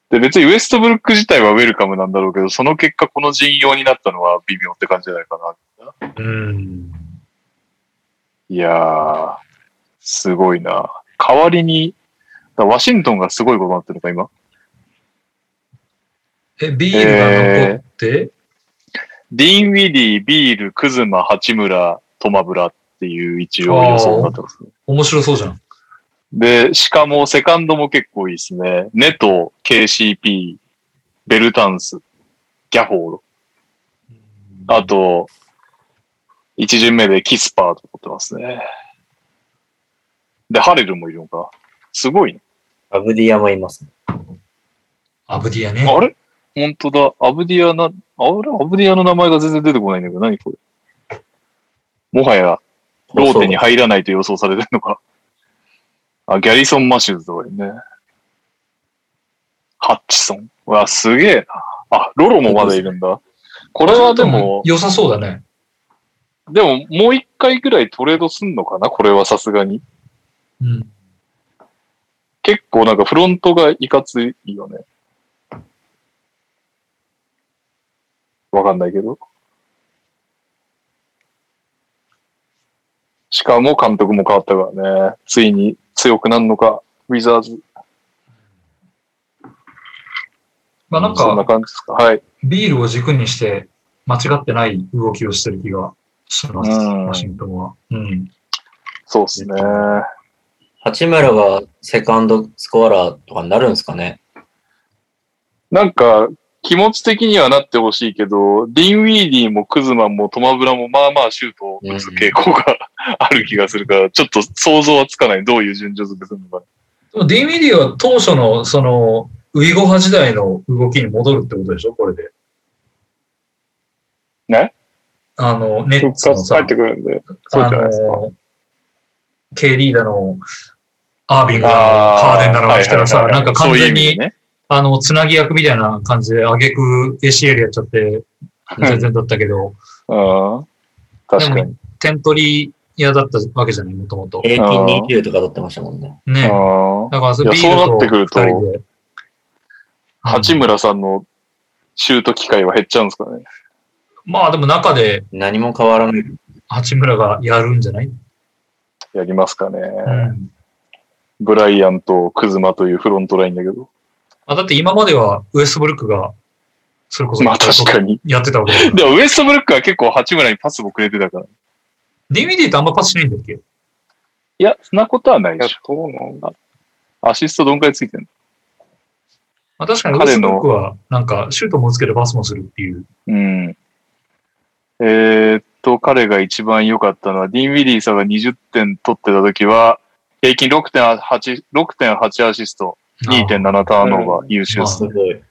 で、別にウエストブルック自体はウェルカムなんだろうけど、その結果この陣容になったのは微妙って感じじゃないかな。
うん。
いやー、すごいな。代わりに、だワシントンがすごいことになってるのか、今。
え、ビールが残って、
ディーン・ウィディ、ビール、クズマ、八村、トマブラっていう一応予想になってますね。
面白そうじゃん。
で、しかもセカンドも結構いいですね。ネト、KCP、ベルタンス、ギャホード。あと、一巡目でキスパーと思ってますね。で、ハレルもいるのか。すごいね。
アブディアもいます、ね。
アブディアね。
あれ本当だ。アブディアな、あれアブディアの名前が全然出てこないんだけど、何これ。もはや、ローテに入らないと予想されてるのか。あ、ギャリソン・マシューズとかいるね。ハッチソン。うわ、すげえな。あ、ロロもまだいるんだ。これはでも、
良さそうだね。
でももう一回ぐらいトレードすんのかなこれはさすがに。
うん。
結構なんかフロントがいかついよね。わかんないけど。しかも監督も変わったからね。ついに強くなるのか、ウィザーズ。
まあなん
そんな
か、
感じですか。はい。
ビールを軸にして、間違ってない動きをしてる気がします、
うん
ワシントンは。うん。
そうですね。
八村がセカンドスコアラーとかになるんですか ね。
なんか、気持ち的にはなってほしいけど、ディンウィーディーもクズマンもトマブラもまあまあシュートを打つ傾向が ある気がするから、ちょっと想像はつかない。どういう順序付けするのか。
でもディンウィディは当初の、その、ウイゴハ時代の動きに戻るってことでしょこれで。
ね
あの、ネッ
復
ツの
活
さ、
帰ってくるんで、そう
あ
じゃないですか
の、KD だの、アービングだの、
あ
ハー
ー
デンだのが来たらさ、
はいはいは
ないんか完全
そういう意
に
味でね
あの、つなぎ役みたいな感じで、あげく ACL やっちゃって、全然だったけど、
うん。確かに。
点取り屋だったわけじゃない、もともと。
平均20とか取ってましたもんね。
ね。
うん
だからそれ
いやそうなってくると
ビール二人で
八村さんのシュート機会は減っちゃうんですかね。
まあでも中で
何も変わらない。
八村がやるんじゃない、
やりますかね。
うん
ブライアンとクズマというフロントラインだけど。
あだって今まではウエストブルックが、それこそ
まあ確かに。
やってたわけだから。
でもウエストブルックは結構八村にパスもくれてたから。い
ディミディってあんまパスしないんだっけ
や、そんなことはない
いや
でしょ。、
どうなんだ
アシストどんくらいついてん
まあ確かにウエストブルックは、なんかシュートも打つけどパスもするっていう。
のうん。えーっと、彼が一番良かったのは、ディン・ウィリーさんが20点取ってた時は、平均6.8、6.8アシスト、2.7ターンオーバー、優秀です
すごい。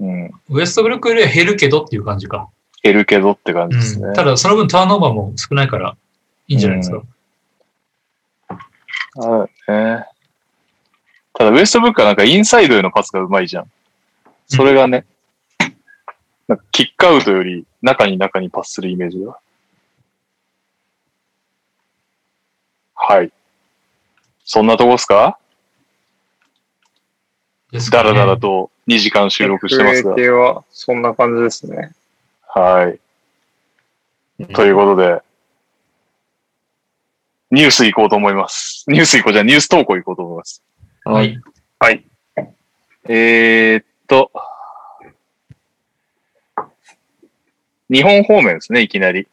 うん。
ウエストブルックよりは減るけどっていう感じか。
減るけどって感じですね。
うん、ただ、その分ターンオーバーも少ないから、いいんじゃないですか。
うあるね。ただ、ウエストブルックはなんかインサイドへのパスがうまいじゃん。それがね、なんかキックアウトより中に中にパスするイメージが。はい。そんなとこっすか
ですか
だ
ね
らだらと2時間収録してますが
FA。系はそんな感じですね。
はい。ということで、ニュース行こうと思います。ニュース行こうじゃん、ニュース投稿行こうと思います。
は
はいい。
えーっと、日本方面ですね、いきなり。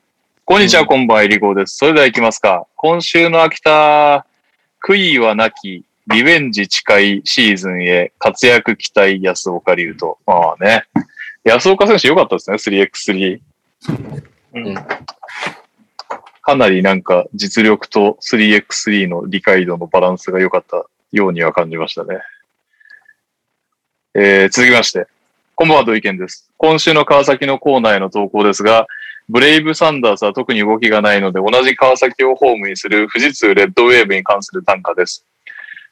こんにちは、こんばんは、えりごです。それでは行きますか。今週の秋田、悔いはなき、リベンジ近いシーズンへ、活躍期待、安岡龍と。まあね。安岡選手良かったですね、3x3。
ん
かなりなんか実力と 3x3 の理解度のバランスが良かったようには感じましたね。えー続きまして、こんばんは、土井健です。今週の川崎のコーナーへの投稿ですが、ブレイブサンダースは特に動きがないので、同じ川崎をホームにする富士通レッドウェーブに関する単価です。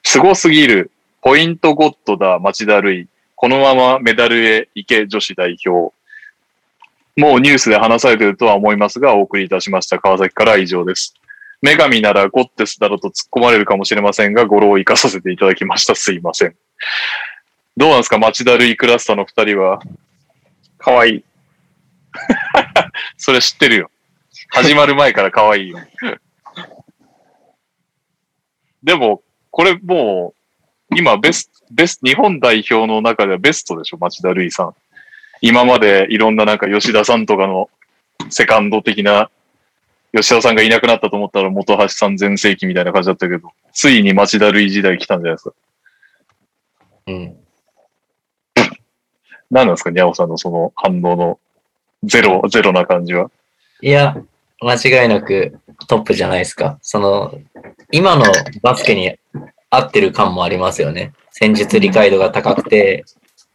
凄すぎる、ポイントゴッドだ、町田類、このままメダルへ行け女子代表。もうニュースで話されているとは思いますが、お送りいたしました川崎からは以上です。女神ならゴッテスだろと突っ込まれるかもしれませんが、ご老生かさせていただきました。すいません。どうなんですか町田類クラスターの二人は。
かわいい。
それ知ってるよ。始まる前から可愛いよ。でも、これもう、今ベスト、ベスト、日本代表の中ではベストでしょ、町田瑠唯さん。今までいろんななんか吉田さんとかのセカンド的な、吉田さんがいなくなったと思ったら元橋さん全盛期みたいな感じだったけど、ついに町田瑠唯時代来たんじゃないですか。
うん。
何なんですか、にゃおさんのその反応のゼロ、ゼロな感じは。
いや、間違いなくトップじゃないですか。その、今のバスケに合ってる感もありますよね。戦術理解度が高くて、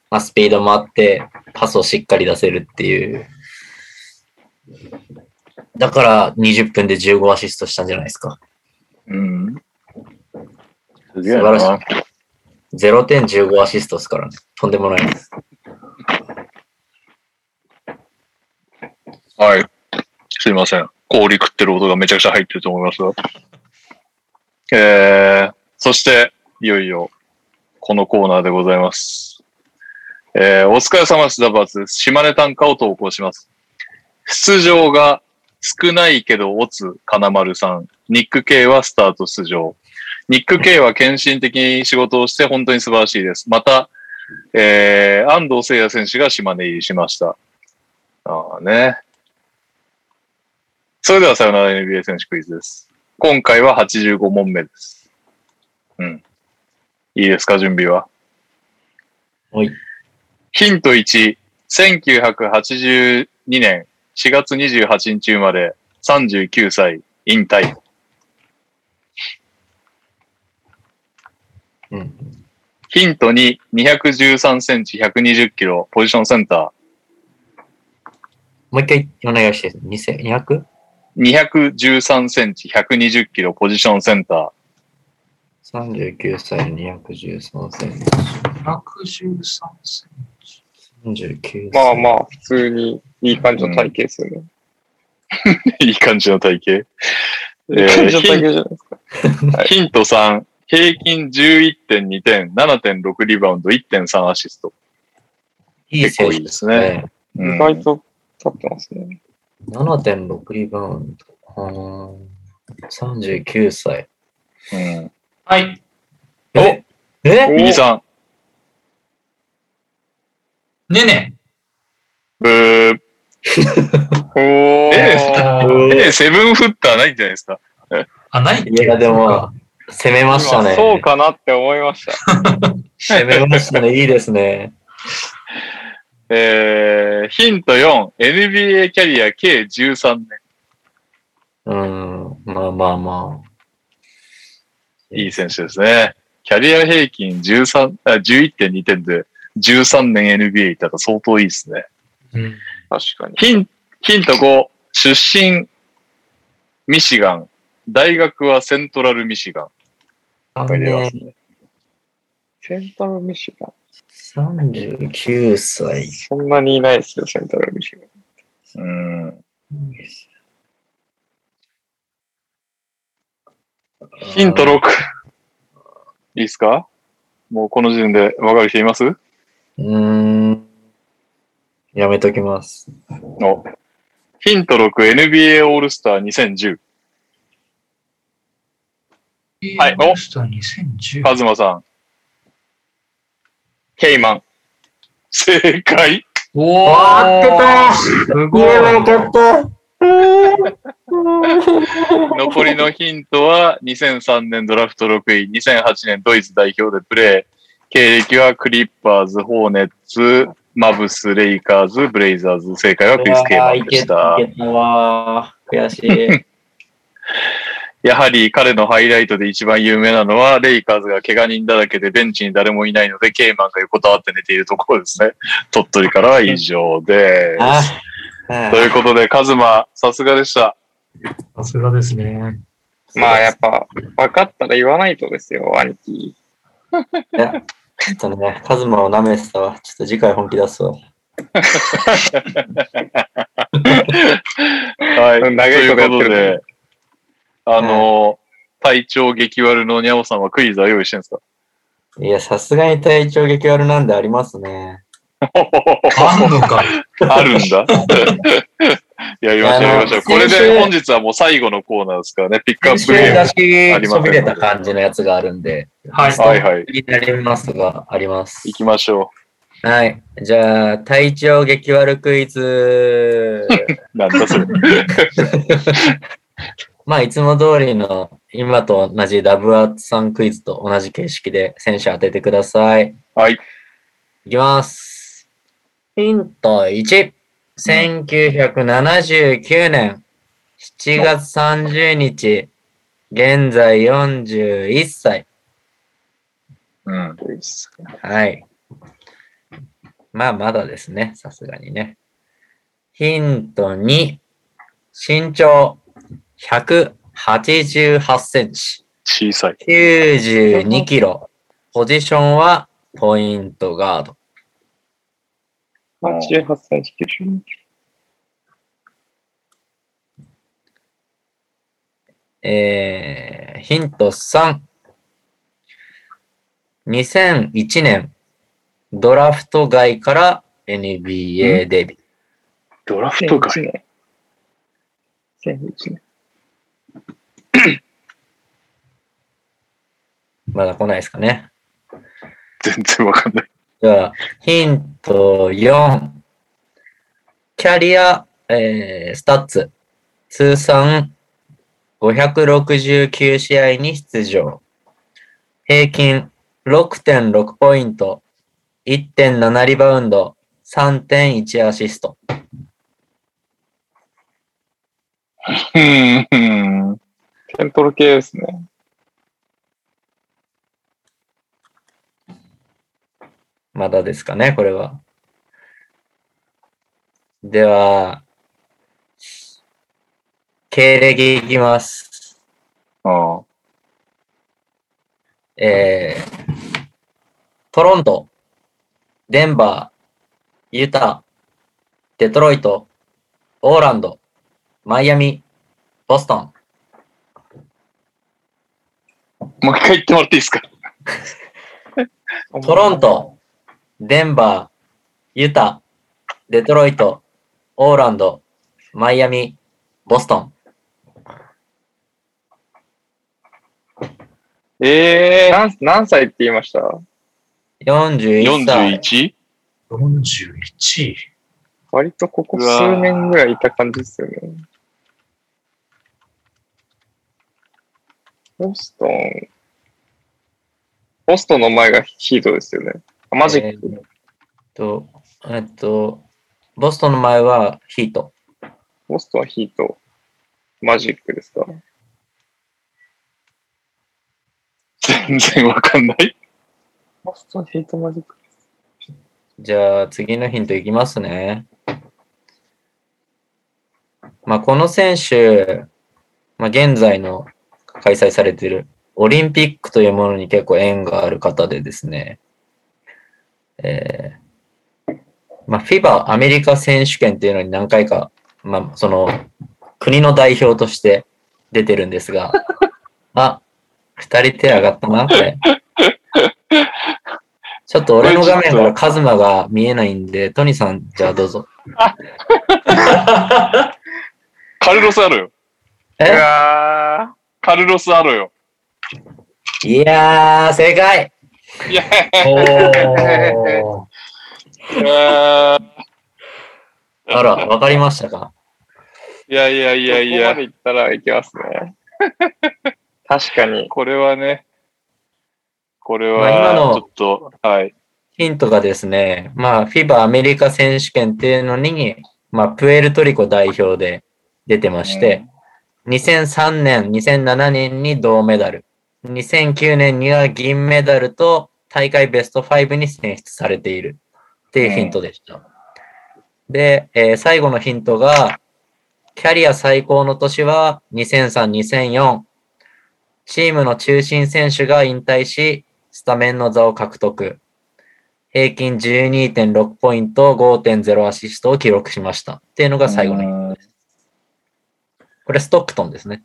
まあ、スピードもあって、パスをしっかり出せるっていう。だから20分で15アシストしたんじゃないですか。
うん。素
素晴らしい。0点15アシストですからね。とんでもないです。
はい。すいません。氷食ってる音がめちゃくちゃ入ってると思いますが。えー、そして、いよいよ、このコーナーでございます。えー、お疲れ様です。ダバーツです。島根短歌を投稿します。出場が少ないけど、オツ、金丸さん。ニック K はスタート出場。ニック K は献身的に仕事をして本当に素晴らしいです。また、えー、安藤聖也選手が島根入りしました。ああね。それではさよなら NBA 選手クイズです。今回は85問目です。うん。いいですか、準備は。
はい。
ヒント1、1982年4月28日生まれ、39歳、引退。
うん。
ヒント2、213センチ、120キロ、ポジションセンタ
もう一回お願いして、2200?
ー。213センチ、120キロ、ポジションセンター。
39歳213センチ。
113センチ。
39歳。
まあまあ、普通にいい感じの体型ですよね。
いい感じの体型。え
いい感じ
ーヒン
の体型じゃないですか。
ヒント3、平均11.2点、7.6リバウンド、1.3アシスト。
いい
結
選
構い
手
い
で
ですす
ね
ね。。うん
意外と立ってますね。
7.6リバウンド。うーん39歳。
うん
はい。
ええ
右さん、
ねね。
ブー。
おー。
あー
えー、セブンフッターないんじゃないですか。
あ、ないっけ
いやでも。攻めましたね。
今そうかなって思いました。
攻めましたね。いいですね。
えー、ヒント4、NBA キャリア計13年。
うん。まあまあまあ。
いい選手ですね。キャリア平均13あ11.2点で13年 NBA いたら相当いいですね。
うん
確かに。
ヒンヒント5、出身、ミシガン。大学はセントラルミシガン。
あ
入れ
の
ま
ね
すね。
センタルミシガン。
39歳。
そんなにいないですよ、センタルミシガン。
うん。ヒント6。いいですかもうこの時点でわかる人います
うーん。やめときます。
の。ヒント6、NBA オールスター2010。はいお
オースター2010。
カズマさん。
ケイマン。
正解
おおすごい。
た
残りのヒントは、2003年ドラフト6位、2008年ドイツ代表でプレー。経歴はクリッパーズ、ホーネッツ、マブス、レイカーズ、ブレイザーズ。正解はクリス・ケイマンでし
う
た
わーい。けいけたわー。悔しい。
やはり彼のハイライトで一番有名なのは、レイカーズが怪我人だらけでベンチに誰もいないので、ケイマンが横たわって寝ているところですね。鳥取からは以上で
あ
す。
あ
ということで、カズマ、さすがでした。
さすがですね。
まあやっぱ、分かったら言わないとですよ、兄貴。
ちょっとね、カズマを舐めてたわ。ちょっと次回本気出すわ。
はい。
長いことやってるね
ということで、あの、体調激悪のニャオさんはクイズは用意してるんですか
いや、さすがに体調激悪なんでありますね。
あんのか。
あるんだ。 やりましょう、やりましょう。これ
先週
で本日はもう最後のコーナーですからね、ピックア
少
ッ
し
プゲーム。
出
あり
し
ます
そびれた感じのやつがあるんで、
はい。
はいはい。
気になりますが、あります
行。きましょ
はい。じゃあ、体調激悪クイ ズ。
う。なんだ それ。
まあ、いつも通りの、今と同じダブアツさんクイズと同じ形式で選手当ててください。
はい。
いきます。ヒント1。1979年7月30日、現在41歳。
うん。
はい。まあ、まだですね。さすがにね。ヒント2。身長188センチ。
小さい。
92キロ。ポジションはポイントガード。
88センチ、92キ
えー、ヒント3。2001年、ドラフト外から NBA デビュー。
ドラフ
ロ。
ト
1
外。
年。2001年。
まだ来ないですかね。
全然わかんない。
じゃあ、ヒント4。キャリア、えースタッツ、通算569試合に出場。平均6.6ポイント、1.7リバウンド、3.1アシスト。
うん、うん。
テントル系ですね。
まだですかね、これは。では、経歴いきます。
ああ。
えー、トロント、デンバー、ユタ、デトロイト、オーランド、マイアミ、ボストン。
もう一回言ってもらっていいですか
トロント、デンバー、ユタ、デトロイト、オーランド、マイアミ、ボストン。
ええ
何、何歳って言いました
41歳。
41?
41。
割とここ
うわー
数年ぐらいいた感じですよね。ボストン。ボストンの前がヒートですよね。あマジック。
えーっと、えっと、ボストンの前はヒート。
ボストンはヒート。マジックですか
全然わかんない。
ボストンヒートマジック。
じゃあ次のヒントいきますね。まあ、この選手、まあ、現在の開催されているオリンピックというものに結構縁がある方でですね、えーまあ、FIBA アメリカ選手権っていうのに何回か、まあ、その国の代表として出てるんですが、あ、二人手上がったな、これ。ちょっと俺の画面からカズマが見えないんで、トニさん、じゃあどうぞ。
カルロスあるよ。
う
え
わ
カルロスあるよ。
いやー、正解
いや、
おー。
いや
あら、わかりましたか
いやいやい
ー
やい
ここま
や、
で行ったら行きますね。確かに。
これはね、これ
まあ今
は
の
ちょっと、はい。
ヒントがですね、まあ、FIBA アメリカ選手権っていうのに、まあ、プエルトリコ代表で出てまして、2003年、2007年に銅メダル、2009年には銀メダルと大会ベスト5に選出されているっていうヒントでした。で、えー最後のヒントが、キャリア最高の年は2003、2004、チームの中心選手が引退し、スタメンの座を獲得。平均12.6ポイント、5.0アシストを記録しました。っていうのが最後のヒント。
の。
これストックトンですね。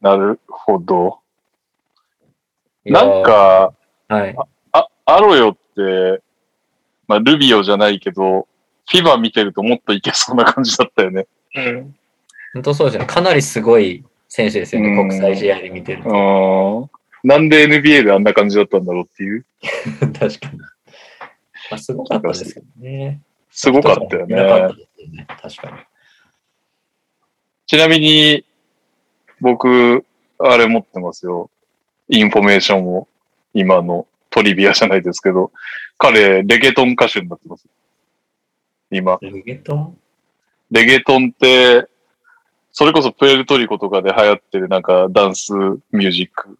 なるほど。
いやー
なん、か、
はい。
あ、アロよって、まあ、ルビオじゃないけど、フィバ見てるともっといけそうな感じだったよね。
うん。
本当そうですね。かなりすごい選手ですよね。
うん
国際試合で見てる
う
と。
ーん。なんで NBA であんな感じだったんだろうっていう。
確かに。まあ、すごかったですけどね。
すごかったよ
いなかっ
ね。
たですよね。確かに。
ちなみに、僕、あれ持ってますよ。インフォメーションを。今のトリビアじゃないですけど、彼、レゲトン歌手になってます。今。
ルゲトン
レゲトンって、それこそプエルトリコとかで流行ってるなんかダンスミュージック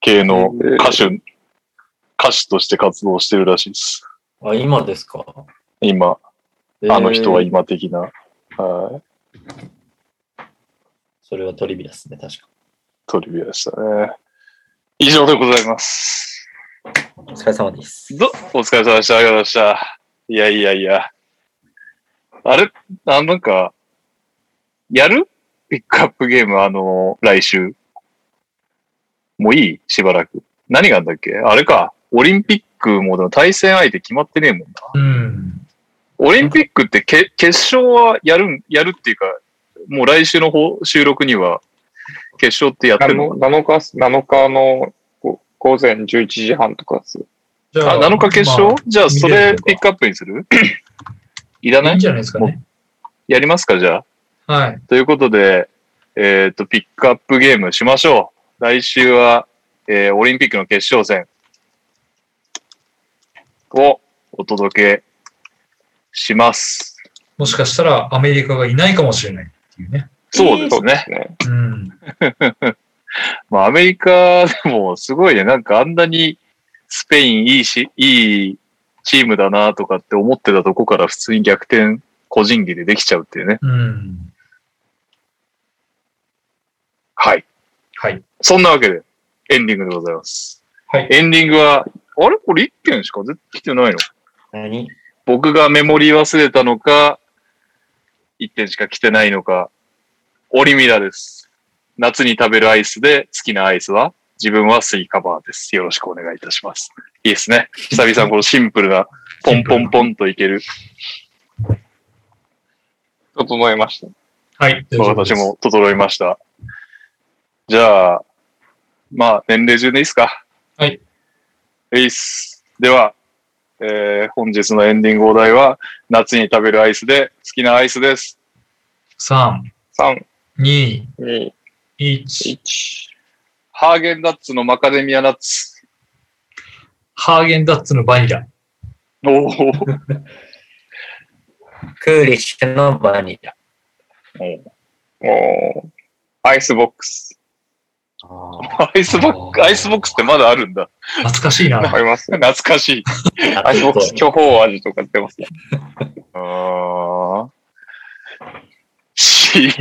系の歌手、歌手として活動してるらしいです。
あ、今ですか。
今、あの人は
えー
今的な。はい。
それはトリビアですね、確か。
トリビアでしたね。以上でございます。
お疲れ様です。
ど、お疲れ様でした。ありがとうございました。いやいやいや。あれあ、なんか、やるピックアップゲーム、あの、来週。もういいしばらく。何があんだっけあれか。オリンピックもでも対戦相手決まってねえもんな。
うん。
オリンピックってけ決勝はやるん、やるっていうか、もう来週の方収録には決勝ってやってるの
7日っす、7日のご午前11時半とかです。
じ
あ、7日決勝、
まあ
じゃあ、そ
見れ
れ
るのか
ピックアップにする いらない
い
い
んじゃないですかね。
やりますか、じゃあ。
はい。
ということで、えっ、と、ピックアップゲームしましょう。来週は、えーオリンピックの決勝戦をお届けします。
もしかしたらアメリカがいないかもしれないっていうね。
そうですね。
ね。
うん。
まあ、アメリカでもすごいね、なんかあんなにスペインいいし、いいチームだなとかって思ってたとこから普通に逆転、個人技でできちゃうっていうね。
うん。
はい。
はい。
そんなわけで、エンディングでございます。
はい。
エンディングは、あれこれ1件しか出てきてないの
何
僕がメモリー忘れたのか、1点しか来てないのか、オリミラです。夏に食べるアイスで好きなアイスは自分はスイカバーです。よろしくお願いいたします。いいですね。久々にこのシンプルな、ポンポンポンといける。
整えました。
はい。大丈夫で
私
す
も整いました。じゃあ、まあ、年齢順でいいっすか。
はい。
いいっす。では、えー本日のエンディングお題は、夏に食べるアイスで好きなアイスです。
3、
3、
2、
2、
1。
1。
ハーゲンダッツのマカデミアナッツ。
ハーゲンダッツのバニラ。
おー
クーリッシュのバニラ。
おーアイスボックス。
アイスボックス、アイスボックスってまだあるんだ。
懐かしいな。
ありますね。
懐かしい。
アイスボックス巨峰味とか出ますね。
あー。し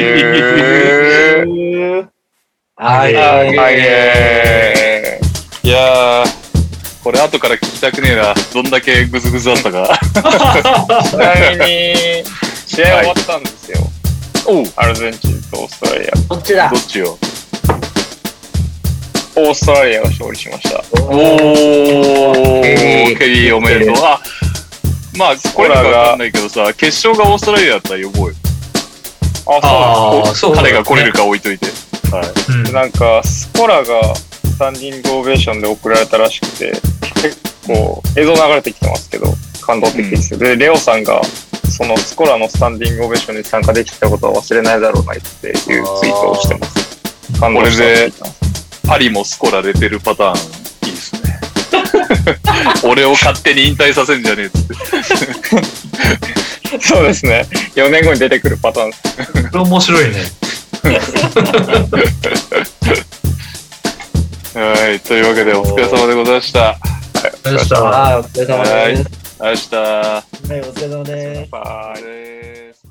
え
はい。
は
ー、はい、えー。
いやー、これ後から聞きたくねえな。どんだけグズグズだったか。
ちなみに、試合終わったんですよ。
おう
アルゼンチンとオーストラリア。
こっちだ
ど。っちよ。
オーストラリアが勝利しました。
おー、
ケリー
ケリーおめでとう。あ、まあ、これか
オラが
わかんないけどさ、決勝がオーストラリアだったら呼ぼうよ。
あ、
ああ、そうだね
彼が来れるか置いといて。はい。
うん
そうなんです。なんか、スコラがスタンディングオベーションで送られたらしくて、結構、映像流れてきてますけど、感動的ですよ。で、レオさんが、そのスコラのスタンディングオベーションに参加できたことは忘れないだろうなっていうツイートをしてます。感動したって言ってます
パリもスコラ出てるパターン、いいですね。俺を勝手に引退させんじゃねえっつって。
そうですね。4年後に出てくるパターンです。
これ面白いね。
はい、というわけでお疲れ様でございました。
ありがとうございました。
はい、お疲れ様です。
明日。
はい、お疲れ様です。
バイ
です